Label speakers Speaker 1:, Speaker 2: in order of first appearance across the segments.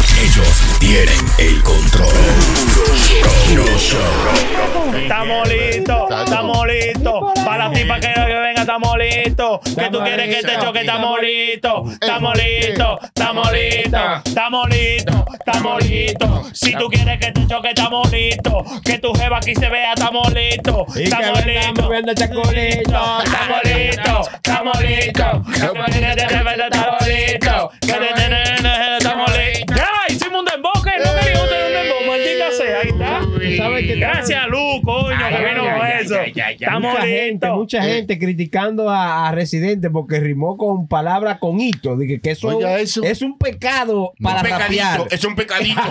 Speaker 1: ellos tienen el control.
Speaker 2: Estamos listos, estamos listos. Para la tipa que que venga, estamos listos. Que tú quieres que te choque, estamos listos. Estamos listos, estamos listos. Estamos listos, estamos listos. Si tú quieres que te choque, estamos listos. Que tu jeva aquí se vea, estamos listos.
Speaker 3: Y que
Speaker 2: Estamos
Speaker 3: venga,
Speaker 2: listos.
Speaker 3: moviendo chacolito.
Speaker 2: Estamos listos, estamos listos. Estamos listos. Estamos listos. Ya, hicimos un dembow, que no quería un dembow, maldita sea, ahí está.
Speaker 3: ¿Sabes qué?
Speaker 2: Gracias, Lu, coño,
Speaker 4: Ay,
Speaker 2: que
Speaker 4: ay,
Speaker 2: vino
Speaker 4: ay,
Speaker 2: con
Speaker 4: ay,
Speaker 2: eso.
Speaker 4: ay, ay, ay.
Speaker 2: Estamos
Speaker 3: mucha gente,
Speaker 2: listos.
Speaker 3: mucha gente criticando a, a Residente porque rimó con palabras con hito. Dije que eso,
Speaker 5: Oiga, eso.
Speaker 3: es un pecado para
Speaker 4: un
Speaker 3: rapear.
Speaker 4: pecadito, es un pecadito.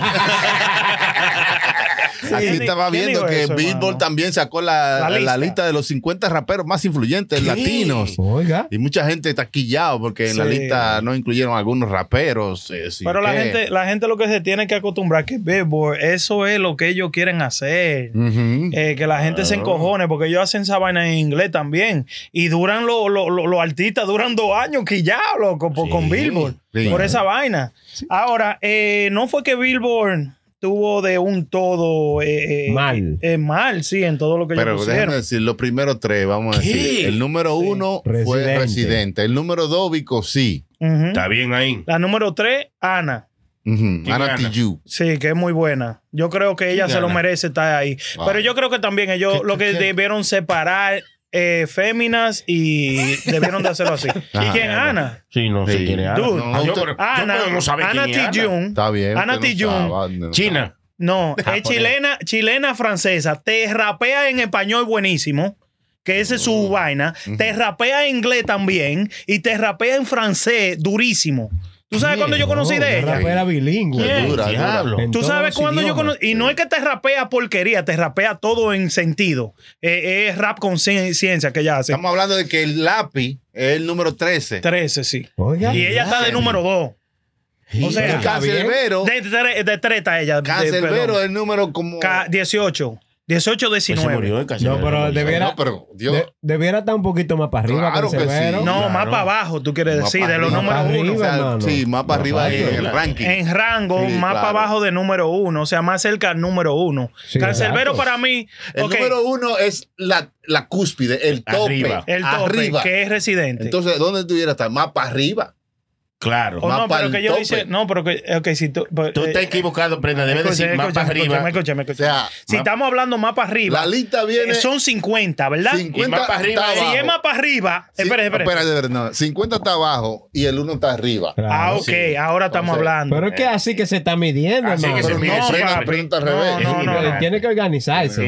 Speaker 5: Aquí
Speaker 2: ¿Quién-
Speaker 5: estaba
Speaker 2: quién
Speaker 5: viendo
Speaker 2: dijo
Speaker 5: que
Speaker 2: eso,
Speaker 5: Billboard
Speaker 2: hermano?
Speaker 5: también sacó la,
Speaker 2: La
Speaker 5: la
Speaker 2: lista.
Speaker 5: lista. de los 50 raperos más influyentes latinos.
Speaker 3: Oiga.
Speaker 5: Y mucha gente está quillado porque en la
Speaker 2: Sí.
Speaker 5: lista no incluyeron algunos raperos. eh, sin
Speaker 6: Pero la
Speaker 5: qué.
Speaker 6: gente, la gente lo que se tiene que acostumbrar que Billboard, eso es lo que ellos quieren hacer.
Speaker 5: Ujú.
Speaker 6: Eh, que la gente se encojone, porque ellos hacen esa vaina en inglés también. Y duran los lo, lo- los artistas, duran dos años que ya, loco, por- con Billboard,
Speaker 5: sí.
Speaker 6: por esa vaina. Ahora, eh, no fue que Billboard tuvo de un todo eh, eh,
Speaker 3: Mal.
Speaker 6: eh, mal, sí, en todo lo que
Speaker 5: Pero
Speaker 6: ellos
Speaker 5: déjame
Speaker 6: pusieron.
Speaker 5: decir, los primeros tres, vamos a decir. El número uno
Speaker 3: Residente.
Speaker 5: fue Residente. El número dos, Vico, sí.
Speaker 6: Ujú.
Speaker 4: Está bien ahí.
Speaker 6: La número tres, Ana.
Speaker 5: Ujú.
Speaker 4: ¿Quién
Speaker 5: Ana
Speaker 4: gana?
Speaker 5: Tijoux.
Speaker 6: Sí, que es muy buena. Yo creo que ella se lo
Speaker 5: gana?
Speaker 6: merece estar ahí.
Speaker 5: Wow.
Speaker 6: Pero yo creo que también ellos
Speaker 5: ¿Qué-
Speaker 6: lo que
Speaker 5: qué- qué?
Speaker 6: debieron separar eh, féminas y debieron de hacerlo así. ¿Y
Speaker 5: Ah,
Speaker 6: quién? Ana.
Speaker 4: Sí, no
Speaker 5: sé quién es Ana.
Speaker 6: Dude,
Speaker 5: No,
Speaker 4: yo,
Speaker 5: usted-
Speaker 4: pero- yo
Speaker 6: Ana.
Speaker 4: puedo no saber
Speaker 6: Ana
Speaker 4: quién es Ana.
Speaker 6: Tijun.
Speaker 5: Está bien.
Speaker 6: Ana
Speaker 5: usted no
Speaker 6: Tijoux.
Speaker 5: sabe, no
Speaker 4: China.
Speaker 6: No, es
Speaker 5: Ah,
Speaker 4: Japonés.
Speaker 6: chilena, chilena francesa. Te rapea en español buenísimo. Que esa es
Speaker 5: Mm.
Speaker 6: su vaina. Te rapea en inglés también. Y te rapea en francés durísimo. ¿Tú sabes cuándo yo conocí
Speaker 5: Oh,
Speaker 3: No,
Speaker 6: de
Speaker 3: una
Speaker 6: ella?
Speaker 3: rapera bilingüe.
Speaker 5: sabe. Dura, dura.
Speaker 4: Diablo.
Speaker 3: En
Speaker 6: Tú
Speaker 3: todos
Speaker 6: sabes
Speaker 3: los
Speaker 6: cuando yo
Speaker 3: idiomas.
Speaker 6: conozco. Y no es que te rapea porquería, te rapea todo en sentido. Eh, es rap con cien- ciencia que ella hace.
Speaker 5: Estamos hablando de que el lápiz es el número 13.
Speaker 6: 13, sí.
Speaker 3: Oiga.
Speaker 6: Y ella está de número 2.
Speaker 3: Sí,
Speaker 6: o sea,
Speaker 3: pero
Speaker 5: El
Speaker 3: está bien.
Speaker 5: cancerbero.
Speaker 6: De, tre- de treta ella. de-
Speaker 5: Cancerbero
Speaker 6: perdón.
Speaker 5: es el número como.
Speaker 6: Ca- 18. 18,
Speaker 4: Pues se
Speaker 6: 19.
Speaker 4: murió el casi.
Speaker 3: No,
Speaker 4: se
Speaker 3: pero
Speaker 4: murió.
Speaker 3: debería-
Speaker 5: No, pero Dios.
Speaker 3: De- debiera estar un poquito más para arriba.
Speaker 5: Claro que sí.
Speaker 3: Canserbero.
Speaker 6: no,
Speaker 4: Claro.
Speaker 6: más para abajo, tú quieres
Speaker 5: Más
Speaker 6: decir,
Speaker 5: pa'
Speaker 6: de los
Speaker 5: arriba.
Speaker 6: números
Speaker 3: Más pa'
Speaker 6: uno.
Speaker 5: o sea,
Speaker 3: hermano.
Speaker 5: sí, más para arriba
Speaker 3: Más
Speaker 5: en
Speaker 3: para
Speaker 5: el
Speaker 4: arriba.
Speaker 5: ranking.
Speaker 6: En rango,
Speaker 5: Sí,
Speaker 6: más para
Speaker 5: claro.
Speaker 6: abajo de número uno, o sea, más cerca al número uno.
Speaker 3: Sí,
Speaker 6: Cancerbero
Speaker 3: exacto.
Speaker 6: para mí,
Speaker 5: El
Speaker 6: ok,
Speaker 5: número uno es la, la cúspide, el tope.
Speaker 4: Arriba.
Speaker 6: el tope,
Speaker 5: arriba.
Speaker 6: que es residente.
Speaker 5: Entonces, ¿dónde tuviera estar? Más para arriba.
Speaker 4: Claro.
Speaker 6: O
Speaker 5: más
Speaker 6: no,
Speaker 5: para
Speaker 6: pero
Speaker 5: el
Speaker 6: que yo
Speaker 5: tope.
Speaker 6: dice, no, pero que, ok, si tú, pero,
Speaker 4: Tú
Speaker 6: eh,
Speaker 4: estás equivocado, Prenda. Debes
Speaker 6: escúchame,
Speaker 4: decir más para
Speaker 6: escúchame,
Speaker 4: arriba.
Speaker 6: escúchame, escúchame.
Speaker 5: O sea,
Speaker 6: si
Speaker 4: más-
Speaker 6: estamos hablando más para arriba,
Speaker 5: la lista viene.
Speaker 6: eh, son 50, ¿verdad?
Speaker 5: 50
Speaker 4: Y más para arriba
Speaker 5: está
Speaker 4: es-
Speaker 6: Si
Speaker 5: abajo.
Speaker 6: es más para arriba,
Speaker 5: Sí,
Speaker 6: espera, espera.
Speaker 5: espérate, espérate, no. 50 está abajo y el uno está arriba.
Speaker 3: Claro.
Speaker 6: Ah, ok,
Speaker 4: sí.
Speaker 6: ahora estamos
Speaker 5: Entonces,
Speaker 6: hablando.
Speaker 3: Pero es que así que se está midiendo,
Speaker 4: Así que
Speaker 3: hermano.
Speaker 4: se
Speaker 3: Pero
Speaker 4: mide
Speaker 6: no,
Speaker 4: siempre.
Speaker 6: papi.
Speaker 5: pregunta al
Speaker 6: No,
Speaker 5: revés.
Speaker 6: no, no,
Speaker 3: no,
Speaker 6: no.
Speaker 3: Tiene que organizarse.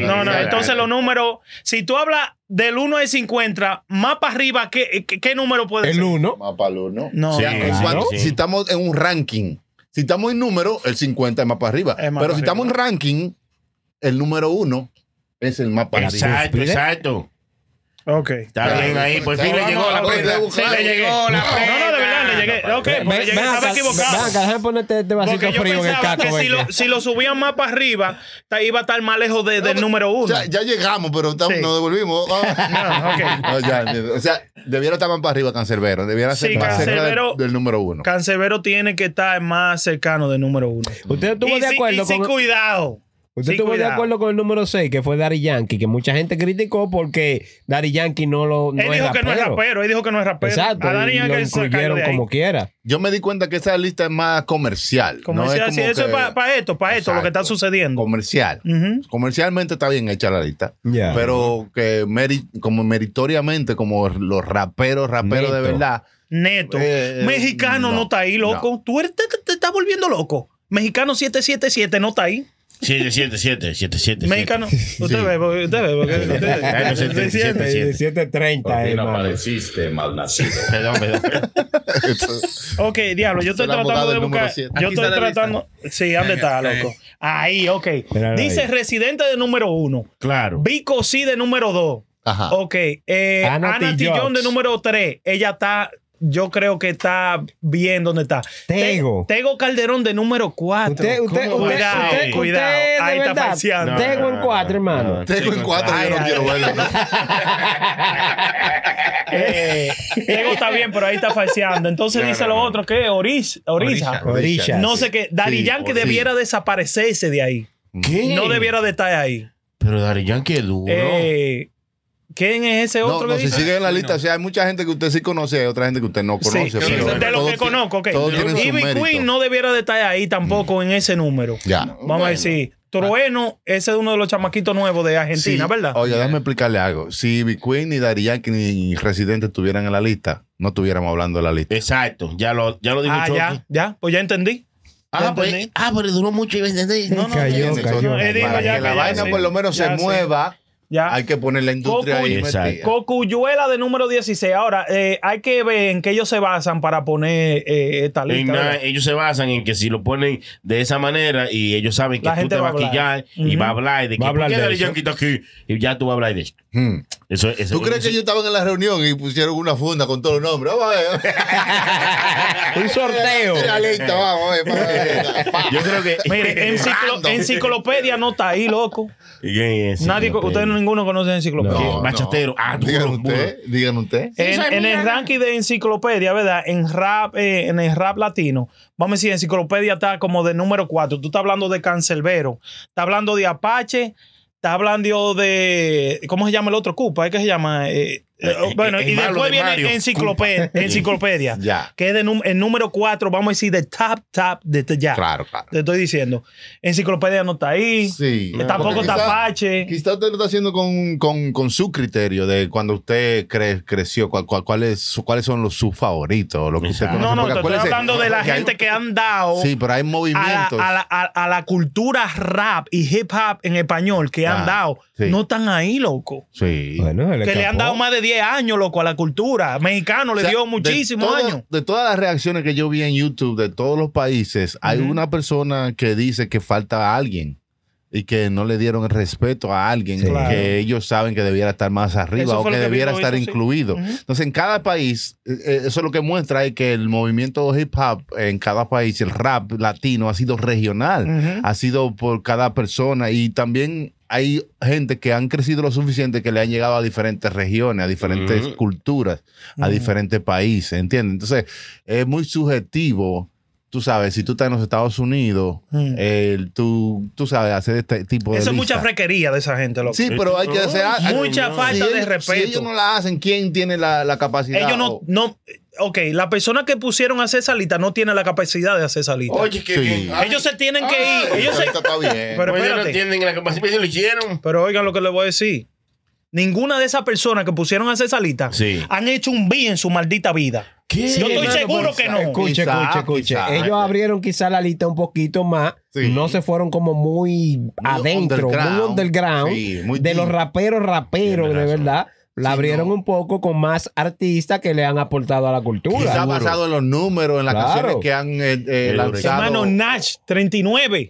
Speaker 4: Sí.
Speaker 6: No, no,
Speaker 4: Ya,
Speaker 6: entonces
Speaker 4: ya.
Speaker 6: los números, si tú hablas del 1 al 50, más para arriba, ¿qué, qué, qué número puede
Speaker 3: El
Speaker 6: ser?
Speaker 3: uno.
Speaker 5: Más para el uno.
Speaker 6: No,
Speaker 5: O sea,
Speaker 4: Claro.
Speaker 5: en cuanto-
Speaker 4: Sí.
Speaker 5: Si estamos en un ranking, si estamos en número, el 50 es más para arriba.
Speaker 6: Es más
Speaker 5: Pero
Speaker 6: para
Speaker 5: si estamos en ranking, el número uno es el más para arriba.
Speaker 4: Exacto, exacto.
Speaker 6: ok.
Speaker 4: Está bien ahí. Por fin le llegó la
Speaker 5: Vamos,
Speaker 4: prenda.
Speaker 5: vamos,
Speaker 4: Sí,
Speaker 5: vamos.
Speaker 4: le llegó la
Speaker 6: No,
Speaker 4: prenda.
Speaker 6: no, de verdad, le llegué. Ok,
Speaker 3: Ven-
Speaker 6: porque
Speaker 3: ven
Speaker 6: llegué,
Speaker 3: acá,
Speaker 6: estaba
Speaker 3: ven
Speaker 6: equivocado.
Speaker 3: acá, déjame ponerte este vasito
Speaker 6: Porque yo
Speaker 3: frío en el
Speaker 6: pensaba
Speaker 3: caco.
Speaker 6: que si
Speaker 3: ven
Speaker 6: lo,
Speaker 3: acá.
Speaker 6: si lo subían más para arriba, ta- iba a estar más lejos de- del número uno.
Speaker 5: Ya, ya llegamos, pero estamos-
Speaker 6: Sí.
Speaker 5: nos devolvimos. Ah.
Speaker 6: No,
Speaker 5: No, ya, o sea, debiera estar más para arriba Cancerbero. Debiera ser
Speaker 6: Sí,
Speaker 5: más cerca
Speaker 6: Cancerbero-
Speaker 5: del, del número uno.
Speaker 6: Cancerbero tiene que estar más cercano del número uno.
Speaker 3: Usted estuvo
Speaker 6: Y
Speaker 3: de
Speaker 6: sí-
Speaker 3: acuerdo
Speaker 6: y sí,
Speaker 3: con.
Speaker 6: cuidado.
Speaker 3: Usted
Speaker 6: Sí,
Speaker 3: estuvo
Speaker 6: cuidado.
Speaker 3: de acuerdo con el número 6, que fue Daddy Yankee, que mucha gente criticó porque Daddy Yankee no lo. No
Speaker 6: Él dijo que no es rapero, él dijo que no es rapero.
Speaker 3: Exacto.
Speaker 6: A Dani
Speaker 3: y
Speaker 6: hay
Speaker 3: lo
Speaker 6: que sacarlo
Speaker 3: incluyeron
Speaker 6: de ahí.
Speaker 3: como quiera.
Speaker 5: Yo me di cuenta que esa lista es más comercial.
Speaker 6: Como
Speaker 5: no
Speaker 6: decía,
Speaker 5: es
Speaker 6: sí,
Speaker 5: como
Speaker 6: eso
Speaker 5: que-
Speaker 6: es para esto, para esto, lo que está
Speaker 5: Exacto.
Speaker 6: sucediendo.
Speaker 5: Comercial.
Speaker 6: Ujú.
Speaker 5: Comercialmente está bien hecha la lista.
Speaker 3: Ya.
Speaker 5: Pero que meri- como meritoriamente, como los raperos, raperos de
Speaker 3: Neto.
Speaker 5: verdad.
Speaker 6: Neto.
Speaker 5: Eh,
Speaker 6: Mexicano no,
Speaker 5: no,
Speaker 6: está ahí, loco. Tú eres- te, te- te estás volviendo loco. Mexicano 777 no está ahí.
Speaker 4: 777, 777.
Speaker 6: Mexicano. Usted ve, porque- usted ve. porque- usted-
Speaker 4: Ay, no,
Speaker 6: usted-
Speaker 4: 777.
Speaker 3: 730,
Speaker 7: Por fin
Speaker 3: hermano.
Speaker 7: apareciste, malnacido.
Speaker 4: Perdón, perdón.
Speaker 6: Ok, diablo, yo estoy
Speaker 5: El abogado
Speaker 6: tratando de
Speaker 5: del número
Speaker 6: buscar.
Speaker 5: siete.
Speaker 6: Yo
Speaker 5: Aquí
Speaker 6: estoy
Speaker 5: está la
Speaker 6: tratando. Sí, ¿dónde está, loco? Ahí, ok.
Speaker 3: Míralo
Speaker 6: Dice
Speaker 3: ahí.
Speaker 6: residente de número uno.
Speaker 4: Claro.
Speaker 6: Vico sí de número dos.
Speaker 5: Ajá.
Speaker 6: Ok. eh,
Speaker 3: Ana
Speaker 6: Ana
Speaker 3: Tillón.
Speaker 6: Tillón de número tres. Ella está yo creo que está bien donde está.
Speaker 3: Tego.
Speaker 6: Te- Tego Calderón de número 4.
Speaker 3: Usted, usted, usted,
Speaker 6: ¿Cómo
Speaker 3: usted,
Speaker 6: cuidado,
Speaker 3: usted,
Speaker 6: cuidado.
Speaker 3: de
Speaker 6: Ahí está
Speaker 3: verdad,
Speaker 6: falseando.
Speaker 3: Tego en cuatro, hermano.
Speaker 5: Tengo en cuatro, yo no quiero verlo. ¿no?
Speaker 6: Eh, Tego está bien, pero ahí está falseando. Entonces
Speaker 4: No,
Speaker 6: dice
Speaker 4: no,
Speaker 6: lo
Speaker 4: no.
Speaker 6: otro, ¿qué? Oriza. Oriza.
Speaker 4: Orisa.
Speaker 3: Orillas.
Speaker 6: No sé qué. Daddy
Speaker 5: Sí,
Speaker 6: Yankee
Speaker 5: Orisa.
Speaker 6: debiera desaparecerse de ahí.
Speaker 4: ¿Qué?
Speaker 6: No debiera de estar ahí.
Speaker 4: Pero Dari Yankee es duro.
Speaker 6: Eh, ¿Quién es ese
Speaker 5: No,
Speaker 6: otro
Speaker 5: no,
Speaker 6: que
Speaker 5: si
Speaker 6: dice?
Speaker 5: sigue en la lista, o sea, hay mucha gente que usted sí conoce, hay otra gente que usted no conoce.
Speaker 6: Sí,
Speaker 5: pero
Speaker 6: de los
Speaker 5: todos
Speaker 6: que
Speaker 5: ti-
Speaker 6: conozco, ok.
Speaker 5: Todos tienen Mm. su
Speaker 6: Ivy
Speaker 5: mérito.
Speaker 6: Queen no debiera de estar ahí tampoco en ese número.
Speaker 5: Ya.
Speaker 6: Vamos a decir, Trueno, ese es uno de los chamaquitos nuevos de Argentina,
Speaker 5: Sí.
Speaker 6: ¿verdad?
Speaker 5: Oye, déjame explicarle algo. Si Ivy Queen, ni Daddy Yankee, ni Residente estuvieran en la lista, no estuviéramos hablando de la lista.
Speaker 4: Exacto, ya lo, ya lo dijo
Speaker 6: Ah,
Speaker 4: Chucky.
Speaker 6: ya, ya, pues ya entendí.
Speaker 4: Ah, pues, ah, pero duró mucho y me entendí. No, no,
Speaker 3: Cayó,
Speaker 4: no, no.
Speaker 3: cayó.
Speaker 6: Él dijo
Speaker 5: Para
Speaker 6: Eh, ya
Speaker 5: que la
Speaker 6: ya
Speaker 5: vaina
Speaker 6: sí.
Speaker 5: por lo menos
Speaker 6: Ya
Speaker 5: se
Speaker 6: sí.
Speaker 5: mueva,
Speaker 6: Ya.
Speaker 5: hay que poner la industria
Speaker 6: Coco
Speaker 5: ahí.
Speaker 4: y-
Speaker 5: metida.
Speaker 4: Exacto.
Speaker 6: Cocuyuela de número 16. Ahora, eh, hay que ver en qué ellos se basan para poner eh, esta
Speaker 4: En
Speaker 6: lista.
Speaker 4: nada,
Speaker 6: ¿verdad?
Speaker 4: ellos se basan en que si lo ponen de esa manera y ellos saben que
Speaker 6: La
Speaker 4: tú
Speaker 6: gente
Speaker 4: te
Speaker 6: va
Speaker 4: vas a
Speaker 6: a hablar.
Speaker 4: quillar y
Speaker 6: Ujú.
Speaker 4: va a hablar de que
Speaker 3: Va a
Speaker 4: ¿por
Speaker 3: hablar
Speaker 4: qué
Speaker 3: de
Speaker 4: Daddy
Speaker 3: eso.
Speaker 4: Yankee está aquí? Y ya tú vas a hablar de eso.
Speaker 5: Hmm.
Speaker 4: Eso- eso-
Speaker 5: ¿Tú crees que
Speaker 4: eso-
Speaker 5: ellos estaban en la reunión y pusieron una funda con todos los nombres? Vamos a ver.
Speaker 3: Un sorteo.
Speaker 5: La lista, vamos a ver. para ver. Pa.
Speaker 4: Yo creo que...
Speaker 6: Mire, enciclo-
Speaker 5: Random.
Speaker 6: enciclopedia no está ahí, loco.
Speaker 4: ¿Quién es?
Speaker 6: Nadie, ustedes ninguno conoce enciclopedia.
Speaker 5: No.
Speaker 4: Bachatero. Ah, duro,
Speaker 5: Digan
Speaker 4: duro.
Speaker 5: usted, digan usted.
Speaker 6: En, en
Speaker 7: soy muy
Speaker 6: el
Speaker 7: grande.
Speaker 6: ranking de enciclopedia, ¿verdad? En rap, eh, en el rap latino, vamos a decir, enciclopedia está como de número 4. Tú estás hablando de Cancelbero, estás hablando de Apache, estás hablando de. ¿Cómo se llama el otro Cupa? ¿Eh? ¿Qué se llama? Eh, eh,
Speaker 4: Eh, eh,
Speaker 6: bueno,
Speaker 4: el
Speaker 6: y
Speaker 4: malo
Speaker 6: después
Speaker 4: de
Speaker 6: viene
Speaker 4: Mario,
Speaker 6: enciclopedia, enciclopedia
Speaker 5: Ya.
Speaker 6: que es de num- el número 4, vamos a decir, de top, top, de de- ya.
Speaker 5: Claro, claro.
Speaker 6: Te estoy diciendo. Enciclopedia no está ahí,
Speaker 5: Sí.
Speaker 6: tampoco
Speaker 5: Porque
Speaker 6: está
Speaker 5: quizá-
Speaker 6: Apache.
Speaker 5: Quizás usted lo está haciendo con, con- con su criterio de cuando usted cre- creció, cuál- cuál- cuál es su- cuáles son los sus favoritos, lo que usted
Speaker 4: Exacto.
Speaker 5: conoce.
Speaker 6: No, no,
Speaker 5: Ah, Porque
Speaker 6: te estoy
Speaker 5: acuérdese
Speaker 6: hablando de la
Speaker 5: que hay-
Speaker 6: gente que han dado.
Speaker 5: Sí, pero hay
Speaker 6: a la,
Speaker 5: movimientos.
Speaker 6: a la- a- a la cultura rap y hip hop en español que han
Speaker 5: Ah,
Speaker 6: dado,
Speaker 5: sí.
Speaker 6: no están ahí, loco.
Speaker 5: Sí.
Speaker 3: Bueno, se
Speaker 6: Que le han
Speaker 3: escapó.
Speaker 6: dado más de 10 años, loco, a la cultura. Mexicano
Speaker 5: O
Speaker 6: le
Speaker 5: sea,
Speaker 6: dio
Speaker 5: de
Speaker 6: muchísimos
Speaker 5: todo-
Speaker 6: años.
Speaker 5: De todas las reacciones que yo vi en YouTube de todos los países, hay
Speaker 6: Ujú.
Speaker 5: una persona que dice que falta a alguien y que no le dieron el respeto a alguien
Speaker 3: Sí.
Speaker 5: que
Speaker 6: Claro.
Speaker 5: ellos saben que debiera estar más arriba
Speaker 6: Eso
Speaker 5: o
Speaker 6: fue
Speaker 5: que,
Speaker 6: lo que
Speaker 5: debiera
Speaker 6: Bimbo
Speaker 5: estar
Speaker 6: hizo, sí.
Speaker 5: incluido.
Speaker 6: Ujú.
Speaker 5: Entonces, en cada país, eh, eh, eso lo que muestra es que el movimiento hip hop en cada país, el rap latino, ha sido regional,
Speaker 6: Ujú.
Speaker 5: ha sido por cada persona y también hay gente que han crecido lo suficiente que le han llegado a diferentes regiones, a diferentes
Speaker 4: Ujú.
Speaker 5: culturas, a
Speaker 6: Ujú.
Speaker 5: diferentes países, ¿entiendes? Entonces, es muy subjetivo. Tú sabes, si tú estás en los Estados Unidos,
Speaker 6: Ujú.
Speaker 5: el- tú, tú sabes hacer este tipo de.
Speaker 6: Eso es mucha
Speaker 5: lista.
Speaker 6: frequería de esa gente, loco.
Speaker 5: Sí, pero hay que hacer. hay-
Speaker 6: Mucha
Speaker 5: si
Speaker 6: falta de
Speaker 5: ellos- Si
Speaker 6: respeto.
Speaker 5: ellos no la hacen, ¿quién tiene la, la capacidad?
Speaker 6: Ellos no,
Speaker 5: O-
Speaker 6: no. Ok, la persona que pusieron a hacer esa lista no tiene la capacidad de hacer esa
Speaker 5: Oh,
Speaker 6: lista.
Speaker 4: Oye, que...
Speaker 5: Sí.
Speaker 4: que- ay,
Speaker 6: ellos se tienen que
Speaker 4: ay,
Speaker 6: ir. Ellos se-
Speaker 5: Ahorita está bien.
Speaker 6: Pero
Speaker 4: pues ellos no
Speaker 6: espérate.
Speaker 4: entienden la capacidad. Ellos lo hicieron.
Speaker 6: Pero oigan lo que les voy a decir. Ninguna de esas personas que pusieron a hacer esa lista
Speaker 4: Sí.
Speaker 6: han hecho un bien en su maldita vida. Yo estoy
Speaker 5: hermano,
Speaker 6: seguro
Speaker 5: pues,
Speaker 6: que no.
Speaker 3: Escuche,
Speaker 5: Quizá,
Speaker 3: escuche, escuche.
Speaker 5: quizá. Este.
Speaker 3: Ellos abrieron quizá la lista un poquito más.
Speaker 5: Sí.
Speaker 3: No se fueron como muy, adentro,
Speaker 5: underground.
Speaker 3: muy underground.
Speaker 5: Sí, muy
Speaker 3: de
Speaker 5: deep.
Speaker 3: los raperos, raperos,
Speaker 4: Tienes
Speaker 3: de
Speaker 4: razón.
Speaker 3: verdad. La
Speaker 5: Sí,
Speaker 3: abrieron
Speaker 5: no.
Speaker 3: un poco con más artistas que le han aportado a la cultura.
Speaker 5: Quizá
Speaker 3: Seguro.
Speaker 5: basado en los números, en las
Speaker 3: Claro.
Speaker 5: canciones que han eh, eh,
Speaker 4: Seguro.
Speaker 5: lanzado.
Speaker 6: Hermano, Nash, 39.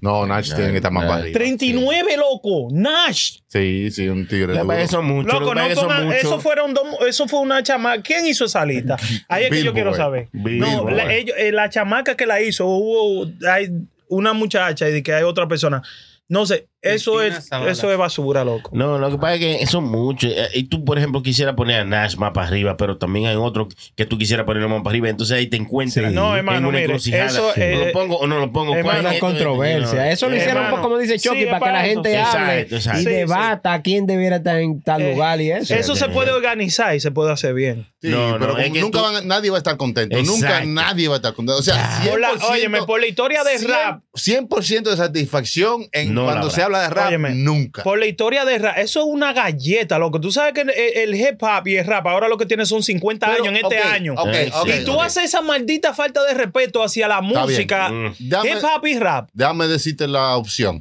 Speaker 5: no, Nash tiene que estar más
Speaker 4: Nah.
Speaker 5: para arriba.
Speaker 6: 39, loco. Nash.
Speaker 5: Sí, sí, un tigre.
Speaker 4: Le
Speaker 5: duro.
Speaker 4: pagan eso mucho.
Speaker 6: Loco,
Speaker 4: le pagan
Speaker 6: no
Speaker 4: eso
Speaker 6: pongan-
Speaker 4: mucho.
Speaker 6: eso fueron dos- eso fue una chamaca. ¿Quién hizo esa lista? Ahí es que yo
Speaker 5: Billboard.
Speaker 6: quiero saber. No,
Speaker 5: Billboard.
Speaker 6: la, ellos- eh, la chamaca que la hizo, hubo hay una muchacha y de que hay otra persona. No sé, eso
Speaker 8: Cristina
Speaker 6: es
Speaker 8: Zavala.
Speaker 6: eso es basura, loco.
Speaker 4: No, lo que pasa es que eso es mucho. Eh, Y tú, por ejemplo, quisieras poner a Nash más para arriba, pero también hay otro que tú quisieras ponerlo más para arriba. Entonces ahí te encuentras.
Speaker 6: Sí. No,
Speaker 4: en
Speaker 6: hermano,
Speaker 4: una
Speaker 6: mire,
Speaker 4: encrucijada.
Speaker 6: eso,
Speaker 4: ¿O
Speaker 6: eh,
Speaker 4: lo pongo o no lo pongo?
Speaker 6: hermano,
Speaker 4: ¿Cuál es
Speaker 3: una
Speaker 4: esto?
Speaker 3: controversia.
Speaker 4: No.
Speaker 3: Eso lo
Speaker 6: Eh,
Speaker 3: hicieron
Speaker 6: hermano,
Speaker 3: como dice Chucky,
Speaker 6: sigue
Speaker 3: para que la
Speaker 6: para eso.
Speaker 3: gente
Speaker 4: Exacto,
Speaker 3: hable
Speaker 4: exacto.
Speaker 3: y
Speaker 4: Sí,
Speaker 3: debata quién debiera estar en tal
Speaker 6: Eh,
Speaker 3: lugar y eso.
Speaker 6: Eso se puede organizar y se puede hacer bien.
Speaker 5: Sí,
Speaker 4: No, no,
Speaker 5: pero
Speaker 4: es
Speaker 5: como
Speaker 4: que
Speaker 5: nunca
Speaker 4: tú-
Speaker 5: van a- nadie va a estar contento. Nunca
Speaker 4: Exacto.
Speaker 5: nadie va a estar contento. O sea, 100%,
Speaker 6: Por la- óyeme, por la historia de
Speaker 5: 100%,
Speaker 6: rap,
Speaker 5: 100% de satisfacción en
Speaker 4: No la
Speaker 5: cuando
Speaker 4: habrá.
Speaker 5: se habla de rap,
Speaker 6: Óyeme,
Speaker 5: nunca.
Speaker 6: Por la historia de rap, eso es una galleta, loco. Tú sabes que el, el hip hop y el rap ahora lo que tiene son 50
Speaker 5: Pero,
Speaker 6: años en este
Speaker 5: ok,
Speaker 6: año.
Speaker 5: ok,
Speaker 4: Eh,
Speaker 5: ok,
Speaker 6: y tú
Speaker 5: ok.
Speaker 6: haces esa maldita falta de respeto hacia la
Speaker 5: Está bien.
Speaker 6: música,
Speaker 4: Mm.
Speaker 5: Dame-
Speaker 6: hip hop y rap.
Speaker 5: Déjame decirte la opción.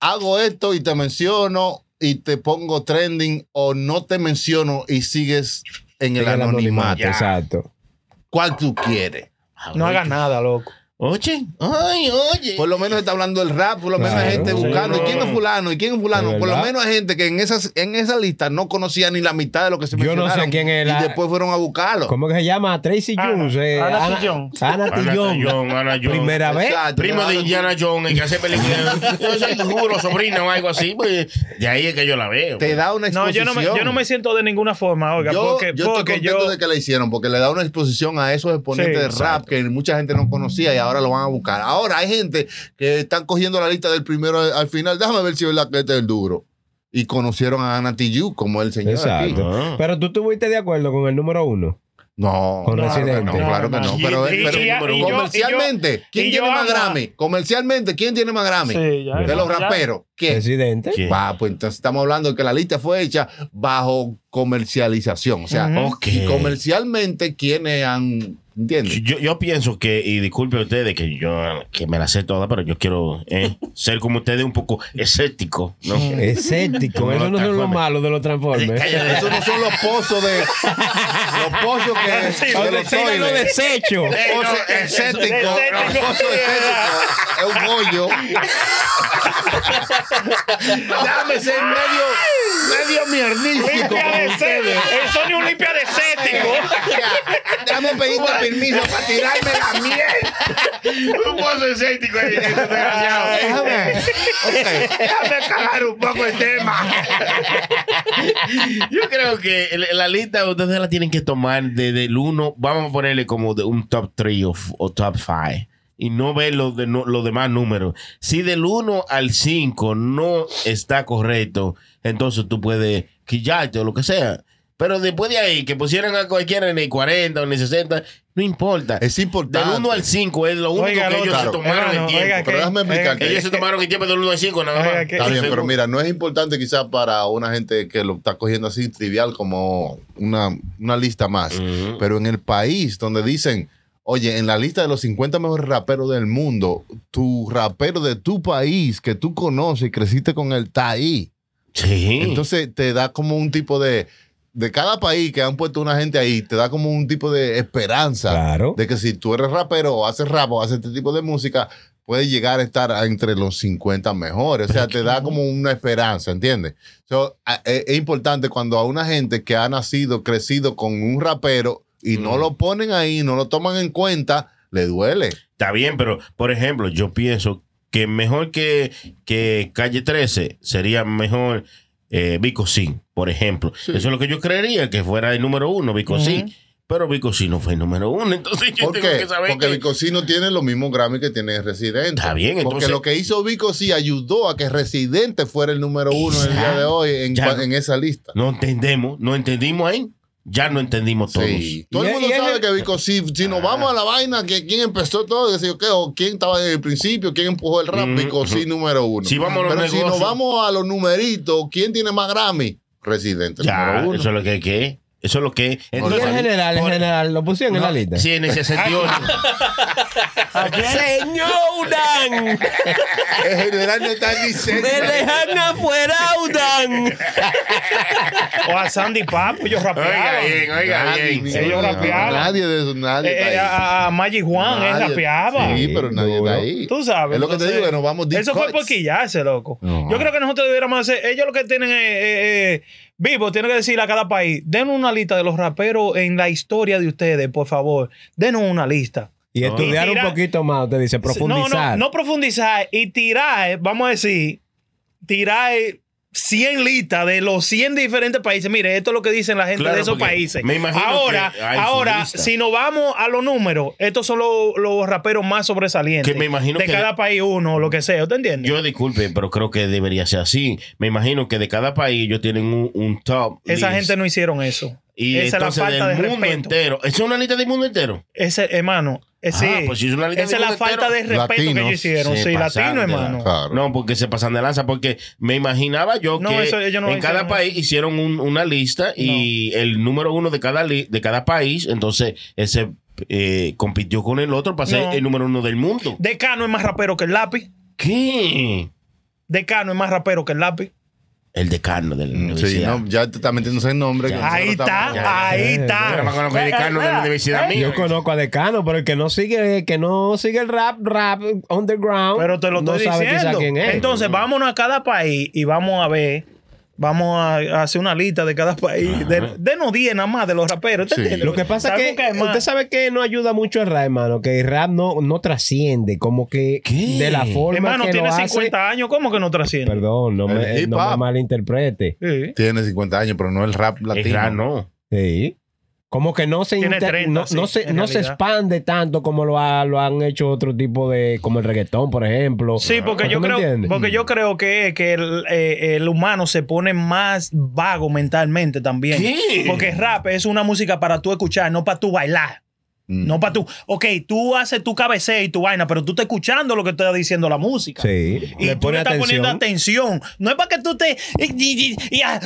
Speaker 5: Hago esto y te menciono y te pongo trending o no te menciono y sigues en el
Speaker 3: En el
Speaker 5: anonimato.
Speaker 3: anonimato, Exacto.
Speaker 5: ¿Cuál tú quieres?
Speaker 6: No hagas nada, loco.
Speaker 4: Oye, ay, oye.
Speaker 5: Por lo menos está hablando el rap, por lo menos hay
Speaker 3: Claro,
Speaker 5: gente
Speaker 3: sí,
Speaker 5: buscando.
Speaker 4: no.
Speaker 5: ¿Y quién es fulano? ¿Y quién es fulano?
Speaker 3: Es
Speaker 5: Por lo
Speaker 3: verdad.
Speaker 5: menos hay gente que en esas en esa lista no conocía ni la mitad de lo que se
Speaker 3: Yo no sé
Speaker 5: mencionaron.
Speaker 3: quién es la-
Speaker 5: Y después fueron a buscarlo.
Speaker 3: ¿Cómo que se llama? Tracy
Speaker 6: Ana,
Speaker 3: Jones. eh,
Speaker 6: Ana
Speaker 3: Ana
Speaker 6: Tillón.
Speaker 3: Ana
Speaker 4: Ana
Speaker 3: Tillón.
Speaker 4: John, Ana John.
Speaker 3: Primera vez.
Speaker 5: Exacto.
Speaker 4: Primo de Indiana Jones, el que hace películas. Yo soy juro, sobrino o algo así, pues de ahí es que yo la veo.
Speaker 5: Te da una
Speaker 6: No, yo
Speaker 5: exposición.
Speaker 6: no, me, yo no me siento de ninguna forma, oiga,
Speaker 5: Yo,
Speaker 6: porque,
Speaker 5: yo estoy
Speaker 6: porque yo.
Speaker 5: contento de que la hicieron porque le da una exposición a esos exponentes
Speaker 6: Sí,
Speaker 5: de rap que mucha gente no conocía y ahora lo van a buscar. Ahora hay gente que están cogiendo la lista del primero al, al final. Déjame ver si es verdad que este es el duro. Y conocieron a Ana Tijoux como el señor. aquí.
Speaker 3: Exacto.
Speaker 4: Ah.
Speaker 3: Pero tú estuviste de acuerdo con el número uno.
Speaker 5: No,
Speaker 3: Con
Speaker 5: claro que
Speaker 3: Residente.
Speaker 5: no, claro que no.
Speaker 4: Y-
Speaker 5: Pero,
Speaker 4: y-
Speaker 5: pero-
Speaker 4: y-
Speaker 5: pero
Speaker 4: y yo-
Speaker 5: comercialmente,
Speaker 6: y yo-
Speaker 5: ¿quién
Speaker 6: y yo
Speaker 5: tiene más
Speaker 6: ama-
Speaker 5: Grammy? Comercialmente, ¿quién tiene más Grammy?
Speaker 6: Sí, ya,
Speaker 5: de los
Speaker 6: ya.
Speaker 5: raperos. ¿Quién?
Speaker 3: Presidente.
Speaker 4: ¿Qué?
Speaker 5: Va, pues entonces estamos hablando de que la lista fue hecha bajo comercialización. O sea,
Speaker 6: Ujú.
Speaker 4: Ok.
Speaker 5: y comercialmente, ¿quiénes han. ¿Entiendes?
Speaker 4: Yo, yo pienso que, y disculpe ustedes que yo que me la sé toda, pero yo quiero eh, ser como ustedes un poco escéptico, ¿no?
Speaker 3: Escéptico.
Speaker 4: Como
Speaker 3: Eso
Speaker 4: los
Speaker 3: no son los
Speaker 4: Transformers.
Speaker 3: malos de los Transformers.
Speaker 4: Cállate.
Speaker 5: Esos no son los pozos de. Los pozos que.
Speaker 6: Sí,
Speaker 5: de
Speaker 3: Donde
Speaker 5: los
Speaker 3: tiran los
Speaker 5: toiles.
Speaker 3: desechos.
Speaker 4: Ey, no,
Speaker 5: Pozo
Speaker 4: eso-
Speaker 5: escéptico. Los
Speaker 6: escéptico.
Speaker 5: pozos escépticos. Es un hoyo. Dame ser medio. medio mierdístico.
Speaker 6: Limpia de
Speaker 5: con ustedes.
Speaker 6: escé- Eso ni un limpia de escético.
Speaker 5: Ya, Dame pedirte permiso para tirarme la miel.
Speaker 4: un pozo escéptico ahí, este desgraciado.
Speaker 5: Déjame.
Speaker 4: Déjame cagar un poco el tema. Yo creo que el- la lista ustedes la tienen que tomar desde el 1, vamos a ponerle como de un top 3 o, f- o top 5. Y no ver los de, no- los demás números. Si del 1 al 5 no está correcto, entonces tú puedes quillarte o lo que sea. Pero después de ahí, que pusieran a cualquiera en el 40 o en el 60, no importa.
Speaker 5: Es importante.
Speaker 4: Del 1 al 5 es lo único
Speaker 6: Oiga,
Speaker 4: que
Speaker 6: lo
Speaker 4: ellos se
Speaker 6: otro.
Speaker 4: tomaron
Speaker 6: Hermano,
Speaker 4: el tiempo.
Speaker 6: oiga, Eh,
Speaker 5: Pero
Speaker 6: que-
Speaker 5: déjame explicar
Speaker 6: oiga,
Speaker 5: que-
Speaker 4: Ellos se tomaron el tiempo del 1 al 5 nada
Speaker 6: Oiga,
Speaker 4: más.
Speaker 6: que-
Speaker 5: Está bien,
Speaker 4: Seguro.
Speaker 5: pero mira, no es importante quizás para una gente que lo está cogiendo así trivial como una, una lista más.
Speaker 4: Ujú.
Speaker 5: Pero en el país donde dicen, oye, en la lista de los 50 mejores raperos del mundo, tu rapero de tu país que tú conoces y creciste con él está ahí.
Speaker 4: Sí.
Speaker 5: Entonces te da como un tipo de. De cada país que han puesto una gente ahí, te da como un tipo de esperanza
Speaker 3: Claro.
Speaker 5: de que si tú eres rapero o haces rap o haces este tipo de música, puedes llegar a estar a- entre los 50 mejores. O sea, te da como una esperanza, ¿entiendes? So, a- e- es importante cuando a una gente que ha nacido, crecido con un rapero y no
Speaker 4: Mm.
Speaker 5: lo ponen ahí, no lo toman en cuenta, le duele.
Speaker 4: Está bien, pero por ejemplo, yo pienso que mejor que, que Calle 13 sería mejor eh, Vico Sin, por ejemplo. Eso es lo que yo creería que fuera el número uno, Vico Sin. Pero Vico Sin no fue el número uno, entonces yo
Speaker 5: ¿Por
Speaker 4: tengo
Speaker 5: qué?
Speaker 4: que saber
Speaker 5: Porque
Speaker 4: que-
Speaker 5: Vico sí no tiene los mismos Grammy que tiene Residente.
Speaker 4: Está bien,
Speaker 5: Porque
Speaker 4: entonces-
Speaker 5: lo que hizo Vico sí ayudó a que Residente fuera el número uno en el día de hoy en,
Speaker 4: Ya.
Speaker 5: cua- en esa lista.
Speaker 4: no entendemos, no entendimos ahí, ya no entendimos todos.
Speaker 5: Sí. Todo
Speaker 3: Y-
Speaker 5: el mundo
Speaker 3: y es
Speaker 5: sabe
Speaker 3: el-
Speaker 5: que Vico, si, si nos vamos a la vaina, que quién empezó todo, que sé yo qué, o quién estaba desde el principio, quién empujó el rap,
Speaker 4: Mm,
Speaker 5: Vico, sí, número uno.
Speaker 4: Si vamos a los
Speaker 5: Pero si nos
Speaker 4: negocios.
Speaker 5: vamos a los numeritos, ¿quién tiene más Grammy? Residente,
Speaker 4: Ya,
Speaker 5: número uno.
Speaker 4: eso es lo que que es. Eso es lo que es.
Speaker 3: Y en general, en
Speaker 4: por-
Speaker 3: general, lo pusieron en la
Speaker 4: no,
Speaker 3: lista. Ah,
Speaker 4: Sí, en el 68.
Speaker 3: Señor Udan,
Speaker 5: En general no está ni
Speaker 3: de
Speaker 5: cerca.
Speaker 3: dejarme afuera, Udan.
Speaker 6: O a Sandy Papo, ellos
Speaker 4: oiga
Speaker 6: rapeaban.
Speaker 4: bien, oiga
Speaker 5: Nadie,
Speaker 4: bien.
Speaker 5: ni-
Speaker 6: Ellos
Speaker 5: no,
Speaker 6: rapeaban.
Speaker 5: Nadie de eso, nadie.
Speaker 6: Eh, eh,
Speaker 5: está ahí.
Speaker 6: a, a Magic Juan, él
Speaker 5: Nadie-
Speaker 6: rapeaba.
Speaker 5: Sí, pero nadie
Speaker 3: Duro.
Speaker 5: está ahí.
Speaker 6: Tú sabes.
Speaker 5: Es lo que te
Speaker 6: entonces,
Speaker 5: digo, que nos vamos deep
Speaker 6: Eso fue
Speaker 5: cuts.
Speaker 6: por quillarse, loco.
Speaker 5: No.
Speaker 6: Yo creo que nosotros debiéramos hacer. Ellos lo que tienen es. eh, eh, Vivo, tienen que decirle a cada país: denos una lista de los raperos en la historia de ustedes, por favor. Denos una lista.
Speaker 3: Y estudiar
Speaker 6: Y
Speaker 3: un
Speaker 6: tira-
Speaker 3: poquito más, usted dice,
Speaker 6: No, no,
Speaker 3: profundizar.
Speaker 6: no profundizar y tirar, vamos a decir, tirar 100 listas de los 100 diferentes países. Mire, esto es lo que dicen la gente
Speaker 4: Claro,
Speaker 6: de esos
Speaker 4: porque
Speaker 6: países.
Speaker 4: me imagino
Speaker 6: ahora,
Speaker 4: que hay
Speaker 6: ahora
Speaker 4: futbolistas.
Speaker 6: si nos vamos a los números, estos son los, los raperos más sobresalientes.
Speaker 4: Que me imagino
Speaker 6: de
Speaker 4: que-
Speaker 6: cada país uno, lo que sea, ¿te entiendes?
Speaker 4: Yo disculpe, pero creo que debería ser así. Me imagino que de cada país ellos tienen un, un top.
Speaker 6: Esa
Speaker 4: list.
Speaker 6: gente no hicieron eso.
Speaker 4: Y
Speaker 6: Esa es la
Speaker 4: entonces
Speaker 6: falta de
Speaker 4: del mundo
Speaker 6: respeto.
Speaker 4: entero. ¿Esa es una lista del mundo entero.
Speaker 6: Ese, hermano, ese,
Speaker 4: Ah, pues si es una lista
Speaker 6: esa
Speaker 4: de
Speaker 6: es la
Speaker 4: mundo
Speaker 6: falta de
Speaker 4: entero,
Speaker 6: respeto que
Speaker 5: latinos,
Speaker 6: ellos hicieron.
Speaker 4: se
Speaker 6: Sí,
Speaker 4: pasaron
Speaker 6: latino,
Speaker 4: de la-
Speaker 6: hermano.
Speaker 5: Claro.
Speaker 4: No, porque se pasan de lanza. Porque me imaginaba yo
Speaker 6: No,
Speaker 4: que
Speaker 6: eso ellos no
Speaker 4: en cada
Speaker 6: hicieron
Speaker 4: país hicieron un- una lista y el número uno de cada, li- de cada país, entonces ese eh, compitió con el otro para ser
Speaker 6: No.
Speaker 4: el número uno del mundo.
Speaker 6: Decano es más rapero que el lápiz.
Speaker 4: ¿Qué?
Speaker 6: Decano es más rapero que el lápiz.
Speaker 4: el decano de la
Speaker 5: Sí,
Speaker 4: universidad.
Speaker 5: no, ya te está metiéndose el nombre. que
Speaker 4: Ya.
Speaker 5: nosotros
Speaker 6: Ahí
Speaker 5: estamos-
Speaker 6: está, ahí
Speaker 4: Yo nada más
Speaker 6: está. Eh,
Speaker 4: conozco el decano de la universidad mía.
Speaker 3: Yo conozco a Decano, pero el que no sigue, el que no sigue el rap, rap underground.
Speaker 6: eh, Pero te lo
Speaker 3: no
Speaker 6: estoy
Speaker 3: sabe quizá
Speaker 6: diciendo.
Speaker 3: quién es.
Speaker 6: Entonces, vámonos a cada país y vamos a ver. Vamos a hacer una lista de cada país. De, denos 10 nada más de los raperos. ¿te
Speaker 5: Sí.
Speaker 6: entiendes?
Speaker 3: Lo que pasa es
Speaker 6: Sabemos
Speaker 3: que,
Speaker 6: hay más.
Speaker 3: usted sabe que no ayuda mucho el rap, hermano, que el rap no, no trasciende, como que
Speaker 4: ¿Qué?
Speaker 3: de la forma
Speaker 6: Hermano,
Speaker 3: que
Speaker 6: tiene
Speaker 3: lo hace.
Speaker 6: 50 años, ¿cómo que no trasciende?
Speaker 3: Perdón, no me,
Speaker 5: El
Speaker 3: no me
Speaker 5: hip hop.
Speaker 3: malinterprete.
Speaker 6: Sí.
Speaker 5: Tiene 50 años, pero no el rap latino.
Speaker 4: El rap no.
Speaker 3: Sí. Como que no se,
Speaker 6: Tiene
Speaker 3: inter-
Speaker 6: 30,
Speaker 3: no, no
Speaker 6: sí,
Speaker 3: se,
Speaker 6: en
Speaker 3: no se
Speaker 6: realidad.
Speaker 3: expande tanto como lo, ha- lo han hecho otro tipo de, como el reggaetón, por ejemplo.
Speaker 6: Sí, porque
Speaker 3: ¿Tú
Speaker 6: yo
Speaker 3: me
Speaker 6: creo,
Speaker 3: entiendes?
Speaker 6: porque yo creo que, que el, eh, el humano se pone más vago mentalmente también.
Speaker 4: ¿Qué?
Speaker 6: Porque rap es una música para tú escuchar, no para tú bailar.
Speaker 5: Mm.
Speaker 6: No para tú. Ok, tú haces tu cabecea y tu vaina, pero tú estás escuchando lo que te está diciendo la música.
Speaker 3: Sí.
Speaker 6: Y
Speaker 3: Le
Speaker 6: tú le
Speaker 3: pone
Speaker 6: estás
Speaker 3: atención.
Speaker 6: poniendo atención. No es para que tú te. Y, y- y- ah,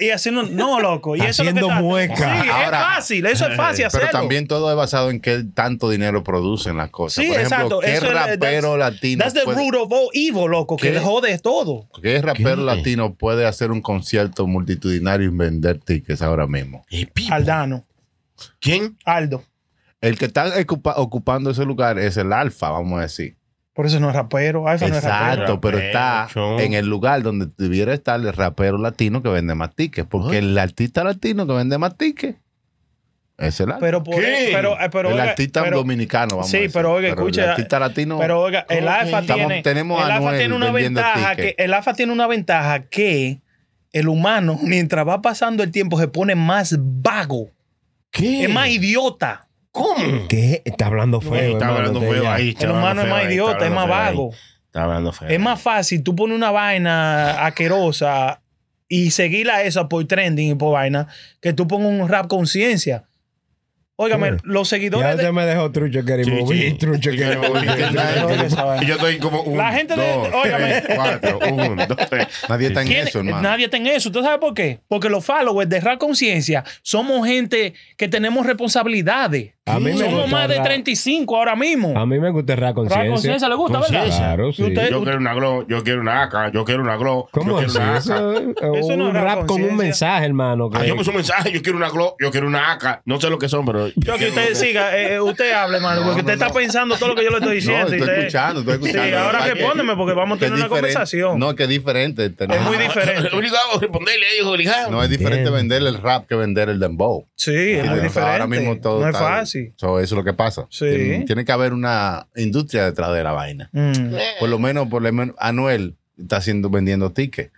Speaker 6: y- y haciendo. No, loco. Y eso es lo que
Speaker 3: Haciendo
Speaker 6: está-
Speaker 3: mueca.
Speaker 6: Sí,
Speaker 5: Ahora- eh,
Speaker 6: es fácil. Eso es fácil hacerlo.
Speaker 5: Pero también todo es basado en qué tanto dinero producen las cosas.
Speaker 6: Sí,
Speaker 5: Por ejemplo,
Speaker 6: exacto.
Speaker 5: ¿qué
Speaker 6: Eso es-
Speaker 5: rapero
Speaker 6: that's-
Speaker 5: latino?
Speaker 6: That's the
Speaker 5: puede-
Speaker 6: root of all evil, loco. Que
Speaker 5: ¿Qué?
Speaker 6: jode todo.
Speaker 5: ¿Qué rapero
Speaker 4: ¿Qué?
Speaker 5: latino puede hacer un concierto multitudinario y vender tickets ahora mismo?
Speaker 4: Eh, Pipo.
Speaker 6: Aldano.
Speaker 4: ¿Quién?
Speaker 6: Aldo.
Speaker 5: El que está ocupa- ocupando ese lugar es el alfa, vamos a decir.
Speaker 6: Por eso no es rapero. Alfa no es rapero.
Speaker 5: Exacto, pero
Speaker 4: Rapero,
Speaker 5: está
Speaker 4: show.
Speaker 5: en el lugar donde debiera estar el rapero latino que vende más tickets. Porque el artista latino que vende más tickets es el alfa.
Speaker 6: Pero por
Speaker 4: ¿Qué?
Speaker 6: pero, eh, pero
Speaker 5: el
Speaker 6: oiga,
Speaker 5: artista
Speaker 6: pero-
Speaker 5: dominicano, vamos
Speaker 6: Sí,
Speaker 5: a decir.
Speaker 6: pero oiga, escucha,
Speaker 5: El artista latino.
Speaker 6: Pero oiga, el
Speaker 4: ¿Cómo
Speaker 6: alfa
Speaker 4: que?
Speaker 6: tiene,
Speaker 5: Estamos- tenemos a
Speaker 6: el alfa
Speaker 5: Anuel
Speaker 6: tiene una
Speaker 5: vendiendo
Speaker 6: ventaja que
Speaker 5: tickets.
Speaker 6: el alfa tiene una ventaja que el humano mientras va pasando el tiempo se pone más vago,
Speaker 4: ¿Qué?
Speaker 6: es más idiota.
Speaker 4: ¿Cómo?
Speaker 3: ¿Qué? Está hablando feo.
Speaker 4: Está
Speaker 3: hermano,
Speaker 4: hablando
Speaker 3: usted
Speaker 4: feo
Speaker 3: ya.
Speaker 4: ahí. está
Speaker 6: el
Speaker 4: hablando
Speaker 6: humano es
Speaker 4: feo
Speaker 6: más
Speaker 4: ahí,
Speaker 6: idiota,
Speaker 4: está
Speaker 6: es más
Speaker 4: hablando feo ahí.
Speaker 6: vago.
Speaker 4: Está hablando feo.
Speaker 6: Es más fácil tú pones una vaina asquerosa y seguirla esa por trending y por vaina que tú pongas un rap conciencia. Óigame,
Speaker 3: Sí.
Speaker 6: los
Speaker 3: Ya
Speaker 6: seguidores de-
Speaker 3: usted me dejó trucho, queremos.
Speaker 4: Sí, sí.
Speaker 3: Trucho,
Speaker 4: Sí,
Speaker 3: queremos.
Speaker 4: queremos.
Speaker 6: Oiga,
Speaker 4: Y yo estoy como un,
Speaker 6: La gente de-
Speaker 4: dos,
Speaker 6: óigame. Eh,
Speaker 4: tres, cuatro, uno, dos, tres.
Speaker 5: Nadie está en
Speaker 6: ¿Quién-
Speaker 5: eso, hermano.
Speaker 6: Nadie está en eso. ¿Usted sabe por qué? Porque los followers de Rap Conciencia somos gente que tenemos responsabilidades.
Speaker 3: A mí me
Speaker 6: somos
Speaker 3: gusta
Speaker 6: más de
Speaker 3: Rap-
Speaker 6: 35 ahora mismo.
Speaker 3: A mí me gusta el rap
Speaker 6: Rap
Speaker 3: conciencia.
Speaker 6: Conciencia le gusta, ¿verdad?
Speaker 4: Conciencia.
Speaker 3: Claro, sí.
Speaker 6: usted-
Speaker 4: Yo quiero una glow, yo quiero una AK, yo quiero una glow, yo
Speaker 3: ¿Cómo
Speaker 4: quiero
Speaker 3: así?
Speaker 4: una AK.
Speaker 3: Eso, es-
Speaker 6: Eso no
Speaker 3: un
Speaker 6: es rap
Speaker 3: rap con un
Speaker 6: conciencia.
Speaker 3: mensaje, hermano. que-
Speaker 4: Ah, yo puse un mensaje, yo quiero una glow, yo quiero una AK. No sé lo que son, pero.
Speaker 6: Yo que usted siga, eh, eh, usted hable, hermano,
Speaker 5: No,
Speaker 6: porque
Speaker 5: no,
Speaker 6: usted
Speaker 5: no.
Speaker 6: está pensando todo lo que yo le estoy
Speaker 5: No,
Speaker 6: diciendo. y
Speaker 5: estoy
Speaker 6: usted-
Speaker 5: escuchando, estoy escuchando.
Speaker 6: Sí, ahora
Speaker 5: Lo que pasa es
Speaker 6: respóndeme,
Speaker 5: que-
Speaker 6: porque vamos a
Speaker 5: que es
Speaker 6: tener una
Speaker 5: diferente.
Speaker 6: conversación.
Speaker 5: No, que es diferente.
Speaker 6: Es muy
Speaker 5: Ah.
Speaker 6: diferente.
Speaker 4: Obligado a responderle, hijo, obligado.
Speaker 5: No es diferente
Speaker 3: Entiendo.
Speaker 5: vender el rap que vender el dembow.
Speaker 6: Sí, es muy
Speaker 5: O sea,
Speaker 6: diferente.
Speaker 5: Ahora mismo todo
Speaker 6: no es
Speaker 5: está-
Speaker 6: fácil.
Speaker 5: So, eso es lo que pasa.
Speaker 6: Sí.
Speaker 5: Tiene, tiene que haber una industria detrás de la vaina.
Speaker 6: Mm.
Speaker 4: Eh.
Speaker 5: Por lo menos, por lo menos Anuel está haciendo vendiendo tickets.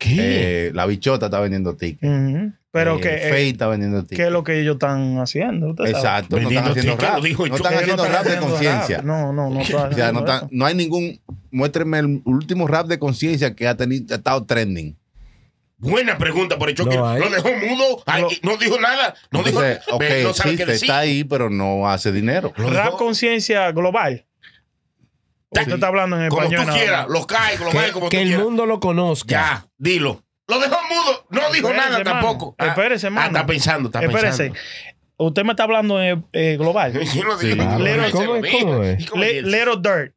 Speaker 5: Eh, la bichota está vendiendo tickets.
Speaker 6: Ujú. Pero
Speaker 5: Eh,
Speaker 6: que, eh,
Speaker 5: Faye está vendiendo
Speaker 6: ¿qué
Speaker 5: tickets.
Speaker 6: es lo que ellos están haciendo? Usted sabe.
Speaker 5: Exacto. No están
Speaker 4: Vendiendo
Speaker 5: haciendo
Speaker 4: tickets,
Speaker 5: rap.
Speaker 4: lo dijo
Speaker 5: No
Speaker 4: yo.
Speaker 6: Ellos
Speaker 5: están
Speaker 6: no
Speaker 5: haciendo rap de
Speaker 6: haciendo
Speaker 5: conciencia.
Speaker 6: No, no, no. están
Speaker 5: O sea, no,
Speaker 6: haciendo
Speaker 5: tan-
Speaker 6: eso.
Speaker 5: no hay ningún. Muéstreme el último rap de conciencia que ha, tenido, ha estado trending.
Speaker 4: Buena pregunta, por hecho
Speaker 3: No
Speaker 4: que
Speaker 3: hay.
Speaker 4: lo dejó mudo, ay, no dijo nada, no dijo
Speaker 5: Entonces, ok,
Speaker 4: ve, no sabe qué
Speaker 5: existe,
Speaker 4: decir.
Speaker 5: está ahí, pero no hace dinero.
Speaker 4: Lo
Speaker 6: Rap
Speaker 4: dejó
Speaker 6: conciencia global. Usted está hablando en
Speaker 4: como
Speaker 6: español.
Speaker 4: tú
Speaker 6: nada
Speaker 4: quieras,
Speaker 6: más.
Speaker 4: los cae, los cae
Speaker 3: que
Speaker 4: como tú
Speaker 3: que el
Speaker 4: quieras.
Speaker 3: mundo lo conozca.
Speaker 4: Ya, dilo. Lo dejó mudo, no dijo
Speaker 6: Espérese,
Speaker 4: nada
Speaker 6: hermano.
Speaker 4: tampoco. Ah,
Speaker 6: Espérese, hermano.
Speaker 4: Ah, está pensando, está
Speaker 6: Espérese.
Speaker 4: pensando.
Speaker 6: Usted me está hablando en eh, global.
Speaker 4: Yo no
Speaker 5: Sí,
Speaker 4: digo-
Speaker 5: claro.
Speaker 4: Little-
Speaker 3: ¿Cómo es? ¿Cómo es?
Speaker 4: ¿Y cómo
Speaker 6: Le-
Speaker 4: es?
Speaker 6: little Dirt.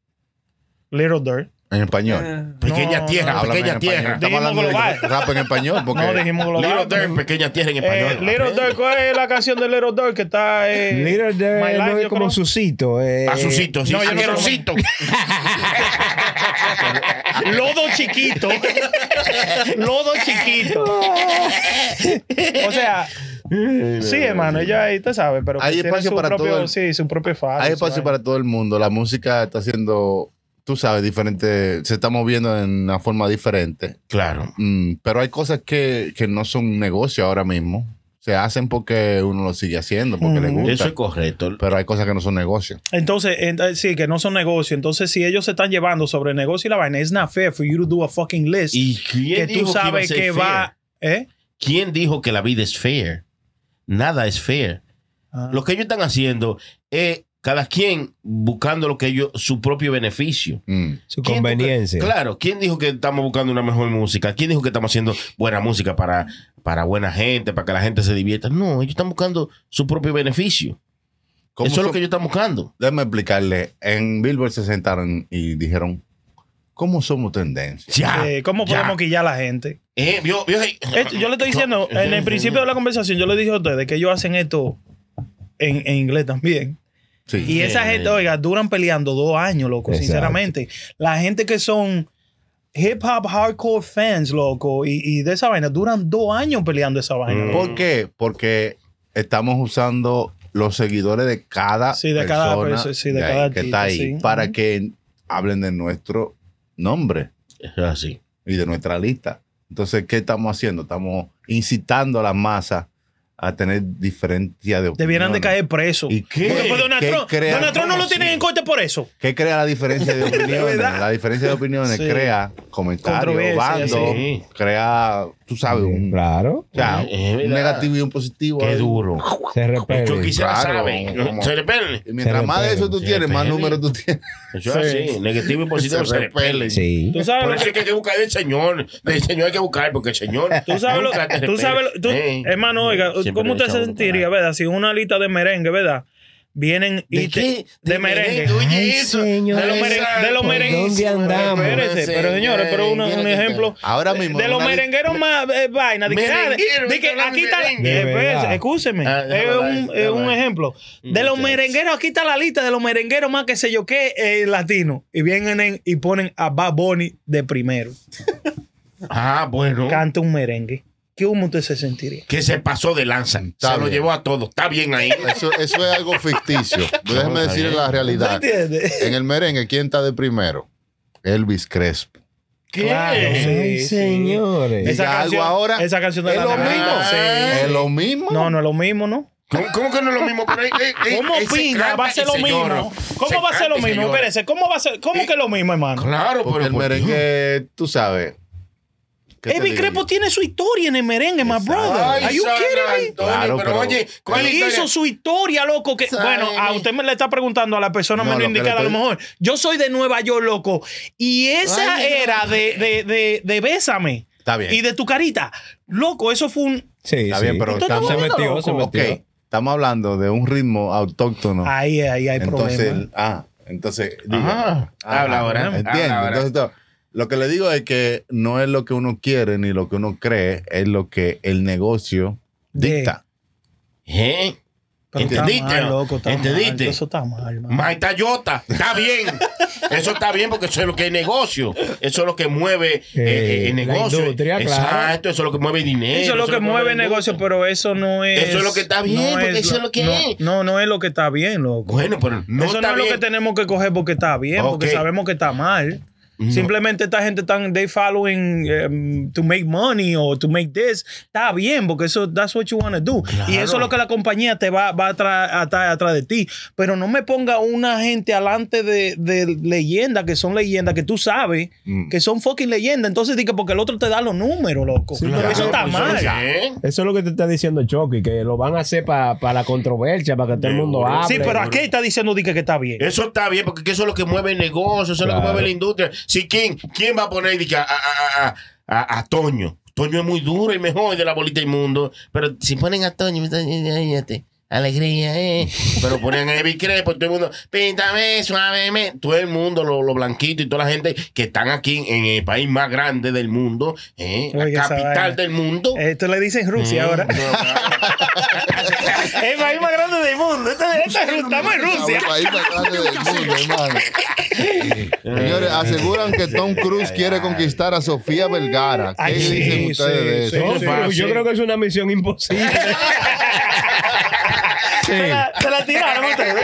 Speaker 6: Little Dirt.
Speaker 5: En español.
Speaker 4: Pequeña
Speaker 6: No,
Speaker 4: tierra,
Speaker 6: no,
Speaker 5: Háblame
Speaker 4: pequeña
Speaker 5: en
Speaker 4: tierra.
Speaker 5: español.
Speaker 6: Ah. Dijimos
Speaker 5: Estamos hablando de
Speaker 6: global.
Speaker 5: rap en español. Porque
Speaker 6: No dijimos
Speaker 4: Little
Speaker 6: global.
Speaker 4: Dirt, pequeña tierra en
Speaker 6: Eh,
Speaker 4: español.
Speaker 6: Little Dirt, ¿cuál es la canción de Little Dirt que está. Eh,
Speaker 3: Little Dirt
Speaker 6: My Life,
Speaker 3: no es
Speaker 6: yo
Speaker 3: como
Speaker 6: creo?
Speaker 3: Susito. Eh,
Speaker 4: A Susito, sí.
Speaker 6: no, yo no sé
Speaker 4: Aquerosito.
Speaker 6: Lodo chiquito. Lodo chiquito. O sea, sí, hermano, ella ahí te sabe, pero que
Speaker 5: Hay
Speaker 6: tiene
Speaker 5: espacio
Speaker 6: su
Speaker 5: para
Speaker 6: propio,
Speaker 5: todo el-
Speaker 6: sí, su propio fan.
Speaker 5: Hay espacio para todo el mundo. La música está haciendo, tú sabes, diferente. Se está moviendo en una forma diferente.
Speaker 4: Claro.
Speaker 5: Mm, pero hay cosas que, que no son un negocio ahora mismo. Se hacen porque uno lo sigue haciendo, porque le
Speaker 6: Ujú.
Speaker 5: gusta.
Speaker 4: Eso es correcto.
Speaker 5: pero hay cosas que no son negocio.
Speaker 6: Entonces, ent- sí, que no son negocio. Entonces, si ellos se están llevando sobre el negocio y la vaina, it's not fair for you to do a fucking list
Speaker 4: ¿Y quién
Speaker 6: que tú
Speaker 4: dijo iba a
Speaker 6: sabes
Speaker 4: ser
Speaker 6: que
Speaker 4: fair?
Speaker 6: va. ¿Eh?
Speaker 4: ¿Quién dijo que la vida es fair? Nada es fair.
Speaker 6: Ah.
Speaker 4: Lo que ellos están haciendo es cada quien buscando lo que ellos, su propio beneficio.
Speaker 5: Mm.
Speaker 3: Su
Speaker 4: ¿Quién dijo que-
Speaker 3: conveniencia.
Speaker 4: claro, ¿quién dijo que estamos buscando una mejor música? ¿Quién dijo que estamos haciendo buena música para, para buena gente, para que la gente se divierta? No, ellos están buscando su propio beneficio.
Speaker 5: ¿Cómo
Speaker 4: Eso es lo
Speaker 5: son-
Speaker 4: que ellos están buscando.
Speaker 5: Déjame explicarle. En Billboard se sentaron y dijeron, ¿cómo somos tendencia?
Speaker 4: Ya.
Speaker 6: Eh, ¿Cómo
Speaker 4: ya.
Speaker 6: podemos quillar a la gente?
Speaker 4: Eh, yo, yo-
Speaker 6: Esto- yo le estoy diciendo, en el principio de la conversación, yo le dije a ustedes que ellos hacen esto en, en inglés también.
Speaker 5: Sí.
Speaker 6: Y esa
Speaker 4: Sí.
Speaker 6: gente, oiga, duran peleando dos años, loco,
Speaker 3: Exacto.
Speaker 6: sinceramente. La gente que son hip hop hardcore fans, loco, y, y de esa vaina, duran dos años peleando esa vaina. loco.
Speaker 5: ¿Por qué? Porque estamos usando los seguidores de cada
Speaker 6: Sí, de cada
Speaker 5: persona
Speaker 6: perso- sí, de
Speaker 5: ahí,
Speaker 6: cada
Speaker 5: que está
Speaker 6: artista,
Speaker 5: ahí
Speaker 6: sí.
Speaker 5: para
Speaker 6: Ujú.
Speaker 5: que hablen de nuestro nombre
Speaker 4: Es así.
Speaker 5: y de nuestra lista. Entonces, ¿qué estamos haciendo? Estamos incitando a la masa a tener diferencia de opinión.
Speaker 6: Debieran de caer presos.
Speaker 5: ¿Y qué?
Speaker 6: Porque fue Donald
Speaker 5: ¿Qué
Speaker 6: Trump,
Speaker 5: crea-
Speaker 6: Donald Trump no lo
Speaker 5: ¿Cómo
Speaker 6: tienen
Speaker 5: así?
Speaker 6: en corte por eso.
Speaker 5: ¿Qué crea la diferencia de opiniones?
Speaker 6: verdad.
Speaker 5: la diferencia de opiniones
Speaker 6: Sí.
Speaker 5: crea comentarios,
Speaker 6: Controversia,
Speaker 5: bandos,
Speaker 4: sí.
Speaker 5: crea, tú sabes, un,
Speaker 3: Mm, Claro.
Speaker 5: o sea,
Speaker 4: Es
Speaker 5: un
Speaker 4: verdad.
Speaker 5: negativo y un positivo.
Speaker 4: Qué
Speaker 5: ahí.
Speaker 4: duro.
Speaker 3: Se
Speaker 4: Yo
Speaker 3: repele.
Speaker 4: quisiera
Speaker 5: claro,
Speaker 4: saber.
Speaker 5: como-
Speaker 4: Se repelen.
Speaker 5: Y mientras
Speaker 3: Se
Speaker 5: más de eso tú
Speaker 4: se
Speaker 5: tienes, más
Speaker 4: repelen.
Speaker 5: números tú tienes.
Speaker 4: Eso es
Speaker 6: Sí.
Speaker 4: así. Negativo y positivo se,
Speaker 5: Se
Speaker 4: repelen.
Speaker 5: repelen.
Speaker 3: Sí.
Speaker 6: Tú sabes,
Speaker 4: Por
Speaker 6: lo
Speaker 4: eso
Speaker 6: que-
Speaker 4: es que hay que buscar el Señor. Del Señor hay que buscar, porque el Señor.
Speaker 6: tú sabes, lo-
Speaker 4: nunca te
Speaker 6: tú
Speaker 4: repele.
Speaker 6: sabes, lo- tú-
Speaker 4: Eh.
Speaker 6: hermano, oiga,
Speaker 4: Siempre
Speaker 6: ¿cómo
Speaker 4: le
Speaker 6: usted
Speaker 4: echa
Speaker 6: se
Speaker 4: uno
Speaker 6: sentiría,
Speaker 4: para
Speaker 6: verdad? Si una lista de merengue, ¿verdad? Vienen
Speaker 4: ¿De
Speaker 6: y te-
Speaker 4: qué?
Speaker 6: de, merengue.
Speaker 4: Oye,
Speaker 3: Ay,
Speaker 4: eso.
Speaker 3: señor.
Speaker 6: De los mere- de los
Speaker 4: ¿Por
Speaker 6: merengues.
Speaker 3: dónde andamos?
Speaker 6: Espérese, pero señores, pero uno- un ejemplo.
Speaker 5: Ahora
Speaker 6: de-
Speaker 5: mismo
Speaker 6: De
Speaker 5: en
Speaker 6: los
Speaker 5: una li-
Speaker 6: merengueros más eh, vaina. De que, ah, de-
Speaker 4: Merenguero,
Speaker 6: de que
Speaker 4: estamos
Speaker 6: aquí está.
Speaker 4: hablando de
Speaker 3: merengue.
Speaker 6: eh,
Speaker 3: De
Speaker 6: espérese,
Speaker 3: verdad.
Speaker 6: Escúcheme.
Speaker 4: Ah, déjame
Speaker 6: es
Speaker 4: hablar,
Speaker 6: un,
Speaker 4: déjame
Speaker 6: es un
Speaker 4: hablar.
Speaker 6: ejemplo. De los
Speaker 4: Ok.
Speaker 6: merengueros, aquí está la lista de los merengueros más que sé yo qué eh, latino. Y vienen en- y ponen a Bad Bunny de primero.
Speaker 4: Ah, bueno.
Speaker 6: Canta un merengue. ¿Qué humo usted se sentiría?
Speaker 4: Que se pasó de lanza.
Speaker 5: Está
Speaker 4: se lo
Speaker 5: bien.
Speaker 4: llevó a todos. Está bien ahí.
Speaker 5: Eso, eso es algo ficticio.
Speaker 4: No,
Speaker 5: Déjeme
Speaker 4: está
Speaker 5: decirle
Speaker 4: bien.
Speaker 5: la
Speaker 6: ¿Tú
Speaker 5: realidad.
Speaker 6: entiendes?
Speaker 5: En el merengue, ¿quién está de primero? Elvis Crespo.
Speaker 4: ¿Qué?
Speaker 6: Claro, sí.
Speaker 3: Ay, señores.
Speaker 5: Diga algo ahora.
Speaker 6: Esa canción de
Speaker 5: ¿Es
Speaker 6: la
Speaker 5: lo
Speaker 6: de-
Speaker 5: mismo?
Speaker 6: Ah, sí.
Speaker 5: ¿Es lo mismo?
Speaker 6: No, no es lo mismo, ¿no?
Speaker 4: ¿Cómo, cómo que no es lo mismo? Pero, eh, eh,
Speaker 6: ¿Cómo
Speaker 4: eh, se
Speaker 6: opina?
Speaker 4: canta
Speaker 6: ¿Va a ser
Speaker 4: y
Speaker 6: lo
Speaker 4: se llora.
Speaker 6: mismo?
Speaker 4: Se
Speaker 6: ¿Cómo va a ser
Speaker 4: canta
Speaker 6: lo
Speaker 4: y se
Speaker 6: mismo?
Speaker 4: llora.
Speaker 6: Espérese, ¿cómo va a ser? ¿Cómo que lo mismo, hermano?
Speaker 4: Claro,
Speaker 5: Porque
Speaker 4: pero
Speaker 5: el merengue, tú sabes. ¿qué te
Speaker 6: Evi
Speaker 5: digo
Speaker 6: Crepo
Speaker 5: yo?
Speaker 6: tiene su historia en el merengue, my
Speaker 5: Exacto.
Speaker 6: brother. Are
Speaker 4: Ay,
Speaker 6: you
Speaker 4: San
Speaker 6: kidding me?
Speaker 4: Antonio,
Speaker 5: Claro,
Speaker 4: pero
Speaker 5: pero-
Speaker 4: oye, ¿cuál es
Speaker 6: Él
Speaker 4: la historia?
Speaker 6: hizo su historia, loco. Que,
Speaker 4: San
Speaker 6: bueno, a
Speaker 4: Antonio.
Speaker 6: usted me le está preguntando a la persona
Speaker 5: No,
Speaker 6: menos
Speaker 5: lo que le
Speaker 6: indicada, a lo
Speaker 5: estoy-
Speaker 6: mejor. Yo soy de Nueva York, loco. Y esa
Speaker 4: Ay, no.
Speaker 6: era de, de, de, de Bésame
Speaker 5: Está bien.
Speaker 6: y de tu carita. Loco, eso fue un.
Speaker 3: Sí,
Speaker 5: Está
Speaker 3: sí.
Speaker 5: bien, pero
Speaker 6: Usted está
Speaker 5: estamos-
Speaker 3: se metió, se
Speaker 5: Ok,
Speaker 3: metió. Ah,
Speaker 5: estamos hablando de un ritmo autóctono.
Speaker 6: Ahí, ahí hay
Speaker 5: entonces,
Speaker 6: problema.
Speaker 5: ah, entonces,
Speaker 4: Ajá.
Speaker 5: Ah,
Speaker 4: Habla ahora.
Speaker 5: Entiendo.
Speaker 4: Habla ahora.
Speaker 5: Entonces, to- lo que le digo es que no es lo que uno quiere ni lo que uno cree, es lo que el negocio
Speaker 6: De-
Speaker 5: dicta.
Speaker 4: ¿Eh?
Speaker 6: Pero está
Speaker 4: ¿Entendiste?
Speaker 6: mal, loco, está mal.
Speaker 4: ¿Entendiste?
Speaker 6: Eso está mal, man.
Speaker 4: Maita Yota, está bien. Eso está bien porque eso es lo que es negocio. Eso es lo que mueve eh, eh, el
Speaker 3: la
Speaker 4: negocio.
Speaker 3: industria, claro.
Speaker 4: Exacto, eso es lo que mueve el dinero.
Speaker 6: Eso es lo que mueve el
Speaker 4: la
Speaker 6: negocio,
Speaker 4: industria.
Speaker 6: pero eso no es.
Speaker 4: Eso es lo que está bien, porque eso es lo que
Speaker 6: no,
Speaker 4: es.
Speaker 6: No, no es lo que está bien, loco.
Speaker 4: Bueno, pero no
Speaker 6: eso no
Speaker 4: está
Speaker 6: es lo
Speaker 4: bien.
Speaker 6: que tenemos que coger porque está bien, porque
Speaker 4: Ok.
Speaker 6: sabemos que está mal. Simplemente esta gente están they following em, to make money o to make this. Está bien, porque eso that's what you want to do. Y eso es lo que la compañía te va, va a tra- a traer atrás de ti. Pero no me ponga una gente alante de, de leyendas que son leyendas que tú sabes
Speaker 5: Mm.
Speaker 6: que son fucking leyendas. Entonces dije porque el otro te da los números, loco.
Speaker 3: Sí,
Speaker 6: Pero
Speaker 3: claro,
Speaker 6: eso está
Speaker 4: Eso
Speaker 6: mal.
Speaker 4: está bien.
Speaker 3: Eso es lo que te está diciendo Chucky, que lo van a hacer para la controversia, para que todo el mundo
Speaker 4: Seguro.
Speaker 3: hable.
Speaker 6: Sí, pero aquí está diciendo di que que está bien.
Speaker 4: Eso está bien, porque eso es lo que mueve el negocio, eso es lo que
Speaker 3: Claro.
Speaker 4: mueve la industria. Si quién, quién va a poner "Ah, dije, a, a- a- a- a- a Toño. Toño es muy duro y mejor de la bolita inmundo. Pero si ponen a Toño, entonces, ay, ay, ay, alegría, eh. Pero ponen a Evi Crespo, todo el mundo, píntame suavemente. Todo el mundo, los lo blanquitos y toda la gente que están aquí en el país más grande del mundo, eh, la
Speaker 6: Oye, esa vaina.
Speaker 4: capital del mundo.
Speaker 6: Esto le dicen Rusia
Speaker 4: Mm,
Speaker 6: ahora.
Speaker 4: no, claro.
Speaker 6: Es el país más grande del mundo. Esto- esto es- estamos en Rusia.
Speaker 5: El país más grande del mundo, hermano.
Speaker 4: Eh,
Speaker 5: Señores, aseguran que Tom Cruise quiere conquistar a Sofía Vergara. ¿Qué
Speaker 6: Ay, sí,
Speaker 5: dicen ustedes
Speaker 6: sí,
Speaker 5: de
Speaker 6: sí,
Speaker 5: eso?
Speaker 3: No,
Speaker 4: Eso es
Speaker 3: pero
Speaker 4: fácil.
Speaker 3: yo creo que es una misión imposible.
Speaker 6: Te la, te la tiraron ustedes.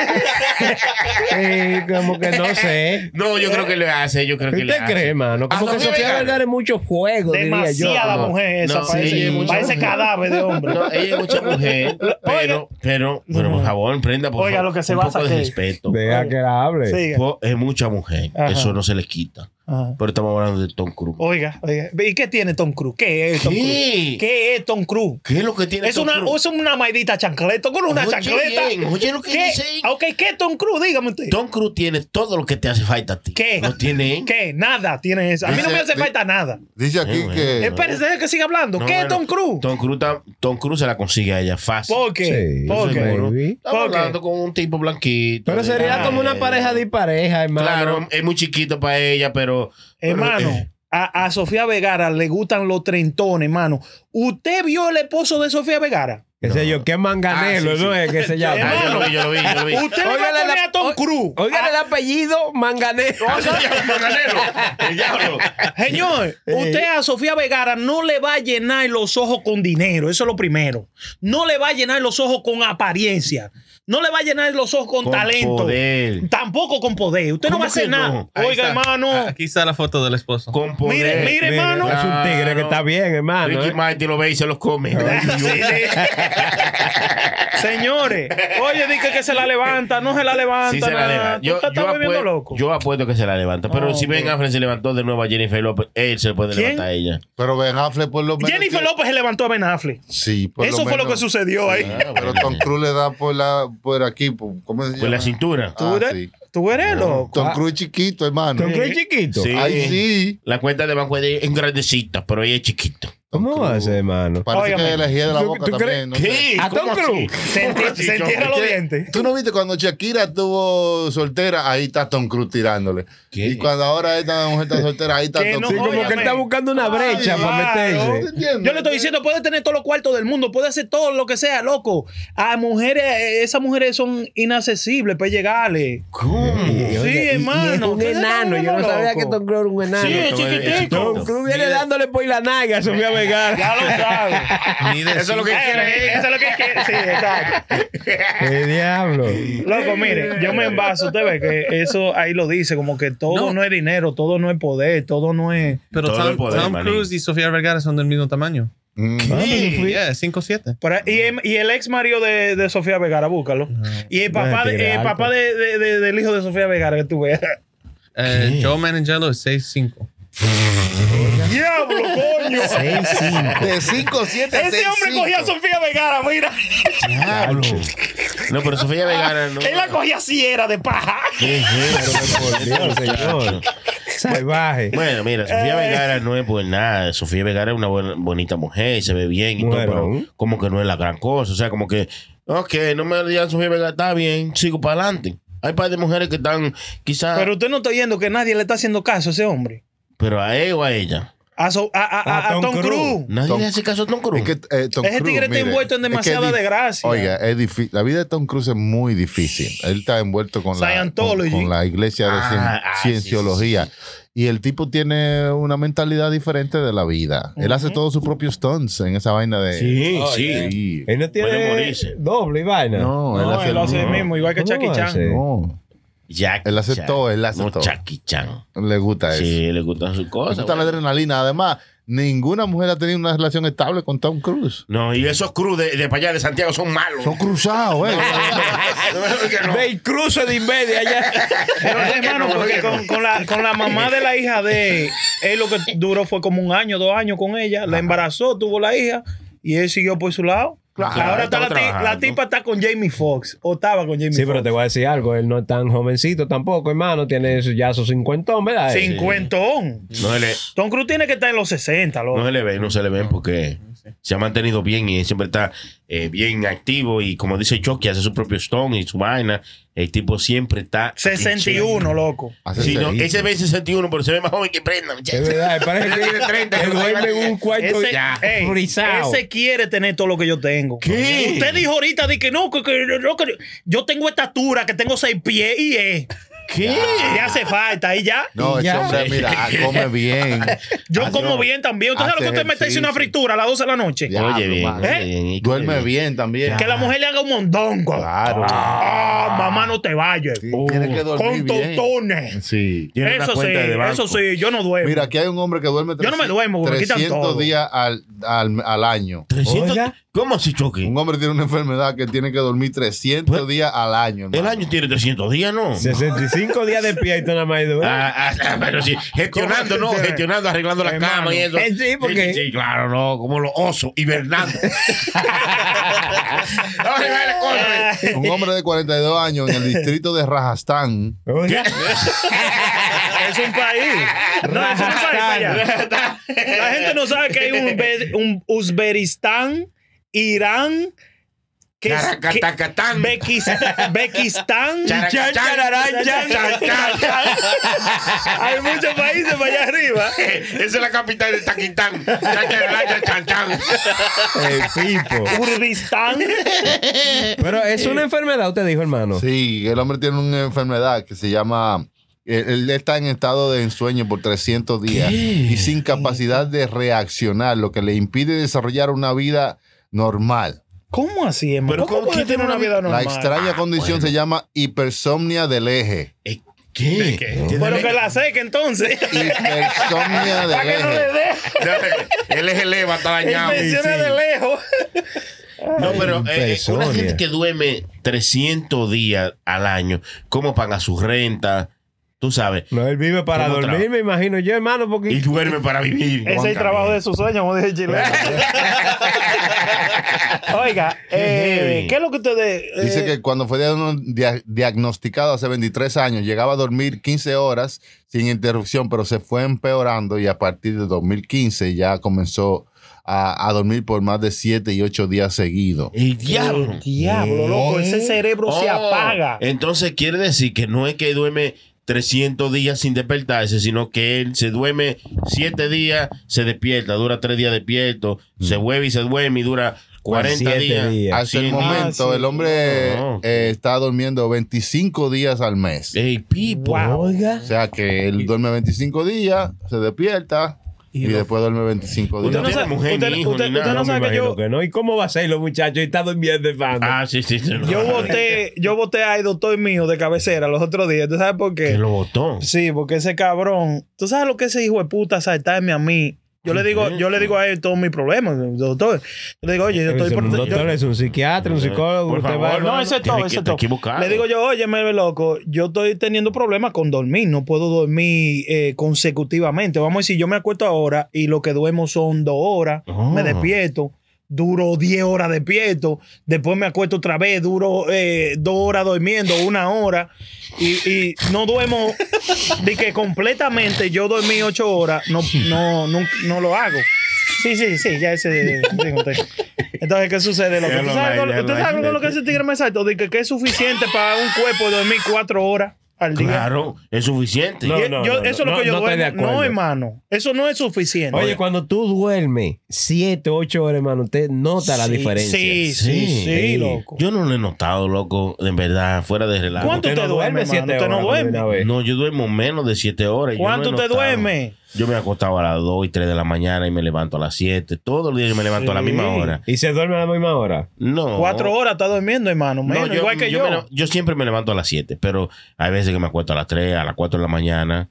Speaker 3: Sí, como que no sé.
Speaker 4: No, yo creo que le hace, yo creo que le
Speaker 3: ¿Usted
Speaker 4: hace.
Speaker 3: cree, hermano?
Speaker 4: ¿A
Speaker 3: Como que
Speaker 4: Sofía
Speaker 3: Sofía
Speaker 4: Vergara?
Speaker 3: Vergara es mucho fuego, diría yo.
Speaker 6: Demasiada
Speaker 3: como-
Speaker 6: mujer esa.
Speaker 4: No, sí,
Speaker 6: parece
Speaker 4: mucha
Speaker 6: parece
Speaker 4: mujer.
Speaker 6: cadáver de hombre.
Speaker 4: No, eh. ella es mucha mujer, pero, pero, pero por favor, prenda por
Speaker 6: Oiga,
Speaker 4: favor,
Speaker 6: lo que se
Speaker 4: un
Speaker 6: basa
Speaker 4: poco de
Speaker 6: que-
Speaker 4: respeto.
Speaker 3: Deja que la hable.
Speaker 6: Siga.
Speaker 4: Po- Es mucha mujer,
Speaker 6: Ajá.
Speaker 4: eso no se le quita.
Speaker 6: Ajá.
Speaker 4: Pero estamos hablando de Tom Cruise.
Speaker 6: Oiga, oiga. ¿Y qué tiene Tom Cruise? ¿Qué es Tom Cruise?
Speaker 4: ¿Qué? ¿Qué?
Speaker 6: ¿Qué es Tom Cruise?
Speaker 4: es lo que tiene
Speaker 6: Es
Speaker 4: Tom
Speaker 6: una,
Speaker 4: Cruise?
Speaker 6: es una maidita chancleta con una
Speaker 4: Oye
Speaker 6: chancleta.
Speaker 4: bien, oye lo que
Speaker 6: ¿Qué?
Speaker 4: dice ahí.
Speaker 6: Ok, ¿qué es Tom Cruise? Dígame usted.
Speaker 4: Tom Cruise tiene todo lo que te hace falta a ti.
Speaker 6: ¿Qué?
Speaker 4: No tiene.
Speaker 6: ¿Qué? Nada tiene eso. A mí no
Speaker 5: Dice-
Speaker 6: me hace
Speaker 5: di-
Speaker 6: falta nada.
Speaker 5: Dice aquí
Speaker 4: bueno.
Speaker 5: que.
Speaker 6: Espérese, deje que siga hablando.
Speaker 4: No,
Speaker 6: ¿Qué es
Speaker 4: bueno,
Speaker 6: Tom Cruise?
Speaker 4: Tom Cruise, ta- Tom Cruise se la consigue a ella fácil.
Speaker 6: ¿Por qué?
Speaker 3: Sí,
Speaker 6: ¿Por
Speaker 4: Yo
Speaker 6: qué?
Speaker 4: seguro.
Speaker 3: Baby.
Speaker 4: Estamos
Speaker 6: ¿Por qué?
Speaker 4: hablando con un tipo blanquito.
Speaker 3: Pero
Speaker 4: de- Eh,
Speaker 3: sería como una
Speaker 4: Ay.
Speaker 3: pareja de pareja, hermano.
Speaker 4: Claro, es muy chiquito para ella, pero. eh, pero-
Speaker 6: Hermano, a, a Sofía Vegara le gustan los trentones, mano. ¿Usted vio el esposo de Sofía Vegara?
Speaker 3: qué sé yo, qué manganelo,
Speaker 4: Ah, sí,
Speaker 3: ¿no
Speaker 4: sí.
Speaker 3: es que se
Speaker 4: Ah,
Speaker 3: llama?
Speaker 4: yo lo vi, yo lo vi, yo lo vi.
Speaker 6: Usted le va a
Speaker 3: Óigale
Speaker 6: poner
Speaker 3: la-
Speaker 6: a Tom Cruise. Ah.
Speaker 3: Oigan el apellido, manganelo.
Speaker 4: Ah, El diablo.
Speaker 6: Señor,
Speaker 4: Eh.
Speaker 6: usted a Sofía Vegara no le va a llenar los ojos con dinero, eso es lo primero. No le va a llenar los ojos con apariencia. No le va a llenar los ojos con,
Speaker 4: Con
Speaker 6: talento.
Speaker 4: poder.
Speaker 6: Tampoco con poder. Usted no
Speaker 4: ¿Cómo
Speaker 6: va a hacer
Speaker 4: que
Speaker 6: nada.
Speaker 4: no? Ah,
Speaker 6: Oiga,
Speaker 7: está.
Speaker 6: hermano.
Speaker 7: Ah, Aquí está la foto del esposo.
Speaker 4: Con poder.
Speaker 6: Mire, mire, hermano.
Speaker 3: Es un tigre que está bien, hermano.
Speaker 4: Ricky
Speaker 3: ¿eh?
Speaker 4: Martin lo ve y se los come.
Speaker 6: Sí, sí. Señores, oye, dije que se la levanta, no se la levanta.
Speaker 4: Sí se la
Speaker 6: nada.
Speaker 4: levanta.
Speaker 6: Tú
Speaker 4: Yo,
Speaker 6: te estás
Speaker 4: yo
Speaker 6: volviendo
Speaker 4: apuesto,
Speaker 6: loco.
Speaker 4: yo apuesto que se la levanta. Pero
Speaker 6: Oh,
Speaker 4: si Ben
Speaker 6: hombre.
Speaker 4: Affleck se levantó de nuevo a Jennifer López, él se puede
Speaker 6: ¿Quién?
Speaker 4: levantar a ella.
Speaker 5: Pero Ben Affleck por lo menos.
Speaker 6: Jennifer
Speaker 5: tiene-
Speaker 6: López se levantó a Ben Affleck.
Speaker 5: Sí, por
Speaker 6: Eso fue lo
Speaker 5: menos-
Speaker 6: que sucedió ahí.
Speaker 5: Ah, pero Tom Cruise le da por, la, por aquí. Por, ¿Cómo se llama?
Speaker 4: Pues la cintura.
Speaker 5: Ah,
Speaker 6: ¿Tú, eres,
Speaker 5: sí.
Speaker 6: tú eres loco.
Speaker 5: Tom Cruise chiquito, hermano.
Speaker 3: ¿Con qué chiquito?
Speaker 4: Sí.
Speaker 5: Ay, sí.
Speaker 4: La cuenta de banco es es grandecita, pero ella es chiquita.
Speaker 3: ¿Cómo va a ser, hermano?
Speaker 5: Parece
Speaker 6: Óigame.
Speaker 5: que le gira la
Speaker 3: ¿Tú-
Speaker 5: boca
Speaker 3: tú
Speaker 5: también. no sé.
Speaker 4: ¿Qué?
Speaker 3: ¿A
Speaker 4: ¿Cómo
Speaker 3: Tom
Speaker 4: así?
Speaker 3: Crués?
Speaker 6: Se, enti- se entierra los
Speaker 5: ¿Qué?
Speaker 6: dientes.
Speaker 5: ¿Tú no viste cuando Shakira estuvo soltera? Ahí está Tom Cruise tirándole. Y cuando ahora esta mujer está soltera, ahí está
Speaker 6: Que
Speaker 5: Tom
Speaker 6: no,
Speaker 3: Sí,
Speaker 5: Cruise.
Speaker 3: como que
Speaker 6: óyame.
Speaker 3: él está buscando una
Speaker 5: Ay,
Speaker 3: brecha para
Speaker 6: claro.
Speaker 3: meterse.
Speaker 5: ¿Entiendes?
Speaker 6: Yo le estoy diciendo, puede tener todos los cuartos del mundo, puede hacer todo lo que sea, loco. A mujeres, eh, esas mujeres son inaccesibles para llegarle.
Speaker 4: ¿Cómo?
Speaker 3: Y, oye, y- y es
Speaker 6: hermano,
Speaker 3: un
Speaker 6: ustedes están
Speaker 3: enano. Yo no
Speaker 6: volviendo
Speaker 3: sabía
Speaker 6: locos.
Speaker 3: que Tom Cruise era un enano.
Speaker 4: Sí,
Speaker 6: es
Speaker 4: Tom-
Speaker 6: chiquitico.
Speaker 4: es
Speaker 3: Tom
Speaker 4: chiquito.
Speaker 3: Cruise viene dándole por la nalga a Sofía
Speaker 6: Ya
Speaker 3: Vergara.
Speaker 6: lo sabes.
Speaker 7: Mide
Speaker 4: Eso es lo que
Speaker 7: cinco-
Speaker 4: quiere
Speaker 6: Eh,
Speaker 4: ella.
Speaker 6: Eso es lo que quiere. Sí, exacto.
Speaker 3: ¡Qué diablo!
Speaker 6: Loco, mire, yo me envaso. Usted ve que eso ahí lo dice, como que todo no,
Speaker 7: No.
Speaker 6: es dinero, todo no es poder, todo no es.
Speaker 7: Pero
Speaker 4: Todo el
Speaker 7: Tom,
Speaker 4: poder,
Speaker 7: Tom
Speaker 4: manín. Ah,
Speaker 7: Cruise y Sofía Vergara son del mismo tamaño.
Speaker 5: Mm.
Speaker 7: Sí, yeah, 5'7".
Speaker 6: Por ahí- y, em- y el ex marido de, de Sofía Vegara, búscalo. Y el papá, de-
Speaker 3: Vete, tigre
Speaker 6: el
Speaker 3: alto.
Speaker 6: papá de- de- de- del hijo de Sofía Vegara que tú ves.
Speaker 7: Eh, Joe Manganiello es 6'5".
Speaker 6: ¡Diablo, coño!
Speaker 5: De 5, 7,
Speaker 6: Ese hombre cogía a Sofía Vegara, mira.
Speaker 4: Diablo. No, pero Sofía Vegana no.
Speaker 6: Él la cogía así, era de paja.
Speaker 4: ¿Qué es eso?
Speaker 3: Por Dios, señor. Salvaje.
Speaker 4: Bueno, mira, Sofía
Speaker 6: Eh.
Speaker 4: Vergara no es por nada. Sofía Vergara es una buena- bonita mujer, se ve bien y
Speaker 3: Bueno.
Speaker 4: todo, pero como que no es la gran cosa. O sea, como que, ok, no me digan Sofía Vergara, está bien, sigo para adelante. Hay par de mujeres que están, quizás,
Speaker 6: Pero
Speaker 4: pero,
Speaker 6: usted no está oyendo que nadie le está haciendo caso a ese hombre.
Speaker 4: a él o a ella.
Speaker 6: A, So- a- a- a-
Speaker 3: A
Speaker 6: a Tom,
Speaker 3: Tom
Speaker 6: Cruise.
Speaker 4: Nadie
Speaker 5: Tom-
Speaker 4: le hace caso a Tom Cruise.
Speaker 5: Es que, eh, Ah, Tom
Speaker 6: Ese
Speaker 5: Cruise,
Speaker 6: tigre está
Speaker 5: mire,
Speaker 6: envuelto en
Speaker 5: es que es
Speaker 6: demasiada
Speaker 5: dif-
Speaker 6: desgracia.
Speaker 5: Oiga, es difícil. La vida de Tom Cruise es muy difícil. Él está envuelto con, la, con,
Speaker 6: Scientology.
Speaker 5: con la iglesia de
Speaker 4: Ah,
Speaker 5: cien-
Speaker 4: ah, sí,
Speaker 5: cienciología. Y el tipo tiene una mentalidad diferente de la vida. Él hace todos sus propios stunts en esa vaina de.
Speaker 4: Sí,
Speaker 7: Oh,
Speaker 4: sí.
Speaker 7: yeah.
Speaker 5: Sí.
Speaker 3: Él no
Speaker 4: Puede
Speaker 3: tiene
Speaker 4: morirse.
Speaker 3: doble y vaina.
Speaker 5: No, él
Speaker 6: No,
Speaker 5: hace.
Speaker 6: él lo hace
Speaker 5: no,
Speaker 6: mismo, igual que
Speaker 3: ¿Cómo
Speaker 6: Chucky
Speaker 3: va a
Speaker 6: Chan.
Speaker 4: eh.
Speaker 3: ser?
Speaker 5: no.
Speaker 4: Jackie
Speaker 5: Él hace
Speaker 4: Chan.
Speaker 5: todo, él hace
Speaker 4: no,
Speaker 5: todo.
Speaker 4: Jackie Chan.
Speaker 5: Le gusta eso.
Speaker 4: Sí, le gustan sus
Speaker 5: Le
Speaker 4: cosas.
Speaker 5: gusta la
Speaker 4: güey.
Speaker 5: adrenalina. Además, ninguna mujer ha tenido una relación estable con Tom Cruise.
Speaker 4: No, y esos Cruz de, de para allá de Santiago son malos.
Speaker 5: Son cruzados, eh.
Speaker 3: Ve el cruce de Invedia allá.
Speaker 6: Pero Eh, hermano, porque con, con la, con la mamá de la hija de él, él lo que duró fue como un año, dos años con ella, la embarazó, tuvo la hija y él siguió por su lado.
Speaker 4: Claro,
Speaker 6: Ahora está
Speaker 4: estaba
Speaker 6: la, ti- la
Speaker 4: trabajando.
Speaker 6: tipa está con Jamie Foxx o estaba con Jamie
Speaker 3: Sí, pero
Speaker 6: Foxx.
Speaker 3: te voy a decir algo. Él no es tan jovencito tampoco, hermano. Tiene su- ya sus cincuentón, ¿verdad?
Speaker 6: Cincuentón.
Speaker 4: No se, le,
Speaker 6: Tom Cruise tiene que estar en los 60, loco.
Speaker 4: no se le ven, no se le ven porque se ha mantenido bien y siempre está eh, bien activo. Y como dice Chucky, hace su propio stone y su vaina. El tipo siempre está.
Speaker 6: 61, loco.
Speaker 5: Hace
Speaker 4: Sí, no,
Speaker 5: cerillo.
Speaker 4: ese ve 61, pero se ve más joven que Brenda.
Speaker 3: Es verdad, parece que
Speaker 4: Tiene 30,
Speaker 3: él duerme en un cuarto
Speaker 6: Ese, ey,
Speaker 3: frisado.
Speaker 6: ese quiere tener todo lo que yo tengo.
Speaker 4: ¿Qué?
Speaker 6: Usted dijo ahorita de que no, que, que- no, que- yo tengo estatura, que tengo seis pies y es.
Speaker 4: ¿Qué?
Speaker 6: Le hace falta y ya.
Speaker 5: No, ese
Speaker 3: Ya.
Speaker 5: hombre, mira, ah, come bien.
Speaker 6: Yo
Speaker 5: Ah,
Speaker 6: como
Speaker 5: no.
Speaker 6: bien también. Usted sabe lo que
Speaker 5: Hace
Speaker 6: usted mete
Speaker 5: ejercicio.
Speaker 6: una fritura a las 12 de la noche.
Speaker 5: Diablo,
Speaker 4: Oye, bien,
Speaker 5: mano.
Speaker 4: oye, bien, y-
Speaker 5: Duerme bien también.
Speaker 6: Que la mujer le haga un mondongo.
Speaker 5: Claro.
Speaker 6: Ah, mamá, no te vayas.
Speaker 5: Sí, tiene que dormir
Speaker 6: Oh, Con
Speaker 5: bien.
Speaker 6: tostones.
Speaker 5: Sí.
Speaker 4: Tiene una
Speaker 6: Eso sí,
Speaker 4: cuenta de banco.
Speaker 6: eso sí, yo no duermo.
Speaker 5: Mira, aquí hay un hombre que duerme
Speaker 6: Yo no me duermo, güey, me quitan
Speaker 5: 300
Speaker 6: todo.
Speaker 5: días al, al, al año.
Speaker 4: 300.
Speaker 3: Oiga.
Speaker 4: ¿Cómo así, Chucky?
Speaker 5: Un hombre tiene una enfermedad que tiene que dormir 300
Speaker 4: Pues-
Speaker 5: días al año. hermano.
Speaker 4: El año tiene 300 días, ¿no?
Speaker 3: 65 días de pie y tú nada más duermes.
Speaker 4: Ah, ah, ah, pero sí, gestionando, ¿no? Gestionando, arreglando la
Speaker 6: Hermano.
Speaker 4: cama y eso.
Speaker 3: Eh, sí, porque-
Speaker 4: Sí, sí, claro, no, como los osos, hibernando. Vamos a arreglar las cosas,
Speaker 5: Un hombre de 42 años en el distrito de Rajastán.
Speaker 3: Oiga,
Speaker 6: es un país. No, es un país para allá. La gente no sabe que hay un, Uzbe- un Uzberistán, Irán, que es- que-
Speaker 4: Caracatacatán.
Speaker 6: Bequis- Bequistán.
Speaker 4: Characachán. Characachán.
Speaker 6: Hay muchos países para allá arriba.
Speaker 4: Esa es la capital de Taquitán. Chacharachachachán.
Speaker 3: El pipo.
Speaker 6: Kurdistán.
Speaker 3: Pero es una enfermedad, usted dijo, hermano.
Speaker 5: Sí, el hombre tiene una enfermedad que se llama. Él, Eh, él está en estado de ensueño por 300 días y sin capacidad de reaccionar, lo que le impide desarrollar una vida normal.
Speaker 6: ¿Cómo así, hermano?
Speaker 4: Pero
Speaker 6: ¿Cómo
Speaker 4: ¿cómo
Speaker 6: puede
Speaker 4: quién
Speaker 6: tener
Speaker 4: tiene
Speaker 6: una
Speaker 4: una-
Speaker 6: vida
Speaker 5: La
Speaker 6: normal?
Speaker 5: extraña condición se llama hipersomnia del eje.
Speaker 4: Eh, ¿Qué?
Speaker 6: Pero que la seque entonces.
Speaker 5: Hipersomnia del
Speaker 6: que no le
Speaker 5: eje.
Speaker 6: dé.
Speaker 4: Él es el Eva, está dañado.
Speaker 6: Menciona de lejos.
Speaker 4: No, pero eh, eh, una
Speaker 3: Personas.
Speaker 4: gente que duerme 300 días al año, ¿cómo paga su renta? Tú sabes.
Speaker 3: No, él vive para
Speaker 4: ¿Cómo
Speaker 3: dormir,
Speaker 4: trabaja?
Speaker 3: me imagino yo, hermano,
Speaker 4: Y
Speaker 3: porque.
Speaker 4: duerme para vivir.
Speaker 6: Ese es el trabajo de su sueño, como dije el chileno. Oiga,
Speaker 4: Qué
Speaker 6: eh,
Speaker 4: heavy.
Speaker 6: ¿qué es lo que ustedes. eh,
Speaker 5: Dice que cuando fue diagno- dia- diagnosticado hace 23 años, llegaba a dormir 15 horas sin interrupción, pero se fue empeorando y a partir de 2015 ya comenzó a, a dormir por más de 7 y 8 días seguidos.
Speaker 4: El diablo. ¿Eh?
Speaker 6: Diablo, loco, ese cerebro se
Speaker 4: Oh,
Speaker 6: apaga.
Speaker 4: Entonces quiere decir que no es que duerme 300 días sin despertarse, sino que él se duerme 7 días, se despierta, dura 3 días despierto, se vuelve y se duerme y dura 40
Speaker 3: siete
Speaker 4: días.
Speaker 3: días.
Speaker 5: Hasta el
Speaker 4: Así-
Speaker 5: momento,
Speaker 6: sí.
Speaker 5: el hombre
Speaker 4: No.
Speaker 5: eh, está durmiendo 25 días al mes.
Speaker 4: Ey, people.
Speaker 6: Wow.
Speaker 3: Oiga.
Speaker 5: O sea que él duerme 25 días, se despierta y, después duerme 25
Speaker 4: Usted
Speaker 5: días.
Speaker 4: no
Speaker 6: sabe-
Speaker 4: tiene mujer
Speaker 6: usted-
Speaker 4: ni hijo
Speaker 6: usted-
Speaker 4: ni nada.
Speaker 6: usted no
Speaker 4: No me
Speaker 6: sabe que
Speaker 3: Imagino
Speaker 6: yo,
Speaker 3: que no. ¿Y cómo va a ser los muchachos? Y está durmiendo de fan.
Speaker 4: Ah, sí, sí. sí.
Speaker 6: yo voté, yo voté al doctor mío de cabecera los otros días. ¿Tú sabes por
Speaker 4: Que
Speaker 6: qué?
Speaker 4: lo votó.
Speaker 6: Sí, porque ese cabrón. ¿Tú sabes lo que ese hijo de puta saltarme a mí? Yo le digo, yo le digo a él todos mis problemas, doctor. Yo le digo, oye, yo
Speaker 3: Pero
Speaker 6: estoy
Speaker 3: es un
Speaker 6: por- yo-
Speaker 3: doctor, es un psiquiatra, un psicólogo.
Speaker 4: Eh, Por
Speaker 3: usted va,
Speaker 4: favor,
Speaker 3: hermano.
Speaker 6: No, ese es todo,
Speaker 4: Tiene que-
Speaker 6: ese es
Speaker 4: está
Speaker 6: todo.
Speaker 4: equivocado.
Speaker 6: Le digo yo, oye, me loco, yo estoy teniendo problemas con dormir, no puedo dormir eh, consecutivamente. Vamos a decir, yo me acuesto ahora y lo que duermo son dos horas,
Speaker 4: Oh.
Speaker 6: me despierto, duro 10 horas despierto, después me acuesto otra vez, duro eh, dos horas durmiendo, una hora, y, y no duermo, de que completamente yo dormí ocho horas, no, no, no, no lo hago. Sí, sí, sí, ya ese. digo, usted. Entonces, ¿qué sucede? loco?
Speaker 4: Ya
Speaker 6: ¿Tú
Speaker 4: lo
Speaker 6: sabes
Speaker 4: bailé,
Speaker 6: con lo-
Speaker 4: ya
Speaker 6: ¿Usted
Speaker 4: lo
Speaker 6: sabe con lo que
Speaker 4: bailé.
Speaker 6: ese tigre me saltó? De que, que es suficiente para un cuerpo de dormir cuatro horas al día.
Speaker 4: Claro, es suficiente.
Speaker 3: No,
Speaker 6: Y- yo- eso es lo
Speaker 3: no,
Speaker 6: que yo
Speaker 3: no estoy de
Speaker 6: duermo. No,
Speaker 3: acuerdo.
Speaker 6: hermano. Eso no es suficiente.
Speaker 3: Oye, cuando tú duermes 7, 8 horas, hermano, usted nota la
Speaker 6: Sí,
Speaker 3: diferencia.
Speaker 6: Sí, sí, sí,
Speaker 4: Sí.
Speaker 6: loco.
Speaker 4: Yo no lo he notado, loco, en verdad, fuera de relajo.
Speaker 6: ¿Cuánto
Speaker 3: Usted
Speaker 6: usted
Speaker 3: no
Speaker 6: duerme,
Speaker 3: duerme
Speaker 6: hermano?
Speaker 3: 7
Speaker 6: Usted
Speaker 3: horas.
Speaker 6: no
Speaker 3: de
Speaker 6: duerme.
Speaker 3: una vez.
Speaker 4: No, yo duermo menos de 7 horas. Yo no
Speaker 6: ¿Cuánto
Speaker 4: he
Speaker 6: usted
Speaker 4: notado.
Speaker 6: duerme?
Speaker 4: Yo me acostaba a las 2 y 3 de la mañana y me levanto a las 7. Todos los días yo me levanto a la
Speaker 6: Sí.
Speaker 4: misma hora.
Speaker 3: ¿Y se duerme a la misma hora?
Speaker 4: No.
Speaker 6: Cuatro horas está durmiendo, hermano.
Speaker 4: No,
Speaker 6: menos, igual que yo.
Speaker 4: me le- yo siempre me levanto a las 7, pero hay veces que me acuesto a las 3, a las 4 de la mañana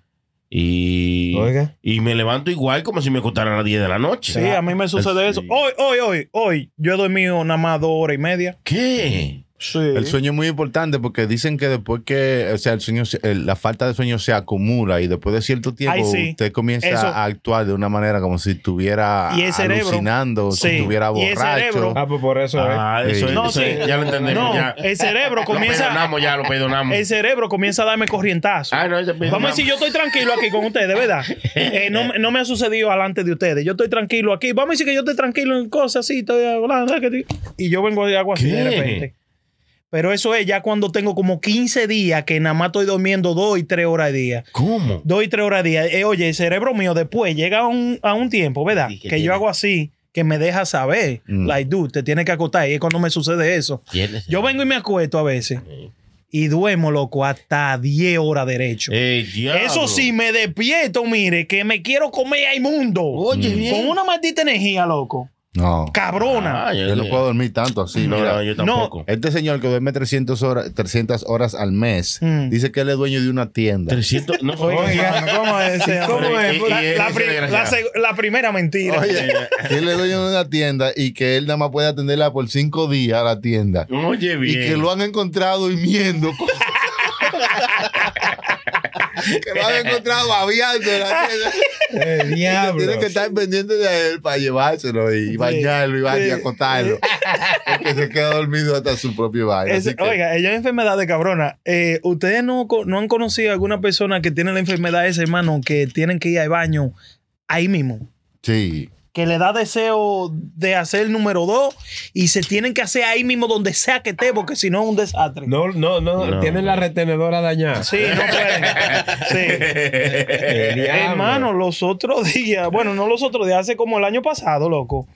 Speaker 4: y,
Speaker 3: Oiga.
Speaker 4: y me levanto igual como si me acostara a las 10 de la noche.
Speaker 6: Sí, a mí me sucede eso.
Speaker 4: Sí.
Speaker 6: Hoy, hoy, hoy, hoy, yo he dormido nada más dos horas y media.
Speaker 4: ¿Qué?
Speaker 6: Sí.
Speaker 5: El sueño es muy importante porque dicen que después que, o sea, el sueño, se- el- la falta de sueño se acumula y después de cierto tiempo
Speaker 6: Ay, sí.
Speaker 5: usted comienza
Speaker 6: Eso.
Speaker 5: a actuar de una manera como si estuviera
Speaker 6: Y el cerebro.
Speaker 5: alucinando,
Speaker 6: Sí.
Speaker 5: si estuviera
Speaker 6: Y el cerebro.
Speaker 5: borracho.
Speaker 3: Ah, pues por eso
Speaker 4: Ah, eso,
Speaker 5: Sí.
Speaker 4: es-
Speaker 6: No,
Speaker 4: eso es-
Speaker 6: sí.
Speaker 4: ya lo entendemos.
Speaker 6: No,
Speaker 4: ya.
Speaker 6: el cerebro
Speaker 4: Lo
Speaker 6: comienza.
Speaker 4: perdonamos ya, lo perdonamos.
Speaker 6: el cerebro comienza a darme corrientazo.
Speaker 4: Ah, no, ese
Speaker 6: Vamos a
Speaker 4: perdonamos.
Speaker 6: decir, yo estoy tranquilo aquí con ustedes, ¿verdad? Eh, no, me- no me ha sucedido alante de ustedes. Yo estoy tranquilo aquí. Vamos a decir que yo estoy tranquilo en cosas así, estoy hablando, ¿sabes qué? y yo vengo de agua así de
Speaker 4: ¿Qué?
Speaker 6: repente. Pero eso es ya cuando tengo como 15 días que nada más estoy durmiendo dos y tres horas al día.
Speaker 4: ¿Cómo?
Speaker 6: Dos y tres horas al día. Eh, oye, el cerebro mío después llega a un, a un tiempo, ¿verdad?
Speaker 4: Sí,
Speaker 6: que
Speaker 4: que tiene.
Speaker 6: yo hago así, que me deja saber.
Speaker 5: Mm.
Speaker 6: Like, dude, te tienes que acotar. Y es cuando me sucede eso.
Speaker 4: ¿Quién es?
Speaker 6: Yo vengo y me acuesto a veces. Y duermo, loco, hasta 10 horas derecho.
Speaker 4: Ey, diablo.
Speaker 6: Eso sí, me despierto, mire, que me quiero comer a inmundo.
Speaker 4: Oye, bien.
Speaker 6: Con una maldita energía, loco.
Speaker 5: No,
Speaker 6: Cabrona.
Speaker 4: Ah, yo,
Speaker 5: yo no
Speaker 4: yo-
Speaker 5: puedo dormir tanto así.
Speaker 4: no,
Speaker 5: mira.
Speaker 4: no, yo tampoco.
Speaker 5: Este señor que duerme 300 horas, 300 horas al mes,
Speaker 6: Mm.
Speaker 5: dice que él es dueño de una tienda.
Speaker 4: 300, no,
Speaker 6: Oiga, ¿cómo es ese
Speaker 4: ¿Cómo
Speaker 6: hombre?
Speaker 4: es?
Speaker 6: La,
Speaker 4: Y- y
Speaker 6: la
Speaker 4: ese
Speaker 6: pri-
Speaker 4: desgraciado.
Speaker 6: la seg- la primera mentira.
Speaker 4: eh,
Speaker 5: Oye, que él es dueño de una tienda y que él nada más puede atenderla por cinco días la tienda.
Speaker 4: Oye,
Speaker 5: Y
Speaker 4: bien.
Speaker 5: que lo han encontrado durmiendo. que lo han encontrado babiando en la tienda.
Speaker 3: El diablo.
Speaker 5: Tiene que estar pendiente de él para llevárselo y bañarlo y, bañarlo, y acostarlo. Porque se queda dormido hasta su propio baño.
Speaker 6: Ese-
Speaker 5: Así que-
Speaker 6: Oiga, ella es enfermedad de cabrona. Eh, ¿Ustedes no, co- no han conocido a alguna persona que tiene la enfermedad esa, hermano, que tienen que ir al baño ahí mismo?
Speaker 5: sí.
Speaker 6: que le da deseo de hacer el número dos y se tienen que hacer ahí mismo donde sea que esté, porque si no es un desastre.
Speaker 3: No, no, no,
Speaker 4: No.
Speaker 3: tienen la retenedora dañada.
Speaker 6: Sí, no pueden. Sí.
Speaker 3: El diablo.
Speaker 6: Hermano, los otros días, bueno, no los otros días, hace como el año pasado, loco.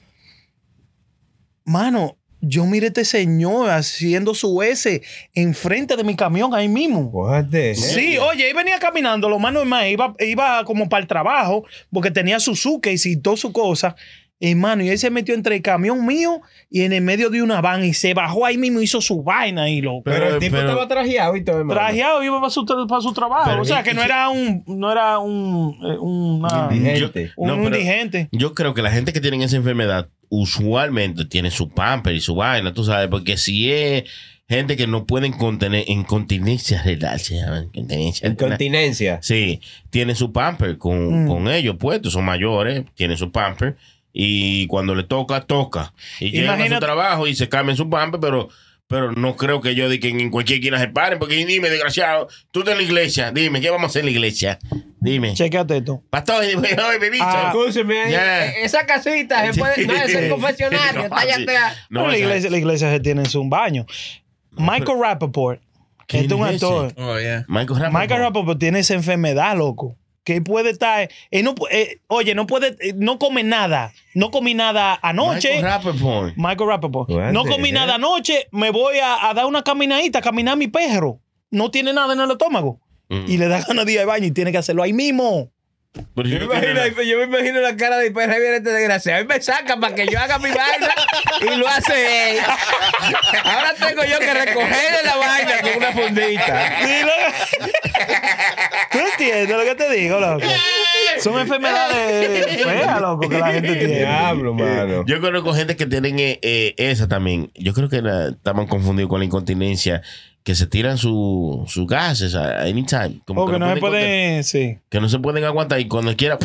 Speaker 6: Mano, yo miré a este señor haciendo su S enfrente de mi camión ahí mismo.
Speaker 3: What the hell?
Speaker 6: Sí, oye, él venía caminando, lo mano es más, iba, iba como para el trabajo, porque tenía su suitcase y toda su cosa. Hermano, y él se metió entre el camión mío y en el medio de una van y se bajó ahí mismo, hizo su vaina y loco.
Speaker 3: Pero,
Speaker 4: Pero-
Speaker 3: el tipo
Speaker 4: pero-
Speaker 3: estaba trajeado y todo, hermano.
Speaker 6: Trajeado iba para su, para su trabajo.
Speaker 4: Pero
Speaker 6: o sea,
Speaker 4: es-
Speaker 6: que no era un. No era un. eh, una-
Speaker 3: Indigente.
Speaker 6: un
Speaker 4: No, pero-
Speaker 6: indigente.
Speaker 4: Yo creo que la gente que tiene esa enfermedad usualmente tiene su pamper y su vaina, tú sabes, porque si es gente que no pueden contener incontinencia renal, se llama incontinencia renal.
Speaker 3: Incontinencia.
Speaker 4: Sí, tiene su pamper con,
Speaker 6: Mm.
Speaker 4: con ellos, puestos, son mayores, tiene su pamper y cuando le toca, toca. Y llegan a su
Speaker 6: Imagínate-
Speaker 4: trabajo y se cambian su pamper, pero pero no creo que yo de que en cualquier esquina se paren, porque dime, desgraciado, tú estás en la iglesia, dime, ¿qué vamos a hacer en la iglesia? Dime.
Speaker 6: Chequéate esto.
Speaker 4: Pastor, dime, oye, bebito.
Speaker 6: Ah,
Speaker 3: Escúcheme,
Speaker 4: Ya.
Speaker 3: eh, esa casita se puede, no es el confesionario,
Speaker 4: No,
Speaker 3: está allá
Speaker 4: sí.
Speaker 3: atrás.
Speaker 4: No,
Speaker 6: Pero la,
Speaker 4: esa-
Speaker 6: iglesia, la iglesia se tiene su baño. Michael Rappaport, que
Speaker 4: ¿Quién
Speaker 6: este es un
Speaker 4: es ese?
Speaker 6: actor.
Speaker 7: Oh, yeah.
Speaker 4: Michael Rappaport.
Speaker 6: Michael Rappaport tiene esa enfermedad, loco. Que él puede estar. él no, pu- eh, oye, no puede. eh, no come nada. No comí nada anoche.
Speaker 4: Michael Rappaport.
Speaker 6: Michael Rappaport.
Speaker 3: What
Speaker 6: No
Speaker 3: the
Speaker 6: comí
Speaker 3: hell?
Speaker 6: nada anoche, me voy a, a dar una caminadita, a caminar mi perro. No tiene nada en el estómago.
Speaker 4: Mm.
Speaker 6: Y le da ganas de ir al baño y tiene que hacerlo ahí mismo.
Speaker 4: Pero si
Speaker 3: Yo
Speaker 4: no
Speaker 3: me,
Speaker 4: tiene
Speaker 3: imagino, yo me imagino la cara de perra viene este desgraciado. Él me saca para que yo haga mi vaina y lo hace él. Ahora tengo yo que recogerle la vaina con una fundita.
Speaker 6: Sí, loco. ¿Tú entiendes lo que te digo, loco? Son enfermedades feas, loco, que la gente tiene.
Speaker 3: Diablo, mano.
Speaker 4: Yo conozco gente que tienen eh, eh, esa también. Yo creo que la- estaban confundidos con la incontinencia. Que se tiran su- sus gases a, a anytime. Como
Speaker 6: O Oh, que no se
Speaker 4: conten-
Speaker 6: pueden. Sí.
Speaker 4: que no se pueden aguantar y cuando quiera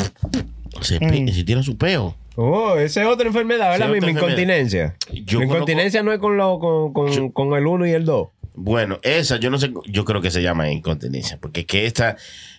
Speaker 4: se, pe-
Speaker 6: Mm.
Speaker 4: se tiran su peo.
Speaker 3: Oh, esa es otra enfermedad,
Speaker 4: Esa
Speaker 3: ¿verdad?
Speaker 4: es otra
Speaker 3: Misma
Speaker 4: enfermedad.
Speaker 3: incontinencia.
Speaker 4: Yo
Speaker 3: la
Speaker 4: conozco-
Speaker 3: incontinencia no es con, lo, con, con, con el 1 y el 2.
Speaker 4: Bueno, esa yo no sé, yo creo que se llama incontinencia, porque es que esta,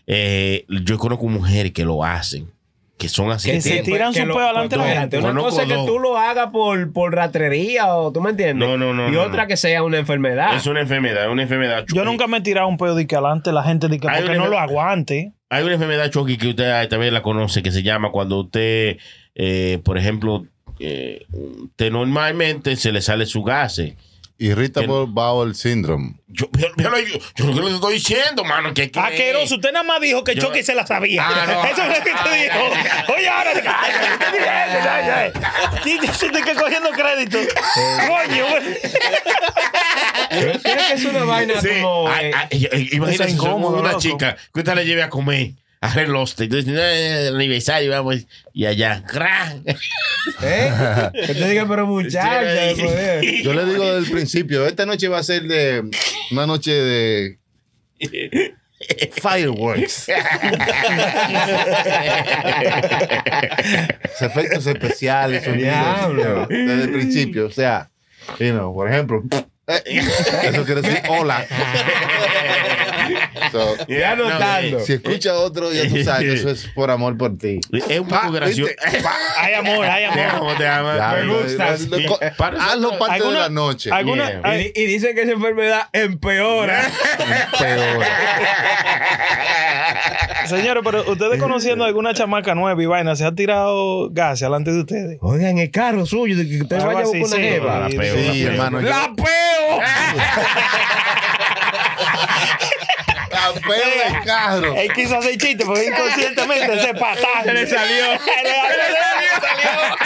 Speaker 4: eh, yo conozco mujeres que lo hacen, que son así.
Speaker 6: Que se
Speaker 4: Tienen-
Speaker 6: tiran su peo adelante de la
Speaker 3: adelante.
Speaker 4: gente.
Speaker 3: Una
Speaker 4: Conozco
Speaker 3: cosa es que
Speaker 4: dos.
Speaker 3: tú lo hagas por, por ratrería o tú me entiendes.
Speaker 4: No, no, no,
Speaker 3: Y
Speaker 4: no,
Speaker 3: otra
Speaker 4: no.
Speaker 3: que sea una enfermedad.
Speaker 4: Es una enfermedad, es una enfermedad.
Speaker 6: Yo nunca me he tirado un pedo de que adelante la gente de que
Speaker 4: Hay
Speaker 6: porque
Speaker 4: una-
Speaker 6: no lo aguante.
Speaker 4: Hay una enfermedad, Chucky, que usted ah, también la conoce, que se llama cuando usted, eh, por ejemplo, eh, usted normalmente se le sale su gases.
Speaker 5: Irritable Bowel Syndrome.
Speaker 4: Yo, yo, yo, yo, yo lo que le estoy diciendo, mano, que... que-
Speaker 6: Aqueroso, usted nada más dijo que
Speaker 4: Yo-
Speaker 6: Chucky se la sabía.
Speaker 4: Ah, no.
Speaker 6: Eso es lo que te
Speaker 4: Ay,
Speaker 6: dijo.
Speaker 4: ay, ay.
Speaker 6: Oye, ahora te ay, ay, usted dice eso, ay, ay. Dice- Siente que cogiendo crédito. Coño, güey.
Speaker 3: Pero creo que es una vaina
Speaker 4: Sí.
Speaker 3: como.
Speaker 4: Ay,
Speaker 3: eh,
Speaker 4: ay, y- y-
Speaker 6: Eso es
Speaker 4: imagínese son
Speaker 6: incómodo,
Speaker 4: una
Speaker 6: loco.
Speaker 4: chica que usted la lleve a comer. A reloste. Entonces, eh, el aniversario, vamos. Y allá. ¡Gran!
Speaker 3: ¿eh? Que te diga, pero muchacha. pues, eh,
Speaker 4: Sí.
Speaker 3: joder.
Speaker 5: Yo le digo desde el principio, esta noche va a ser de una noche de fireworks. efectos especiales, sonidos.
Speaker 3: Diablo.
Speaker 5: Desde el principio, o sea, you know, por ejemplo, eso quiere decir hola. So,
Speaker 3: Ya
Speaker 4: No,
Speaker 3: notando.
Speaker 5: si escucha otro, ya tú sabes, eso es por amor por ti.
Speaker 4: eh, Es un poco gracioso.
Speaker 5: ¿viste? Pa.
Speaker 6: Hay amor, hay
Speaker 4: Te
Speaker 6: amor.
Speaker 4: amo, te amo.
Speaker 5: Ya,
Speaker 3: Me
Speaker 5: lo-
Speaker 3: gusta.
Speaker 5: lo-
Speaker 4: Y-
Speaker 5: co-
Speaker 4: para-
Speaker 5: Hazlo parte de
Speaker 6: alguna-
Speaker 5: la noche.
Speaker 6: alguna-
Speaker 4: Yeah.
Speaker 3: Y,
Speaker 6: ay,
Speaker 3: di- y dicen que esa enfermedad empeora.
Speaker 5: Peor.
Speaker 6: Señores, pero ustedes conociendo a alguna chamaca nueva y vaina, se ha tirado gas adelante de ustedes.
Speaker 3: Oigan, el carro suyo, de que usted
Speaker 6: Algo
Speaker 3: vaya a
Speaker 6: así,
Speaker 3: buscar una
Speaker 6: sí.
Speaker 3: jeva.
Speaker 4: La peor, la
Speaker 5: Sí,
Speaker 4: peor.
Speaker 5: hermano. yo-
Speaker 3: ¡La peo!
Speaker 5: Campeón del carro.
Speaker 6: Él quiso hacer chiste porque inconscientemente se patá. Se le salió. Se le salió.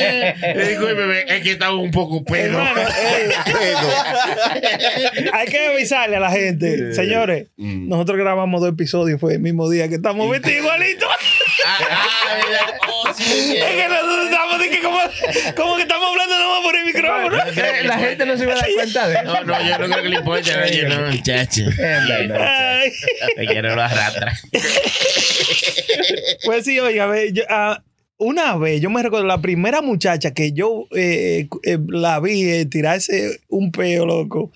Speaker 4: Discúlpeme, es que estaba un poco pedo.
Speaker 6: Hermano, eh,
Speaker 5: Pero,
Speaker 6: Hay que avisarle a la gente. Señores,
Speaker 4: Mm.
Speaker 6: nosotros grabamos dos episodios, fue el mismo día que estamos vestidos igualitos. es que nosotros estamos de que como, como que estamos hablando nomás por el micrófono.
Speaker 3: La gente no se va a dar cuenta de eso.
Speaker 4: No, no, yo no creo que le importe a nadie, no, muchacho.
Speaker 6: Ay.
Speaker 4: Es que no lo arrastra.
Speaker 6: Pues sí, oiga, ve, yo, ah, Una vez, yo me recuerdo, la primera muchacha que yo eh, eh, la vi eh, tirarse un peo, loco,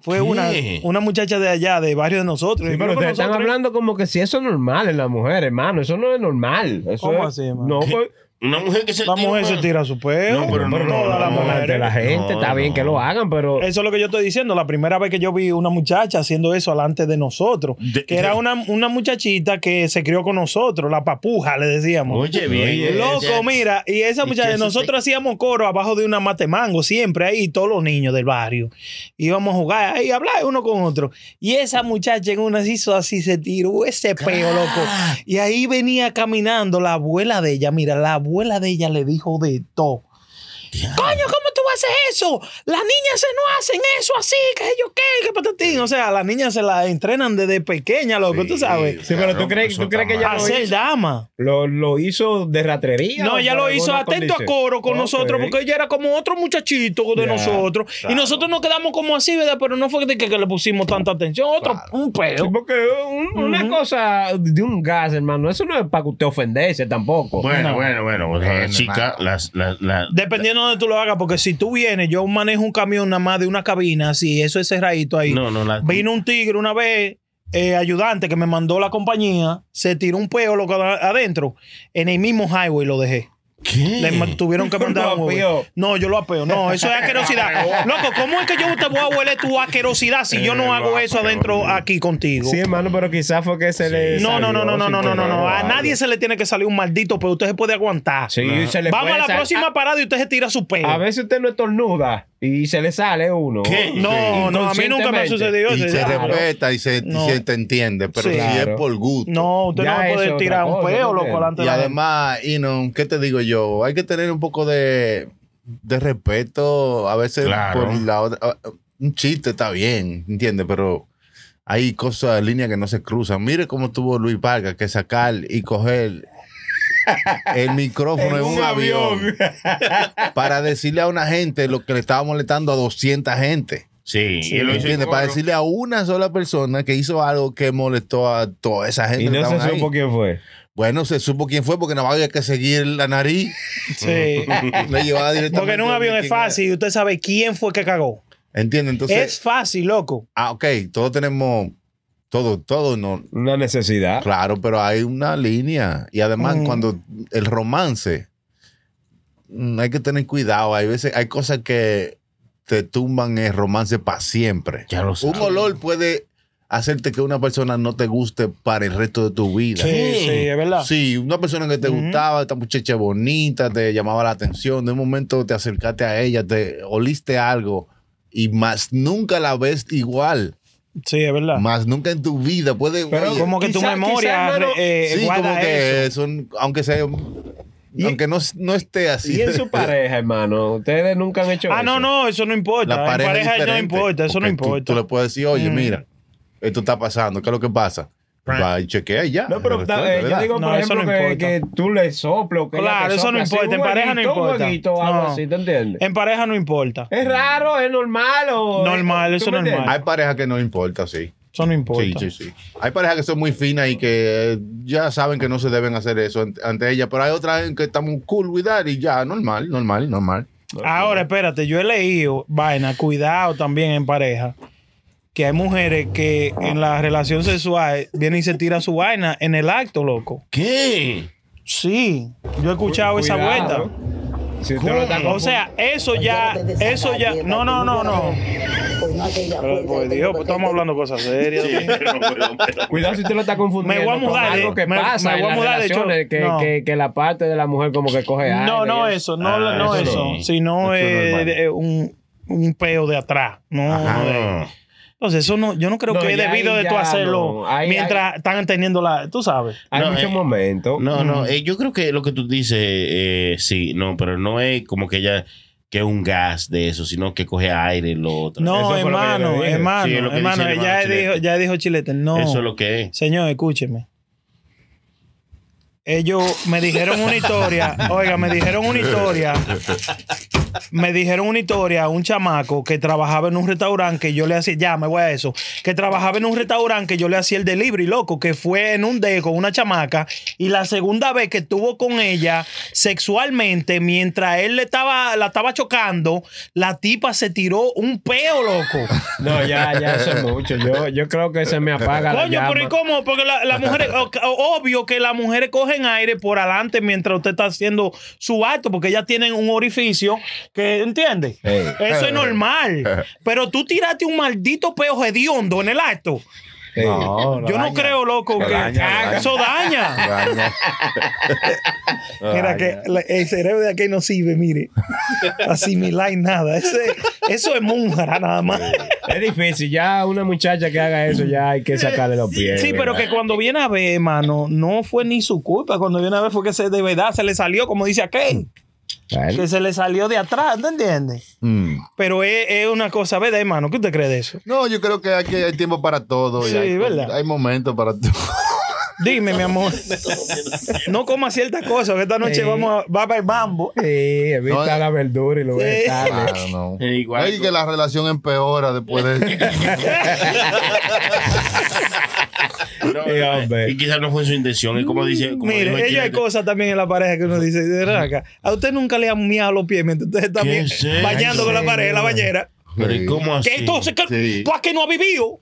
Speaker 6: fue una,
Speaker 4: ¿Qué?
Speaker 6: una muchacha de allá, de varios de nosotros.
Speaker 3: Sí,
Speaker 6: Yo
Speaker 3: pero
Speaker 6: creo que
Speaker 3: ustedes están
Speaker 6: nosotros-
Speaker 3: hablando como que si eso es normal en la mujer, hermano. Eso no es normal. Eso
Speaker 6: ¿Cómo
Speaker 3: es-
Speaker 6: así, hermano?
Speaker 3: No, pues,
Speaker 4: Una mujer que se
Speaker 6: La mujer se tira su peo.
Speaker 4: No, pero no, no, no,
Speaker 6: todas las
Speaker 4: no,
Speaker 6: mujeres.
Speaker 3: de la gente,
Speaker 4: No,
Speaker 3: está bien
Speaker 4: no.
Speaker 3: que lo hagan, pero.
Speaker 6: Eso es lo que yo estoy diciendo. La primera vez que yo vi una muchacha haciendo eso alante de nosotros,
Speaker 4: De-
Speaker 6: que era
Speaker 4: de-
Speaker 6: una, una muchachita que se crió con nosotros, la papuja, le decíamos.
Speaker 4: Oye, bien.
Speaker 6: Loco,
Speaker 4: ese-
Speaker 6: mira, y esa
Speaker 4: ¿Y
Speaker 6: muchacha,
Speaker 4: qué se
Speaker 6: nosotros
Speaker 4: te-
Speaker 6: hacíamos coro abajo de una mate mango, siempre ahí, todos los niños del barrio. Íbamos a jugar ahí, hablar uno con otro. Y esa muchacha en una se hizo así, se tiró ese peo, loco. Y ahí venía caminando la abuela de ella, mira, la abuela de ella le dijo de todo. Coño, ¿cómo tú haces eso? Las niñas se no hacen eso así, que yo qué, que patatín. O sea, las niñas se las entrenan desde pequeña, loco, tú sabes.
Speaker 3: Sí, pero tú crees,
Speaker 4: eso
Speaker 3: tú crees que
Speaker 4: está
Speaker 6: A
Speaker 3: ella
Speaker 5: Ah,
Speaker 3: lo
Speaker 6: ser
Speaker 3: hizo,
Speaker 6: dama.
Speaker 3: lo, lo hizo de ratrería.
Speaker 6: No,
Speaker 3: o
Speaker 6: ella
Speaker 3: por
Speaker 6: lo hizo
Speaker 3: alguna
Speaker 6: atento a
Speaker 3: condición?
Speaker 6: coro con
Speaker 3: Ok.
Speaker 6: nosotros, porque ella era como otro muchachito de
Speaker 3: Ya,
Speaker 6: nosotros. Y nosotros nos quedamos como así, ¿verdad? Pero no fue de que, que le pusimos tanta atención. Otro, un
Speaker 3: Sí,
Speaker 6: pedo.
Speaker 3: porque un- una
Speaker 6: Ujú.
Speaker 3: cosa de un gas, hermano, eso no es para que usted ofenderse tampoco.
Speaker 4: Bueno, bueno, bueno. o sea,
Speaker 5: Bueno,
Speaker 4: las chicas, las, las, las-
Speaker 6: Dependiendo de donde tú lo hagas, porque si tú vienes, yo manejo un camión nada más de una cabina, así, eso es cerradito ahí.
Speaker 4: No, no, las.
Speaker 6: Vino un tigre una vez, eh, ayudante que me mandó la compañía, se tiró un peo loco ad- adentro, en el mismo highway lo dejé.
Speaker 4: ¿Qué?
Speaker 6: Le ma- tuvieron que mandar
Speaker 3: Lo
Speaker 6: un Uber.
Speaker 3: apeó.
Speaker 6: No, yo lo apeo. No, eso es asquerosidad. Loco, ¿cómo es que yo te voy a huele tu asquerosidad si yo
Speaker 4: Eh,
Speaker 6: no hago
Speaker 4: lo
Speaker 6: eso
Speaker 4: apeo,
Speaker 6: adentro
Speaker 4: boludo.
Speaker 6: aquí contigo?
Speaker 3: Sí, hermano, pero quizás fue que se le.
Speaker 6: No, no, no, no,
Speaker 3: salió
Speaker 6: no,
Speaker 3: sin
Speaker 6: no, no, no,
Speaker 3: querer
Speaker 6: no.
Speaker 3: o
Speaker 6: A
Speaker 3: algo.
Speaker 6: nadie se le tiene que salir un maldito, pero usted se puede aguantar.
Speaker 3: Sí, y se le
Speaker 6: Vamos
Speaker 3: puede
Speaker 6: a la
Speaker 3: sal- Ah.
Speaker 6: próxima parada y usted se tira su peo.
Speaker 3: A, a veces usted no estornuda y se le sale uno.
Speaker 4: ¿Qué?
Speaker 6: No, no, a mí nunca me ha
Speaker 3: Inconscientemente.
Speaker 6: sucedido
Speaker 5: Y
Speaker 6: eso.
Speaker 5: se
Speaker 6: Claro.
Speaker 5: respeta y se, y
Speaker 6: No.
Speaker 5: se te entiende, pero
Speaker 6: Sí.
Speaker 5: si
Speaker 3: Claro.
Speaker 5: es por gusto.
Speaker 6: No, usted
Speaker 3: Ya
Speaker 6: no va a
Speaker 3: eso es
Speaker 6: poder
Speaker 3: otra
Speaker 6: tirar un
Speaker 3: cosa,
Speaker 6: peo,
Speaker 3: ¿no?
Speaker 6: loco, delante de
Speaker 5: Y
Speaker 6: la gente.
Speaker 5: además, you know, ¿qué te digo yo? Hay que tener un poco de, de respeto a veces
Speaker 4: Claro.
Speaker 5: por la otra. ah, Un chiste está bien, ¿entiendes? Pero hay cosas, líneas que no se cruzan. Mire cómo tuvo Luis Vargas que sacar y coger el micrófono en, un, avión, para decirle a una gente lo que le estaba molestando a 200 gente.
Speaker 4: Sí, y lo hizo
Speaker 5: ¿Entiendes?
Speaker 4: en
Speaker 5: Para
Speaker 4: coro.
Speaker 5: decirle a una sola persona que hizo algo que molestó a toda esa gente.
Speaker 3: Y
Speaker 5: que
Speaker 3: no se
Speaker 5: estaban ahí.
Speaker 3: supo quién fue.
Speaker 5: Bueno, se supo quién fue porque no había que seguir la nariz.
Speaker 6: Sí.
Speaker 5: La llevaba directamente.
Speaker 6: Porque en un avión es fácil y usted sabe quién fue que cagó.
Speaker 5: Entiende, entonces.
Speaker 6: es fácil, loco.
Speaker 5: Ah, ok, todos tenemos. Todo, todo no.
Speaker 3: Una necesidad.
Speaker 5: Claro, pero hay una línea. Y además,
Speaker 6: Mm.
Speaker 5: cuando el romance. mm, Hay que tener cuidado. Hay veces, hay cosas que te tumban el romance para siempre.
Speaker 4: Ya lo
Speaker 5: Un
Speaker 4: sabes.
Speaker 5: olor puede hacerte que una persona no te guste para el resto de tu vida.
Speaker 6: Sí, sí, es verdad.
Speaker 5: Sí, una persona que te
Speaker 6: Ujú.
Speaker 5: gustaba, esta muchacha bonita, te llamaba la atención, de un momento te acercaste a ella, te oliste algo y más nunca la ves igual,
Speaker 6: Sí, es verdad.
Speaker 5: más nunca en tu vida puede
Speaker 3: Pero
Speaker 5: oye,
Speaker 6: Ah. Como que tu
Speaker 3: Quizá-
Speaker 6: memoria
Speaker 3: quizá, hermano,
Speaker 6: re- eh,
Speaker 5: sí,
Speaker 6: guarda
Speaker 5: como que
Speaker 6: eso.
Speaker 5: son aunque sea
Speaker 3: Y-
Speaker 5: aunque no, no esté así.
Speaker 3: Y en su pareja, hermano, ustedes nunca han hecho
Speaker 6: Ah, no,
Speaker 3: eso?
Speaker 6: no, eso no importa.
Speaker 5: la
Speaker 6: En
Speaker 5: pareja,
Speaker 6: pareja,
Speaker 5: es
Speaker 6: no
Speaker 5: diferente,
Speaker 6: importa, eso no
Speaker 5: porque tú-
Speaker 6: importa.
Speaker 5: Tú, le puedes decir, "Oye,
Speaker 6: Mm.
Speaker 5: mira, esto está pasando, ¿qué es lo que pasa?" Va y chequea y ya.
Speaker 3: No, pero
Speaker 5: resuelve,
Speaker 3: eh, yo
Speaker 5: ¿verdad?
Speaker 3: digo,
Speaker 6: No,
Speaker 3: por
Speaker 6: eso
Speaker 3: ejemplo,
Speaker 6: no
Speaker 3: que,
Speaker 6: importa.
Speaker 3: que tú le soplo. Que ella
Speaker 6: Claro,
Speaker 3: te
Speaker 6: eso no
Speaker 3: sopla, así,
Speaker 6: importa, en
Speaker 3: un
Speaker 6: pareja no
Speaker 3: jueguito, un
Speaker 6: importa.
Speaker 3: jueguito, algo
Speaker 6: No.
Speaker 3: así, ¿te entiendes?
Speaker 6: En pareja no importa.
Speaker 3: Es raro, es normal o...
Speaker 6: Normal,
Speaker 3: ¿tú
Speaker 6: eso
Speaker 3: me
Speaker 6: normal.
Speaker 3: entiendes?
Speaker 5: Hay parejas que no importa, sí.
Speaker 6: Eso no
Speaker 5: Sí,
Speaker 6: importa.
Speaker 5: sí, sí. Hay parejas que son muy finas y que eh, ya saben que no se deben hacer eso ante, ante ella, pero hay otras en que estamos cool with that y ya, normal, normal, normal.
Speaker 6: Ahora, espérate, yo he leído, vaina, cuidado también en pareja, que hay mujeres que en la relación sexual vienen y se tira su vaina en el acto, loco.
Speaker 4: ¿Qué?
Speaker 6: Sí, yo he escuchado esa
Speaker 3: Cuidado.
Speaker 6: vuelta.
Speaker 3: Si usted lo está
Speaker 6: O sea, eso ya, eso ya, no, no, no, no. Pero, por Dios, pues estamos hablando cosas serias.
Speaker 3: Cuidado si usted lo está confundiendo.
Speaker 6: Me voy a
Speaker 3: con
Speaker 6: mudar,
Speaker 3: algo
Speaker 6: eh.
Speaker 3: que
Speaker 6: Me-
Speaker 3: pasa
Speaker 6: me voy a
Speaker 3: en las
Speaker 6: mudar, de hecho.
Speaker 3: relaciones, que,
Speaker 6: No.
Speaker 3: que, que la parte de la mujer como que coge aire
Speaker 6: No, no
Speaker 3: y
Speaker 6: eso, no,
Speaker 4: Ah,
Speaker 6: no
Speaker 4: eso
Speaker 6: eso,
Speaker 4: no.
Speaker 6: sino
Speaker 5: Eso es
Speaker 6: eh,
Speaker 5: normal.
Speaker 6: de- un, un peo de atrás. No, de-
Speaker 4: Ah,
Speaker 6: entonces eso no, yo no creo
Speaker 3: No,
Speaker 6: que es
Speaker 3: ya
Speaker 6: debido
Speaker 3: ahí
Speaker 6: de tú
Speaker 3: ya
Speaker 6: hacerlo
Speaker 3: no. Ahí-
Speaker 6: mientras están teniendo la, tú sabes.
Speaker 3: Hay
Speaker 4: No,
Speaker 3: muchos
Speaker 4: eh,
Speaker 3: momentos.
Speaker 4: No, no,
Speaker 6: Mm.
Speaker 4: eh, yo creo que lo que tú dices, eh, sí, no, pero no es como que ella, que es un gas de eso, sino que coge aire lo otro.
Speaker 3: Eso
Speaker 6: No,
Speaker 3: fue lo que yo le
Speaker 6: hermano,
Speaker 3: dije.
Speaker 6: hermano,
Speaker 4: Sí, es lo que
Speaker 6: hermano,
Speaker 4: dice el
Speaker 6: ya
Speaker 4: hermano
Speaker 6: dijo,
Speaker 4: Chilete.
Speaker 6: ya dijo Chilete, no.
Speaker 4: Eso es lo que es.
Speaker 6: Señor, escúcheme. Ellos me dijeron una historia, oiga, me dijeron una historia me dijeron una historia a un chamaco que trabajaba en un restaurante que yo le hacía, ya me voy a eso, que trabajaba en un restaurante que yo le hacía el delivery, loco, que fue en un dejo, una chamaca, y la segunda vez que estuvo con ella sexualmente, mientras él le estaba, la estaba chocando, la tipa se tiró un peo, loco.
Speaker 3: No, ya, ya, eso es mucho. Yo, yo creo que se me apaga la
Speaker 6: Coño,
Speaker 3: llama.
Speaker 6: pero ¿y cómo? Porque las la mujeres, o- o- obvio que las mujeres cogen aire por adelante mientras usted está haciendo su acto, porque ellas tienen un orificio que, ¿entiendes?
Speaker 5: Eh.
Speaker 6: Eso es normal. Pero tú tiraste un maldito peo hediondo en el acto.
Speaker 3: No, lo
Speaker 6: Yo no
Speaker 3: daña.
Speaker 6: creo, loco, que
Speaker 5: daña, lo
Speaker 6: Ah,
Speaker 5: daña.
Speaker 6: eso daña.
Speaker 5: Daña.
Speaker 6: Mira, que la- el cerebro de aquí no sirve, mire. Asimilar nada. Ese- eso es monjara nada más.
Speaker 3: Es difícil. Ya una muchacha que haga eso, ya hay que sacarle los pies.
Speaker 6: Sí, pero
Speaker 3: ¿verdad?
Speaker 6: que cuando viene a ver, hermano, no fue ni su culpa. Cuando viene a ver fue que se, de verdad se le salió, como dice aquel,
Speaker 3: Bueno.
Speaker 6: que se le salió de atrás, ¿te entiendes?
Speaker 5: Mm.
Speaker 6: Pero es, es una cosa, ¿verdad, hermano? ¿Qué usted cree de eso?
Speaker 5: No, yo creo que aquí hay tiempo para todo. y
Speaker 6: Sí,
Speaker 5: hay,
Speaker 6: ¿verdad?
Speaker 5: Hay momentos para todo.
Speaker 6: Dime, mi amor. No coma ciertas cosas, que esta noche
Speaker 3: Sí.
Speaker 6: vamos a, va a haber mambo.
Speaker 3: Sí, evita
Speaker 5: No,
Speaker 3: la verdura y los
Speaker 6: Sí.
Speaker 3: vegetales.
Speaker 5: Claro, no.
Speaker 4: Eh, igual
Speaker 5: Ay, que la relación empeora después de.
Speaker 4: No,
Speaker 3: Sí,
Speaker 4: no,
Speaker 3: hombre.
Speaker 4: y quizás no fue su intención. Es como dice. Como dijo
Speaker 6: Pues, Mire,
Speaker 4: el
Speaker 6: ella hay
Speaker 4: chino,
Speaker 6: cosas también en la pareja que uno dice, de verdad acá, a usted nunca le ha miado los pies mientras usted está
Speaker 4: ¿Qué
Speaker 6: bien-
Speaker 4: es eso?
Speaker 6: bañando con la
Speaker 3: Ay,
Speaker 6: pareja en la
Speaker 3: señor.
Speaker 6: bañera.
Speaker 4: Pero ¿y cómo así?
Speaker 6: Que entonces, ¿qué?
Speaker 5: Sí.
Speaker 6: ¿tú aquí no has vivido?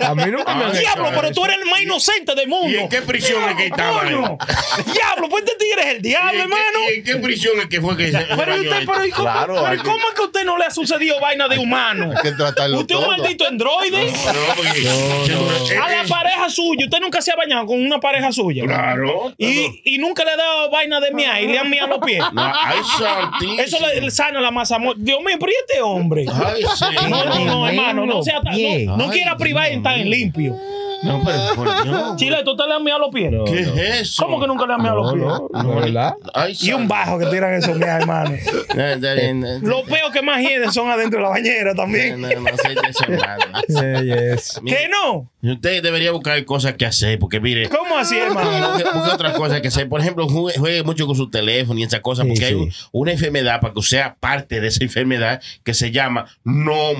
Speaker 3: A mí nunca me han
Speaker 6: Diablo,
Speaker 3: hecho
Speaker 6: pero
Speaker 3: eso.
Speaker 6: tú eres el más inocente del mundo.
Speaker 4: ¿Y en qué prisión es que estaba?
Speaker 6: ¡Oh, Coño. Diablo, pues este tigre es el
Speaker 4: ¿Y
Speaker 6: diablo,
Speaker 4: en qué-
Speaker 6: hermano.
Speaker 4: y en qué prisión es que fue que se- se
Speaker 6: Pero, ¿y
Speaker 4: bañó
Speaker 6: usted,
Speaker 4: esto?
Speaker 6: pero, ¿y cómo,
Speaker 5: Claro,
Speaker 6: pero
Speaker 5: hay que-
Speaker 6: ¿cómo es que a usted no le ha sucedido vaina de humano?
Speaker 5: Hay que tratarlo
Speaker 6: Usted es un
Speaker 5: todo.
Speaker 6: maldito androide.
Speaker 4: No, porque- Eh,
Speaker 6: A la
Speaker 4: eh,
Speaker 6: pareja suya, usted nunca se ha bañado con una pareja suya.
Speaker 4: Claro.
Speaker 6: Y, y nunca le ha dado vaina de mía y le han miado los pies.
Speaker 4: No, hay santísimo.
Speaker 6: Eso le, le sana la masa. mo- Dios mío, pero ¿y este hombre.
Speaker 4: Ay, señor.
Speaker 6: No, no, no, hermano, no sea tan. No, no
Speaker 4: Ay,
Speaker 6: quiera privar en tan limpio.
Speaker 4: No, pero por Dios.
Speaker 6: Chile, ¿tú te le has miado los pies?
Speaker 4: ¿Qué es eso?
Speaker 6: ¿Cómo que nunca le has miado los pies?
Speaker 5: Ah,
Speaker 3: No, ¿verdad?
Speaker 4: Ay,
Speaker 6: Y un bajo que tiran esos mías, hermano.
Speaker 4: santísimo. Eh, eh, eh,
Speaker 6: Los peos que más hieden son adentro de la bañera
Speaker 4: eh,
Speaker 6: también.
Speaker 4: No, no soy de ese lado.
Speaker 3: Sí, yes.
Speaker 6: ¿Qué no?
Speaker 4: Y Usted debería buscar cosas que hacer, porque mire,
Speaker 6: ¿Cómo así, hermano?
Speaker 4: busque, busque otras cosas que hacer. Por ejemplo, juegue, juegue mucho con su teléfono y esas cosas,
Speaker 3: Sí,
Speaker 4: porque hay
Speaker 3: sí.
Speaker 4: un- una enfermedad, para que usted sea parte de esa enfermedad, que se llama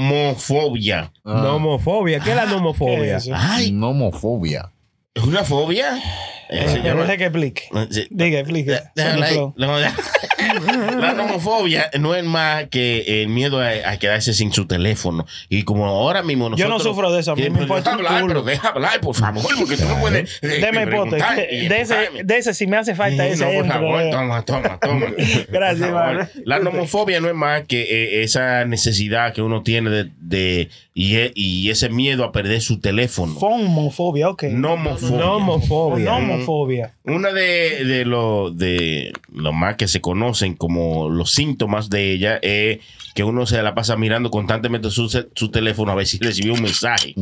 Speaker 4: nomofobia.
Speaker 5: Ah,
Speaker 3: Nomofobia. ¿Qué es la nomofobia?
Speaker 6: ¿Qué es eso?
Speaker 4: Ay,
Speaker 5: nomofobia.
Speaker 4: ¿es una fobia? Eh, se
Speaker 6: Pero
Speaker 4: llama-
Speaker 6: deje que explique.
Speaker 4: Sí.
Speaker 6: Diga, explique.
Speaker 4: eh, Déjala ahí.
Speaker 6: Ejemplo.
Speaker 4: No, de- La nomofobia no es más que el miedo a, a quedarse sin su teléfono. Y como ahora mismo nosotros...
Speaker 6: Yo no sufro de eso, a mí
Speaker 4: Eh,
Speaker 6: me
Speaker 4: pero
Speaker 6: importa
Speaker 4: deja
Speaker 6: un
Speaker 4: hablar,
Speaker 6: culo.
Speaker 4: pero deja hablar, por favor, porque tú no puedes... eh,
Speaker 6: Deme pote.
Speaker 4: preguntar y
Speaker 6: De ese,
Speaker 4: empujarme.
Speaker 6: de ese, si me hace falta
Speaker 4: Sí,
Speaker 6: ese.
Speaker 4: no, por
Speaker 6: entro,
Speaker 4: favor,
Speaker 6: eh.
Speaker 4: toma, toma, toma.
Speaker 6: Gracias,
Speaker 4: Por favor.
Speaker 6: Manuel.
Speaker 4: La nomofobia no es más que eh, esa necesidad que uno tiene de, de- y, e- y ese miedo a perder su teléfono.
Speaker 6: Fomofobia, ok.
Speaker 4: Nomofobia.
Speaker 3: Nomofobia.
Speaker 6: Nomofobia.
Speaker 4: Una de, de los de lo más que se conocen como los síntomas de ella es que uno se la pasa mirando constantemente su, su teléfono a ver si recibió un mensaje.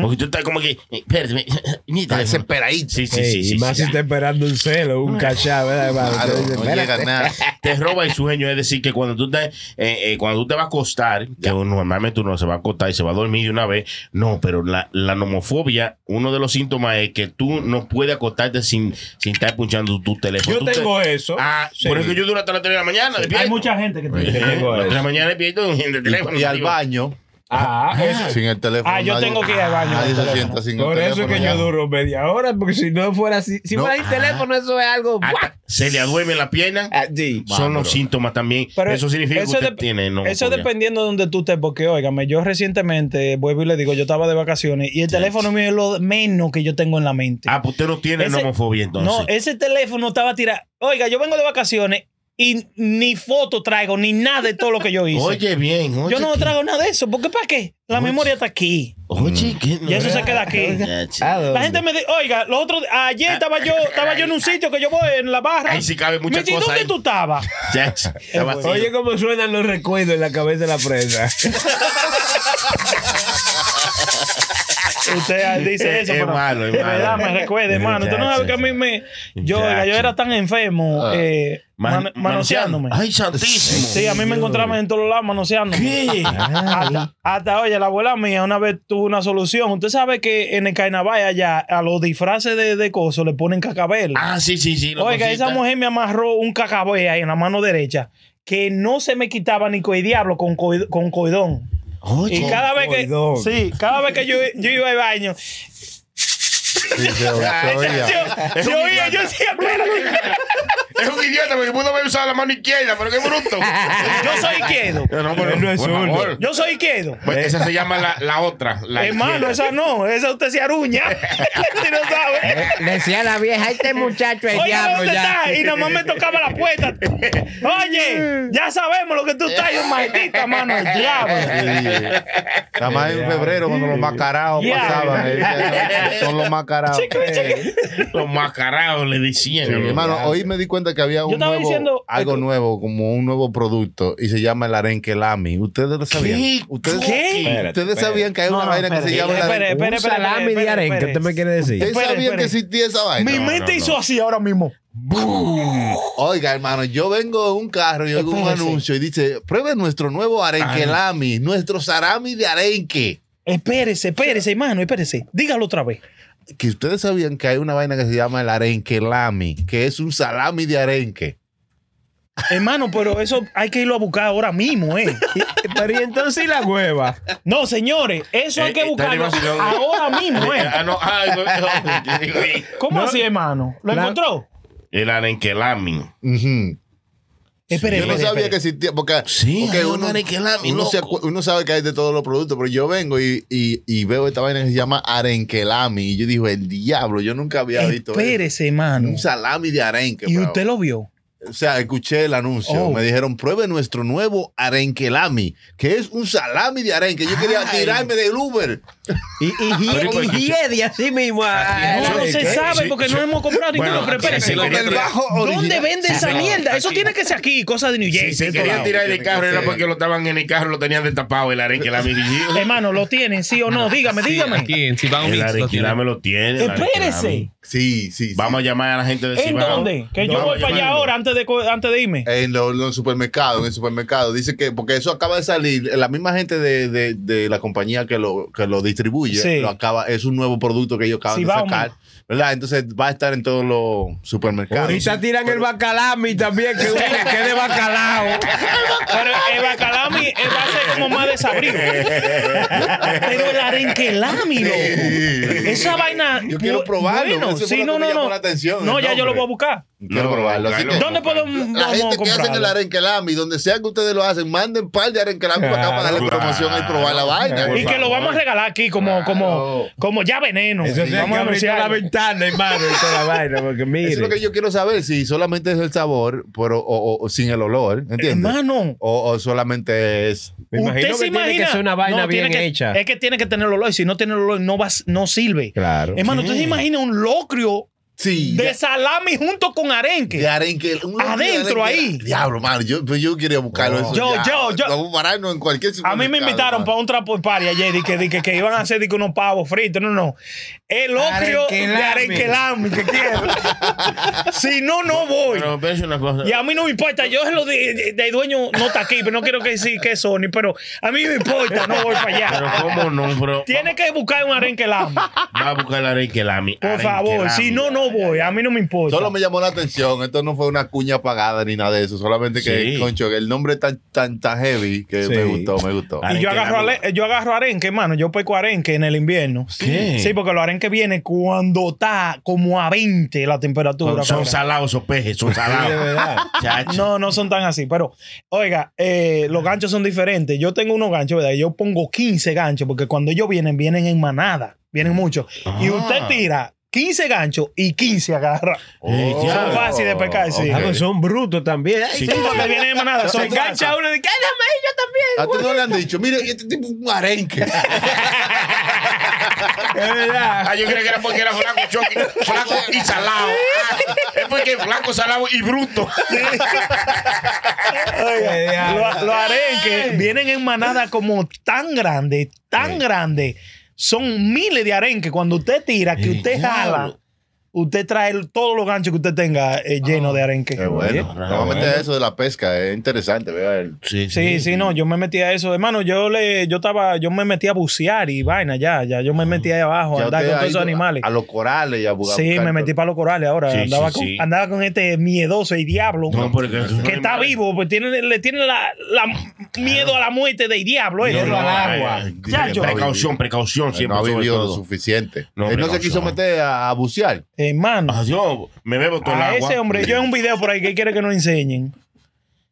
Speaker 4: Porque tú estás como que, eh, espérate, mi- mi teléfono.
Speaker 5: Desesperadito.
Speaker 4: Sí, sí,
Speaker 3: Ey,
Speaker 4: sí. sí,
Speaker 3: y más
Speaker 4: sí.
Speaker 3: si está esperando un celo, un cachá, ¿verdad, hermano?
Speaker 5: Claro,
Speaker 3: Entonces,
Speaker 5: Ah, no
Speaker 3: espérate.
Speaker 5: llega nada.
Speaker 4: te roba el sueño. Es decir, que cuando tú te, eh, eh, cuando tú te vas a acostar, que normalmente uno se va a acostar y se va a dormir de una vez, no, pero la, la nomofobia, uno de los síntomas es que tú no puedes acostarte sin, sin estar punchando tu teléfono.
Speaker 3: Yo
Speaker 4: Tú te-
Speaker 3: tengo eso.
Speaker 4: Ah,
Speaker 3: Sí.
Speaker 4: por eso yo duro hasta las 3 de la mañana.
Speaker 6: Hay
Speaker 4: despierto.
Speaker 6: mucha gente que
Speaker 4: Eh,
Speaker 6: tiene.
Speaker 3: tengo
Speaker 4: a las 3 de la
Speaker 3: eso.
Speaker 4: mañana despierto en el teléfono.
Speaker 5: Y, y al
Speaker 4: digo,
Speaker 5: baño.
Speaker 3: Ah, eso.
Speaker 5: Sin el teléfono.
Speaker 6: Ah, yo tengo que ir al baño con
Speaker 5: Nadie
Speaker 6: el
Speaker 5: se
Speaker 6: teléfono.
Speaker 5: sienta sin el
Speaker 3: Por eso es
Speaker 5: teléfono.
Speaker 3: que yo duro media hora, porque si no fuera así, si
Speaker 4: No. ah,
Speaker 3: fuera sin teléfono, eso es algo.
Speaker 4: hasta "Ah, Se le aduerme la pierna.
Speaker 3: Ah, sí.
Speaker 4: Son los síntomas también.
Speaker 6: Pero
Speaker 4: eso significa
Speaker 6: eso
Speaker 4: que usted
Speaker 6: dep-
Speaker 4: tiene nomofobia.
Speaker 6: Eso dependiendo de donde tú estés, porque óigame, yo recientemente vuelvo y le digo, yo estaba de vacaciones y el teléfono mío es lo menos que yo tengo en la mente.
Speaker 4: Ah, pues usted no tiene
Speaker 6: Ese-
Speaker 4: nomofobia entonces.
Speaker 6: No, ese teléfono estaba tirado. Oiga, yo vengo de vacaciones y ni foto traigo, ni nada de todo lo que yo hice.
Speaker 4: Oye, bien. Oye,
Speaker 6: yo no
Speaker 4: que-
Speaker 6: traigo nada de eso. ¿Por qué? ¿Para qué? La
Speaker 4: Oye.
Speaker 6: memoria está aquí.
Speaker 4: Oye, que
Speaker 6: Mm. Y eso se queda aquí.
Speaker 4: Ya, chico.
Speaker 3: ¿A Ah, dónde?
Speaker 6: La gente me dice, oiga, los otros, ayer
Speaker 4: Ah,
Speaker 6: estaba yo, estaba yo en un sitio que yo voy en la barra.
Speaker 4: Ahí sí cabe muchas
Speaker 6: me dice,
Speaker 4: cosas
Speaker 6: ¿dónde
Speaker 4: ahí".
Speaker 6: tú estabas?
Speaker 4: Ya, chico, está vacío.
Speaker 3: Oye, cómo suenan los recuerdos en la cabeza de la prensa.
Speaker 6: Usted dice eso,
Speaker 4: Es
Speaker 6: pero
Speaker 4: malo, es
Speaker 6: de
Speaker 4: malo.
Speaker 6: verdad me recuerda, hermano. Usted no sabe que a mí me. Yo, oiga, yo era tan enfermo
Speaker 4: Ah,
Speaker 6: eh,
Speaker 4: Man-
Speaker 6: man- manoseándome.
Speaker 4: Ay, santísimo.
Speaker 6: Sí, a mí me encontraban en todos lados manoseando.
Speaker 4: Ah.
Speaker 6: Hasta, hasta, oye, la abuela mía una vez tuvo una solución. Usted sabe que en el carnaval allá a los disfraces de, de coso le ponen cacabel.
Speaker 4: Ah, sí, sí, sí. la
Speaker 6: Oiga,
Speaker 4: cosita.
Speaker 6: esa mujer me amarró un cacabel ahí en la mano derecha. que no se me quitaba ni coi diablo con, coi- con coidón.
Speaker 4: Oye.
Speaker 6: Y cada vez que
Speaker 3: coidón.
Speaker 6: sí, cada vez que yo, yo iba al baño,
Speaker 5: Sí, se- se oía.
Speaker 6: yo, yo oía, yo decía, espérate,
Speaker 4: Es un idiota porque pudo haber usado la mano izquierda, pero qué bruto.
Speaker 6: yo soy izquierdo.
Speaker 4: No, pero,
Speaker 3: No es
Speaker 4: por
Speaker 3: zurdo.
Speaker 4: favor.
Speaker 6: Yo soy izquierdo.
Speaker 4: Pues esa se llama la, la otra. La izquierda.
Speaker 6: Hermano, Eh. esa no, esa usted se aruña. si no sabe.
Speaker 3: Le decía la vieja, este muchacho es
Speaker 6: Oye,
Speaker 3: diablo
Speaker 6: ¿dónde
Speaker 3: ya.
Speaker 6: estás? Y nada más me tocaba la puerta. Oye, ya sabemos lo que tú estás, yo maldita mano, el diablo.
Speaker 5: Nada más en febrero, cuando los macaraos
Speaker 6: Ya.
Speaker 5: pasaban. eh, decían, Son los macaraos.
Speaker 4: Los macarados le decían. a los-
Speaker 5: Hermano, hoy me di cuenta que había un
Speaker 6: estaba
Speaker 5: nuevo,
Speaker 6: diciendo- eh,
Speaker 5: algo nuevo, como un nuevo producto, y se llama el arenque lami. ¿Ustedes lo sabían? ¿Ustedes,
Speaker 6: ¿Qué?
Speaker 5: ¿Ustedes sabían que hay una vaina que se llama el
Speaker 6: espere,
Speaker 5: arenque?
Speaker 6: espere,
Speaker 3: Un
Speaker 6: espere,
Speaker 3: salami
Speaker 6: espere,
Speaker 3: de arenque,
Speaker 6: espere.
Speaker 3: ¿qué ¿usted me quiere decir?
Speaker 5: ¿Ustedes
Speaker 6: espere,
Speaker 5: sabían
Speaker 6: espere.
Speaker 5: que existía esa vaina?
Speaker 6: Mi
Speaker 5: No,
Speaker 6: mente
Speaker 5: no,
Speaker 6: hizo
Speaker 5: no.
Speaker 6: así ahora mismo.
Speaker 5: Oiga, hermano, yo vengo en un carro y oigo un anuncio y dice, pruebe nuestro nuevo arenque
Speaker 6: Ah.
Speaker 5: lami, nuestro salami de arenque.
Speaker 6: Espérese, espérese, hermano, espérese. Dígalo otra vez.
Speaker 5: Que ustedes sabían que hay una vaina que se llama el arenque lami, que es un salami de arenque.
Speaker 6: Hermano, pero eso hay que irlo a buscar ahora mismo, ¿eh?
Speaker 3: Pero y entonces ¿y la hueva.
Speaker 6: No, señores, eso hay
Speaker 4: Eh,
Speaker 6: que
Speaker 4: eh,
Speaker 6: buscarlo
Speaker 4: tenemos el nombre.
Speaker 6: ahora mismo, ¿eh?
Speaker 4: Ah, no, ay, güey, güey.
Speaker 6: ¿Cómo así, hermano? ¿Lo
Speaker 3: La-
Speaker 6: encontró?
Speaker 4: El arenquelami.
Speaker 5: Ujú.
Speaker 6: Espere,
Speaker 5: Yo no
Speaker 6: espere,
Speaker 5: sabía
Speaker 6: espere.
Speaker 5: que existía, porque,
Speaker 4: Sí,
Speaker 5: porque
Speaker 4: hay un
Speaker 5: uno,
Speaker 4: arenquelami,
Speaker 5: uno se
Speaker 4: loco.
Speaker 5: acu- uno sabe que hay de todos los productos, pero yo vengo y, y- y veo esta vaina que se llama arenquelami y yo digo, el diablo, yo nunca había visto eso.
Speaker 6: Espérese, hermano.
Speaker 5: un salami de arenque.
Speaker 6: Y
Speaker 5: bravo.
Speaker 6: usted lo vio.
Speaker 5: O sea, escuché el anuncio.
Speaker 6: Oh.
Speaker 5: Me dijeron, pruebe nuestro nuevo arenquelami, que es un salami de arenque. Yo quería tirarme del Uber.
Speaker 3: Y, y,
Speaker 4: Pero,
Speaker 3: y,
Speaker 4: pues,
Speaker 3: y, y así mismo. ah, eh, a-
Speaker 6: No, no
Speaker 3: a-
Speaker 6: se
Speaker 4: ¿qué? Sí,
Speaker 6: sabe porque
Speaker 4: sí.
Speaker 6: no hemos comprado
Speaker 4: Bueno,
Speaker 6: ninguno, pero
Speaker 4: sí,
Speaker 6: espérese.
Speaker 4: sí, sí,
Speaker 5: El bajo
Speaker 6: ¿Dónde
Speaker 5: original.
Speaker 6: venden esa
Speaker 4: no,
Speaker 6: mierda? Eso
Speaker 4: aquí.
Speaker 6: tiene que ser aquí, cosa de New
Speaker 4: Si
Speaker 6: Jersey.
Speaker 4: se
Speaker 6: de
Speaker 4: querían
Speaker 6: todos lados.
Speaker 4: tirar del carro era porque lo estaban en el carro, lo tenían destapado el arenquelami.
Speaker 6: Hermano, ¿lo tienen, sí o no? Dígame, dígame.
Speaker 7: Aquí en Cibao
Speaker 4: El
Speaker 7: Mix lo tienen.
Speaker 4: arenquelami "Ah, lo tiene. el
Speaker 6: Espérese.
Speaker 4: arenquelami.
Speaker 5: Sí, sí. sí.
Speaker 4: Vamos a llamar a la gente de
Speaker 6: ¿En
Speaker 4: Cibao.
Speaker 6: dónde? Que yo
Speaker 4: Vamos
Speaker 6: voy
Speaker 4: a
Speaker 6: para allá
Speaker 4: llamarlo.
Speaker 6: ahora antes de, co- antes de irme.
Speaker 5: En los, los supermercados, en el supermercado. Dice que, porque eso acaba de salir, la misma gente de, de- de la compañía que lo, que lo distribuye,
Speaker 6: Sí.
Speaker 5: lo acaba, es un nuevo producto que ellos acaban
Speaker 6: Sí,
Speaker 5: de
Speaker 6: vamos.
Speaker 5: sacar. ¿Verdad? Entonces va a estar en todos los supermercados.
Speaker 3: Ahorita tiran el bacalami también, que uno le quede bacalao.
Speaker 6: Pero el bacalami eh, va a ser como más desabrido. Pero el arenquelami, loco.
Speaker 5: Sí.
Speaker 6: Esa vaina.
Speaker 5: Yo quiero
Speaker 6: bu-
Speaker 5: probarlo,
Speaker 6: Bueno,
Speaker 5: eso fue
Speaker 6: sí,
Speaker 5: lo
Speaker 6: no,
Speaker 5: que me
Speaker 6: no,
Speaker 5: llamó
Speaker 6: no.
Speaker 5: la atención,
Speaker 6: no,
Speaker 5: el
Speaker 6: ya yo lo
Speaker 5: nombre.
Speaker 6: voy a buscar.
Speaker 5: Quiero probarlo. Así que,
Speaker 6: ¿Dónde podemos
Speaker 5: La gente que hace el
Speaker 6: comprar?
Speaker 5: arenquelami, donde sea que ustedes lo hacen, manden un par de arenquelami para acá para darle
Speaker 4: Claro.
Speaker 5: promoción y probar la vaina.
Speaker 4: Por
Speaker 6: Y que lo
Speaker 4: favor.
Speaker 6: vamos a regalar aquí como, como, como ya veneno.
Speaker 3: Eso sí, hay que
Speaker 6: vamos a
Speaker 3: abrir toda la
Speaker 6: anunciar.
Speaker 3: ventana, hermano, y toda la vaina, porque mire.
Speaker 5: Eso es lo que yo quiero saber, si solamente es el sabor pero, o, o- o sin el olor, ¿entiendes?
Speaker 6: Hermano.
Speaker 5: O, o solamente es...
Speaker 3: Me imagino
Speaker 6: Usted se
Speaker 3: que tiene
Speaker 6: imagina.
Speaker 3: que ser una vaina
Speaker 6: No, tiene
Speaker 3: bien
Speaker 6: que-
Speaker 3: hecha.
Speaker 6: Es que tiene que tener olor. Y si no tiene olor, no, va, no sirve.
Speaker 3: Claro.
Speaker 6: Hermano, ¿usted se imagina un locrio
Speaker 5: Sí.
Speaker 6: de salami junto con arenque?
Speaker 5: de arenque, un lugar de
Speaker 6: Adentro
Speaker 5: arenque-
Speaker 6: ahí.
Speaker 5: Diablo, mano, yo, pero yo quería buscarlo. eso
Speaker 6: Yo,
Speaker 5: ya.
Speaker 6: yo, yo.
Speaker 5: Vamos a pararnos en cualquier
Speaker 6: A mí me invitaron para un trapo de party ayer di que, di que, que iban a hacer di que unos pavos fritos. No, no. El ocrio de arenquelami que quiero. si no, no voy.
Speaker 4: Pero espérese una cosa.
Speaker 6: Y a mí no me importa. Yo lo de, de- de dueño no está aquí, pero no quiero que decir que es Sony, pero a mí me importa, no voy para allá.
Speaker 4: Pero cómo no, bro.
Speaker 6: Tiene que buscar un arenquelami.
Speaker 4: Va a buscar el arenquelami.
Speaker 6: Por favor, si no, no voy. A mí no me importa.
Speaker 5: Solo me llamó la atención. Esto no fue una cuña pagada ni nada de eso. Solamente que,
Speaker 4: Sí.
Speaker 5: concho, que el nombre es tan, tan, tan heavy que me
Speaker 3: Sí.
Speaker 5: gustó, me gustó.
Speaker 4: Ah,
Speaker 6: Y yo agarro,
Speaker 4: Arenquelami.
Speaker 6: ale- yo agarro arenque, hermano. Yo peco arenque en el invierno.
Speaker 4: ¿Qué?
Speaker 6: Sí, porque los arenques vienen cuando está como a 20 la temperatura.
Speaker 4: Son
Speaker 6: cabrón.
Speaker 4: salados esos pejes, son
Speaker 3: De
Speaker 4: salados.
Speaker 3: verdad.
Speaker 4: Chacho.
Speaker 6: No, no son tan así. Pero, oiga, eh, los ganchos son diferentes. Yo tengo unos ganchos, ¿verdad? Yo pongo 15 ganchos porque cuando ellos vienen, vienen en manada. Vienen muchos. Y
Speaker 4: Ah.
Speaker 6: usted tira 15 ganchos y 15 agarra.
Speaker 4: Eh,
Speaker 5: Oh.
Speaker 6: Son
Speaker 4: diablo.
Speaker 6: fáciles de pescar, sí.
Speaker 5: Ok.
Speaker 3: Ah, pues son brutos también. Ay,
Speaker 4: Sí.
Speaker 6: Sí, porque vienen en manada.
Speaker 5: Se
Speaker 6: Son
Speaker 5: engancha
Speaker 6: ganchos.
Speaker 3: uno de que ¡ay,
Speaker 5: A ti no le han dicho, mire, este tipo es un arenque.
Speaker 3: la yo también! Es verdad.
Speaker 4: Ah, yo creía que era porque era flaco, choque, flaco y salado. Ah, es porque es flaco, salado y bruto.
Speaker 3: Qué diablo.
Speaker 6: Los los arenques vienen en manada como tan grande, tan grande. Son miles de arenques. Cuando usted tira, que
Speaker 4: Eh,
Speaker 6: usted
Speaker 4: diablo.
Speaker 6: jala, usted trae el- todos los ganchos que usted tenga eh, lleno de arenque.
Speaker 5: Qué bueno.
Speaker 4: Oye,
Speaker 5: Normalmente
Speaker 4: bueno.
Speaker 5: eso de la pesca es interesante. vea, el-
Speaker 4: Sí,
Speaker 6: Sí, sí, no, yo me metí a eso. Hermano, yo le, yo estaba, yo me metí a bucear y vaina, ya, ya, yo me metí ahí abajo,
Speaker 5: Ya
Speaker 6: a andar
Speaker 5: usted
Speaker 6: con
Speaker 5: ha
Speaker 6: todos esos
Speaker 5: ido
Speaker 6: animales.
Speaker 5: A, a los corales y a buscar.
Speaker 6: Sí, me metí para los corales ahora.
Speaker 4: Sí,
Speaker 6: andaba,
Speaker 4: sí,
Speaker 6: con,
Speaker 4: sí.
Speaker 6: andaba con este miedoso y diablo.
Speaker 4: No, porque es un
Speaker 6: que está
Speaker 4: animal.
Speaker 6: vivo, pues tiene, le tiene la, la miedo a la muerte de diablo. eh.
Speaker 4: No, no, ay, ay,
Speaker 6: Ya, yo-
Speaker 4: Precaución, precaución siempre.
Speaker 5: no ha
Speaker 4: sobre
Speaker 5: vivido lo
Speaker 4: todo.
Speaker 5: suficiente.
Speaker 4: No,
Speaker 5: Él no se
Speaker 4: precaución.
Speaker 5: quiso meter a, a bucear.
Speaker 6: Hermano,
Speaker 4: Adiós, Ah, me bebo todo el
Speaker 6: a
Speaker 4: agua.
Speaker 6: ese hombre, yo en un video por ahí que quiere que nos enseñen.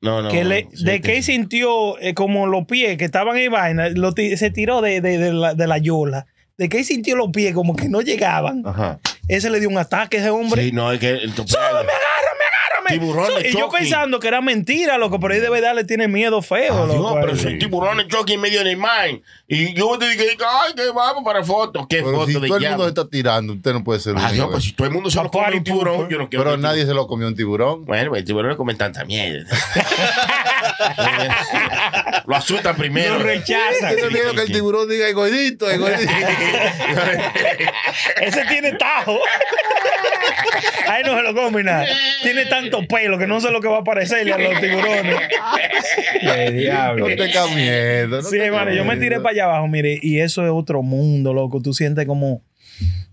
Speaker 4: No, no.
Speaker 6: que le-
Speaker 4: sí,
Speaker 6: de que
Speaker 4: te-
Speaker 6: él sintió eh, como los pies que estaban en vaina, lo ti- se tiró de, de- de la, de la yola. De que él sintió los pies como que no llegaban.
Speaker 5: Ajá.
Speaker 6: Ese le dio un ataque a ese hombre.
Speaker 4: Sí, no, es que el
Speaker 6: ¡Súbeme, agárrame, agárrame!
Speaker 4: Tiburones,
Speaker 6: Sú- y yo
Speaker 4: Chucky.
Speaker 6: pensando que era mentira, loco, pero ahí de verdad le tiene miedo feo,
Speaker 4: Adiós,
Speaker 6: loco. eh!
Speaker 4: pero son tiburones choque en medio en el mar. Y yo te dije, ay, que vamos para fotos. ¿Qué
Speaker 5: Pero
Speaker 4: foto
Speaker 5: si
Speaker 4: de
Speaker 5: todo el mundo
Speaker 4: diablo?
Speaker 5: se está tirando, usted no puede ser
Speaker 6: Ah,
Speaker 5: un
Speaker 4: Adiós, pues si todo el mundo se lo come un
Speaker 6: pues.
Speaker 4: tiburón, yo no quiero.
Speaker 5: Pero
Speaker 4: que-
Speaker 5: nadie se lo comió un tiburón.
Speaker 4: Bueno, pues, el tiburón no comen tanta mierda. lo asustan primero.
Speaker 6: Lo rechaza.
Speaker 5: Tiene miedo que el tiburón diga egoídito, egoídito.
Speaker 6: Ese tiene tajo. Ahí no se lo come nada. Tiene tanto pelo que no sé lo que va a parecerle a los tiburones.
Speaker 3: Qué
Speaker 5: No
Speaker 3: diablo.
Speaker 5: tenga miedo. no
Speaker 6: Sí,
Speaker 5: tenga
Speaker 6: hermano, yo me tiré
Speaker 5: miedo.
Speaker 6: para allá abajo, mire, y eso es otro mundo, loco. Tú sientes como,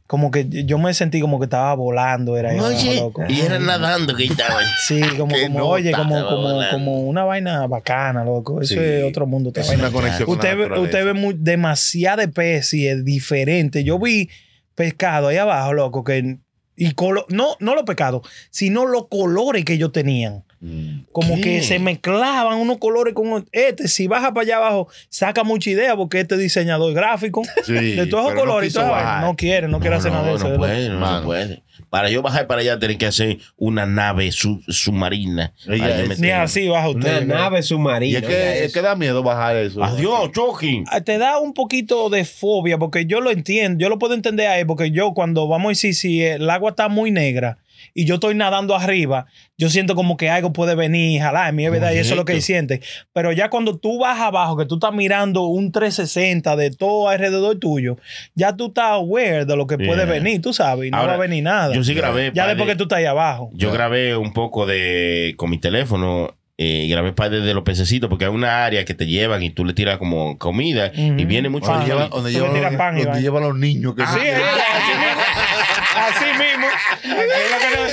Speaker 6: como que yo me sentí como que estaba volando, era ahí abajo,
Speaker 4: Oye,
Speaker 6: loco.
Speaker 4: y eran nadando que estaban.
Speaker 6: Sí, como,
Speaker 5: Qué
Speaker 6: como oye,
Speaker 5: nota,
Speaker 6: como, como,
Speaker 4: volando.
Speaker 6: como una vaina bacana, loco. Eso
Speaker 5: Sí.
Speaker 6: es otro mundo. otra
Speaker 5: Es
Speaker 6: vaina.
Speaker 5: una conexión. con la
Speaker 6: Usted, ve-
Speaker 5: naturaleza.
Speaker 6: usted ve mu- demasiada especies diferentes. Yo vi pescado ahí abajo, loco, que y colo- no, no los pescados, sino los colores que ellos tenían.
Speaker 5: Mm.
Speaker 6: Como
Speaker 4: ¿Qué?
Speaker 6: que se mezclaban unos colores con ot- este. Si baja para allá abajo, saca mucha idea porque este diseñador gráfico
Speaker 5: Sí,
Speaker 6: de todos
Speaker 5: pero
Speaker 6: esos
Speaker 5: no
Speaker 6: colores y
Speaker 5: quiso
Speaker 6: toda vaina,
Speaker 5: bajar.
Speaker 6: no quiere, no, quiere hacer nada de
Speaker 4: No
Speaker 6: eso. de verdad.
Speaker 4: puede, no
Speaker 5: Mano.
Speaker 4: puede. Para yo bajar para allá, tienen que hacer una nave sub- submarina. para
Speaker 5: Oiga,
Speaker 4: yo
Speaker 5: es-
Speaker 4: meterme.
Speaker 6: Ni así baja
Speaker 3: Una
Speaker 6: usted. ¿no?
Speaker 3: nave
Speaker 5: Y
Speaker 3: submarina.
Speaker 5: es
Speaker 3: oiga
Speaker 5: que, es
Speaker 3: eso.
Speaker 5: que da miedo bajar eso.
Speaker 4: Adiós, Chucky.
Speaker 6: Ah, te da un poquito de fobia, porque yo lo entiendo, yo lo puedo entender ahí, porque yo cuando vamos a decir si eh, el agua está muy negra y yo estoy nadando arriba, yo siento como que algo puede venir y jalarme, es verdad, y eso es lo que
Speaker 4: Correcto.
Speaker 6: sientes. Pero ya cuando tú vas abajo, que tú estás mirando un 360 de todo alrededor tuyo, ya tú estás aware de lo que puede
Speaker 4: Yeah.
Speaker 6: venir, tú sabes, y no
Speaker 4: Ahora,
Speaker 6: va a venir nada.
Speaker 4: Yo sí grabé.
Speaker 6: ya
Speaker 4: par
Speaker 6: después
Speaker 4: de-
Speaker 6: que tú estás ahí abajo.
Speaker 4: Yo grabé un poco de con mi teléfono. Eh, grabé parte de los pececitos porque hay una área que te llevan y tú le tiras como comida y
Speaker 6: Ujú.
Speaker 4: viene mucho
Speaker 5: Donde
Speaker 6: Pan.
Speaker 5: lleva, donde
Speaker 6: Tú
Speaker 5: lleva,
Speaker 6: le tiras pan y
Speaker 5: donde
Speaker 6: vaina.
Speaker 5: lleva a los niños. Que
Speaker 6: Sí, eh,
Speaker 5: se-
Speaker 6: es, así mismo. Así mismo. Aquí es lo que no-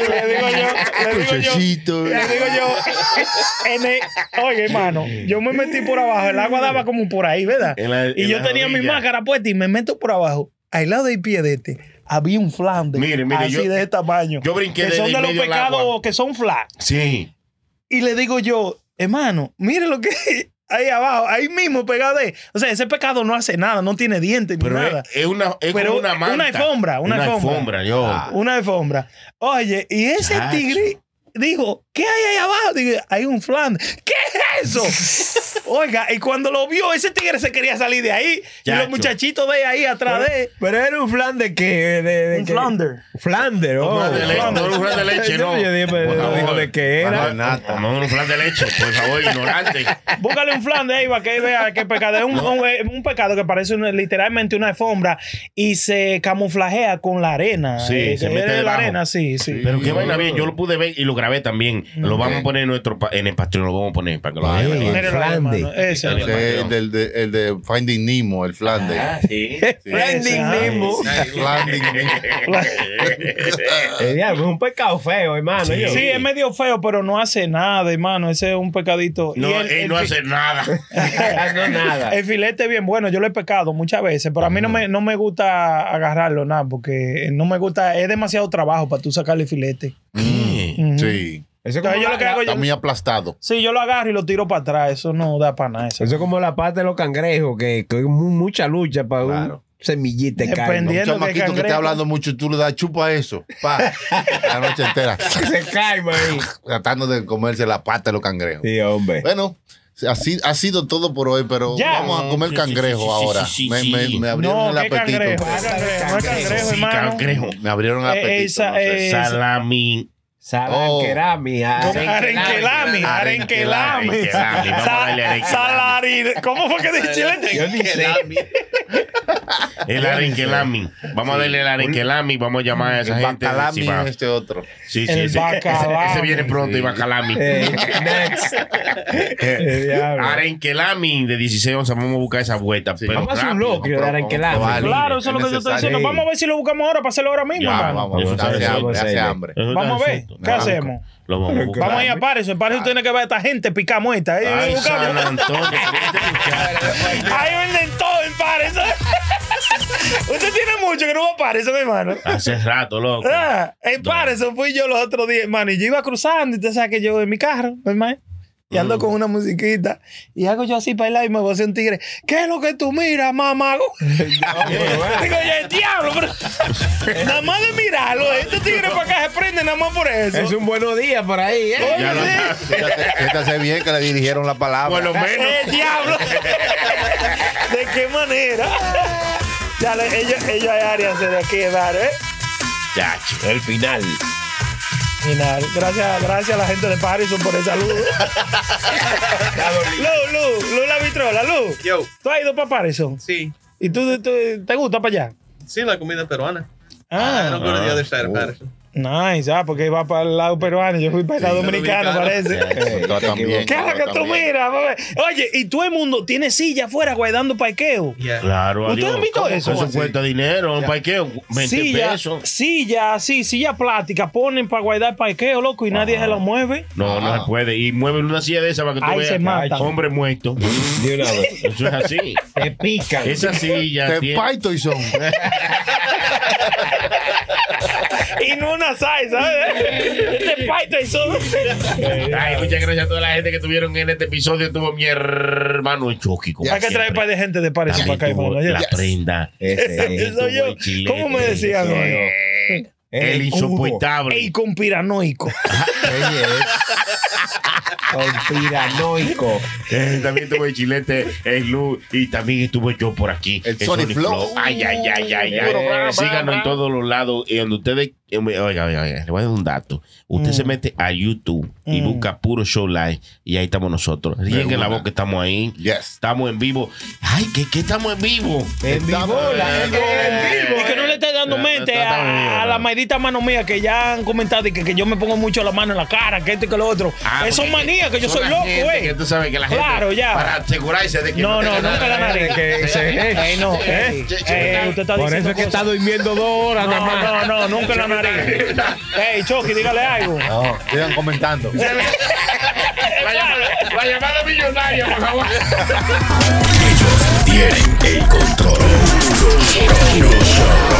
Speaker 6: Le digo yo, le digo yo,
Speaker 5: Dulcecito.
Speaker 6: le digo yo, en el- oye, hermano, yo me metí por abajo, el agua daba como por ahí, ¿verdad?
Speaker 4: En la-
Speaker 6: y
Speaker 4: en
Speaker 6: yo
Speaker 4: la
Speaker 6: tenía mi
Speaker 4: rodilla.
Speaker 6: máscara puesta y me meto por abajo. Al lado del pie de este había un flan de,
Speaker 4: Mire, mire,
Speaker 6: así
Speaker 4: yo-
Speaker 6: de este tamaño.
Speaker 4: yo brinqué
Speaker 6: Que
Speaker 4: desde
Speaker 6: son de
Speaker 4: el
Speaker 6: los
Speaker 4: medio del
Speaker 6: pecados
Speaker 4: agua.
Speaker 6: que son flat.
Speaker 4: Sí.
Speaker 6: Y le digo yo, hermano, mire lo que hay ahí abajo, ahí mismo pegado de. O sea, ese pecado no hace nada, no tiene dientes ni
Speaker 4: Pero
Speaker 6: nada.
Speaker 4: es, es una es
Speaker 6: Pero
Speaker 4: como una
Speaker 6: una
Speaker 4: manta.
Speaker 6: alfombra, una alfombra. Ah.
Speaker 4: yo.
Speaker 6: Una alfombra. Oye, y ese
Speaker 4: Ah. Chacho.
Speaker 6: tigre dijo, ¿qué hay ahí abajo? Digo, hay un flan. ¿Qué es eso? Oiga, y cuando lo vio, ese tigre se quería salir de ahí. Y los
Speaker 4: Chacho.
Speaker 6: muchachitos de ahí atrás de él.
Speaker 3: Pero era un flan de qué? De, de
Speaker 6: Un
Speaker 3: qué?
Speaker 6: flander.
Speaker 3: Flander, oh.
Speaker 4: flan de leche, no, un flan de leche, no.
Speaker 3: Yo dije, pero
Speaker 4: Por
Speaker 3: no
Speaker 4: favor.
Speaker 3: dijo de qué
Speaker 5: Ah,
Speaker 3: era.
Speaker 5: no, nata.
Speaker 4: No, un flan de leche, por favor, ignorante.
Speaker 6: Búscale un flan de ahí para que él vea que pecado. Es un, un- eh, un pecado que parece una- literalmente una alfombra y se camuflajea con la arena.
Speaker 4: Sí,
Speaker 6: Eh,
Speaker 4: se
Speaker 6: que
Speaker 4: mete
Speaker 6: era la
Speaker 4: debajo.
Speaker 6: arena, sí, sí.
Speaker 4: Pero qué vaina bien, yo lo pude ver y lo grabé también. Lo vamos a poner en nuestro pa- en el Patreon, lo vamos a poner para que lo
Speaker 5: Vaya,
Speaker 4: vean.
Speaker 5: vaya.
Speaker 6: Míralo ahí,
Speaker 3: flan de-
Speaker 6: hermano, ese.
Speaker 4: Está bien.
Speaker 5: Ese es del- de- el de Finding Nemo, el Flander.
Speaker 6: Ah,
Speaker 3: Flanding
Speaker 6: Ese, ah.
Speaker 3: Nemo.
Speaker 5: Flanding Nemo.
Speaker 3: Eh, diablo, Es un pecado feo, hermano.
Speaker 4: Sí.
Speaker 3: yo.
Speaker 6: Sí, es medio feo, pero no hace nada, hermano. Ese es un pecadito. Y
Speaker 4: No,
Speaker 6: el-
Speaker 4: él
Speaker 6: el
Speaker 4: no
Speaker 6: fi-
Speaker 4: hace nada.
Speaker 3: no nada.
Speaker 6: El filete es bien bueno, yo lo he pecado muchas veces, pero a mí no me, no me gusta agarrarlo nada, porque no me gusta, es demasiado trabajo para tú sacarle filete. Ujú.
Speaker 5: Sí.
Speaker 3: Eso es como
Speaker 6: Entonces yo
Speaker 3: la-
Speaker 6: lo que hago,
Speaker 5: Está
Speaker 6: yo,
Speaker 5: muy aplastado.
Speaker 6: sí, yo lo agarro y lo tiro para atrás, eso no da para nada. Eso.
Speaker 3: Eso es como la parte de los cangrejos, que, que hay mu- mucha lucha para
Speaker 5: Claro.
Speaker 3: un semillita de carne.
Speaker 5: Un
Speaker 6: Viendo que
Speaker 5: chamaquito que
Speaker 6: cangrejo.
Speaker 5: está hablando mucho, tú le das chupa eso. Pa. La noche entera.
Speaker 3: Se calma ahí.
Speaker 5: Tratando de comerse la pata de los cangrejos.
Speaker 3: Sí, hombre.
Speaker 5: Bueno, así ha sido todo por hoy, pero
Speaker 6: Ya.
Speaker 5: vamos a comer
Speaker 4: Sí, sí,
Speaker 5: cangrejo
Speaker 4: sí, sí,
Speaker 5: ahora.
Speaker 4: sí, sí,
Speaker 5: me,
Speaker 4: sí.
Speaker 5: me- me abrieron
Speaker 6: No,
Speaker 5: el
Speaker 6: qué
Speaker 5: apetito.
Speaker 6: cangrejo, no es cangrejo, no es cangrejo,
Speaker 4: Sí,
Speaker 6: hermano.
Speaker 4: cangrejo.
Speaker 5: Me abrieron el
Speaker 6: Eh,
Speaker 5: apetito.
Speaker 6: esa-
Speaker 5: no sé.
Speaker 6: eh,
Speaker 4: Salami.
Speaker 3: Saranquerami.
Speaker 6: Con
Speaker 3: arenquelami.
Speaker 6: Arenquelami,
Speaker 5: Arenquelami,
Speaker 4: arenquelami,
Speaker 6: arenquelami.
Speaker 4: vamos a darle
Speaker 6: Sa-
Speaker 4: arenquelami.
Speaker 6: Salari. ¿Cómo fue que dije chilete?
Speaker 3: Yo ni sé.
Speaker 4: El arenquelami. Vamos a darle el arenquelami. Vamos a llamar a esa gente. a ver si
Speaker 5: Bacalami
Speaker 4: va.
Speaker 5: es este otro.
Speaker 4: Sí, sí,
Speaker 8: El
Speaker 4: ese-
Speaker 8: bacalami.
Speaker 4: Ese, ese viene pronto y bacalami.
Speaker 3: Eh,
Speaker 8: El diablo.
Speaker 4: Arenquelami de 16 onzas. Vamos a buscar esa vuelta.
Speaker 5: Sí.
Speaker 4: pero
Speaker 8: Vamos a hacer un
Speaker 4: rápido.
Speaker 8: locrio de arenquelami.
Speaker 5: Vale,
Speaker 6: Claro, eso es lo que yo estoy
Speaker 5: necesario.
Speaker 6: diciendo. Vamos a ver si lo buscamos ahora para hacerlo ahora mismo,
Speaker 4: Ya,
Speaker 6: hermano.
Speaker 5: Vamos,
Speaker 4: Eso
Speaker 5: hace
Speaker 4: está resuelto.
Speaker 5: hambre, hace
Speaker 3: Eso
Speaker 5: hambre.
Speaker 4: Eso está
Speaker 6: Vamos a ver,
Speaker 4: resuelto.
Speaker 6: ¿qué hacemos?
Speaker 4: Lo vamos a buscar.
Speaker 6: Vamos a ir a Paris. En Paris tiene que ver a esta gente pica muerta. Ahí,
Speaker 4: Ay,
Speaker 6: buscamos-
Speaker 4: San Antonio.
Speaker 6: Ahí venden todo en Paris. ¿eh? Usted tiene mucho que no va a Paris, ¿eh, mi hermano.
Speaker 4: Hace rato, loco.
Speaker 6: Ah, en Patterson fui yo los otros días, hermano. Y yo iba cruzando, y te sabes que yo en mi carro, hermano. Y
Speaker 4: Mm.
Speaker 6: ando con una musiquita. Y hago yo así para y me voce un tigre. ¿Qué es lo que tú miras, mamá? Digo yo, el diablo, pero. nada más de mirarlo. Este tigre para acá se prende nada más por eso.
Speaker 3: Es un buenos día por ahí, ¿eh?
Speaker 4: Ya lo
Speaker 6: Oye, sí.
Speaker 4: sabes.
Speaker 5: Fíjate bien que le dirigieron la palabra.
Speaker 4: Por lo menos.
Speaker 6: ¡Eh, diablo! ¿De qué manera? Ya, lo- ellos, ellos hay áreas de aquí, hermano, ¿eh?
Speaker 4: Chacho, el final.
Speaker 6: Y nada, gracias, gracias a la gente de Patterson por el saludo. Lu, Lu, Lu la vitrola, Lu.
Speaker 7: Yo,
Speaker 6: ¿Tú has ido para Patterson?
Speaker 7: sí.
Speaker 6: ¿Y tú, tú- te gusta para allá?
Speaker 7: Sí, la comida peruana. I
Speaker 6: Ah,
Speaker 7: don't go to the
Speaker 4: Ah,
Speaker 7: other side of
Speaker 5: oh.
Speaker 7: Patterson.
Speaker 6: nice, ah, porque va para el lado peruano. Yo fui para el lado dominicano,
Speaker 7: dominicano.
Speaker 6: parece. ¿Qué es lo que tú miras? papá? Oye, y todo el mundo tiene silla afuera guardando parqueo.
Speaker 7: Yeah.
Speaker 4: Claro,
Speaker 6: ¿Ustedes
Speaker 4: adiós.
Speaker 6: han visto
Speaker 4: ¿Cómo?
Speaker 6: eso?
Speaker 4: Eso
Speaker 6: Así.
Speaker 4: cuesta dinero, un parqueo, 20
Speaker 6: Silla,
Speaker 4: pesos.
Speaker 6: silla, sí, silla plástica, ponen para guardar parqueo, loco,
Speaker 4: Ah.
Speaker 6: y nadie se lo mueve.
Speaker 4: No, no se puede. Y mueven una silla de esa para que tú
Speaker 6: Ahí
Speaker 4: veas.
Speaker 6: se matan.
Speaker 4: Hombre muerto.
Speaker 3: De una vez.
Speaker 4: Eso es así.
Speaker 3: Te pican.
Speaker 4: Esa silla
Speaker 5: Te
Speaker 4: tiene...
Speaker 5: paito y son.
Speaker 6: Y no una size, ¿sabes? Este paito es solo.
Speaker 4: Ay, muchas gracias a toda la gente que estuvieron en este episodio. Tuvo mi hermano Chucky. como
Speaker 5: Ya.
Speaker 6: Hay que traer
Speaker 4: siempre.
Speaker 6: un par de gente de Paris para acá,
Speaker 4: También tuvo
Speaker 6: hermano.
Speaker 4: la prenda.
Speaker 3: Ese,
Speaker 6: Soy yo.
Speaker 4: el chilete. eh,
Speaker 6: ¿Cómo me decían? Eh,
Speaker 3: Soy yo.
Speaker 4: El
Speaker 3: cubo.
Speaker 4: insoportable.
Speaker 6: Ey, con piranoico.
Speaker 3: Oye, es conspiranoico.
Speaker 4: Eh, también tuvo el chilete, el Lu, y también estuve yo por aquí.
Speaker 5: El Sony Flow.
Speaker 4: Ay, ay, ay, ay, ay.
Speaker 5: Eh,
Speaker 4: Síganos en todos los lados. Y donde ustedes. eh, Oiga, oiga, oiga, le voy a dar un dato.
Speaker 6: Mm.
Speaker 4: Usted se mete a YouTube y busca puro show live. Y ahí estamos nosotros. Ríen en la
Speaker 5: una.
Speaker 4: boca, estamos ahí.
Speaker 5: Yes.
Speaker 4: Estamos en vivo. Ay, que, que estamos en vivo.
Speaker 3: En vivo, la gente en vivo.
Speaker 6: Y que no le esté dando
Speaker 4: Eh,
Speaker 6: mente
Speaker 4: no, no, no, no, no.
Speaker 6: a, a la maldita mano mía que ya han comentado y que, que yo me pongo mucho la mano en la cara, que esto y que lo otro.
Speaker 4: Ah,
Speaker 6: Eso es
Speaker 4: porque
Speaker 6: manía, que yo
Speaker 4: son la
Speaker 6: soy loco, eh.
Speaker 4: gente
Speaker 6: güey.
Speaker 4: Que tú sabes que la gente.
Speaker 6: Claro, ya.
Speaker 4: Para asegurarse de que.
Speaker 6: No, no,
Speaker 4: te
Speaker 6: nunca la
Speaker 4: gana.
Speaker 6: nariz.
Speaker 3: Que se-
Speaker 6: Ey, no, eh.
Speaker 4: Ey, che, che,
Speaker 6: Ey, usted está
Speaker 3: Por eso
Speaker 6: diciendo
Speaker 3: es que está
Speaker 6: cosas.
Speaker 3: durmiendo dos horas. nada más.
Speaker 6: No, no, no, nunca la nariz. Ey, Chucky, dígale algo.
Speaker 5: No, Oh. sigan comentando.
Speaker 4: La llamada- La llamada millonaria, por favor.
Speaker 1: Ellos tienen el control. Nosotros no.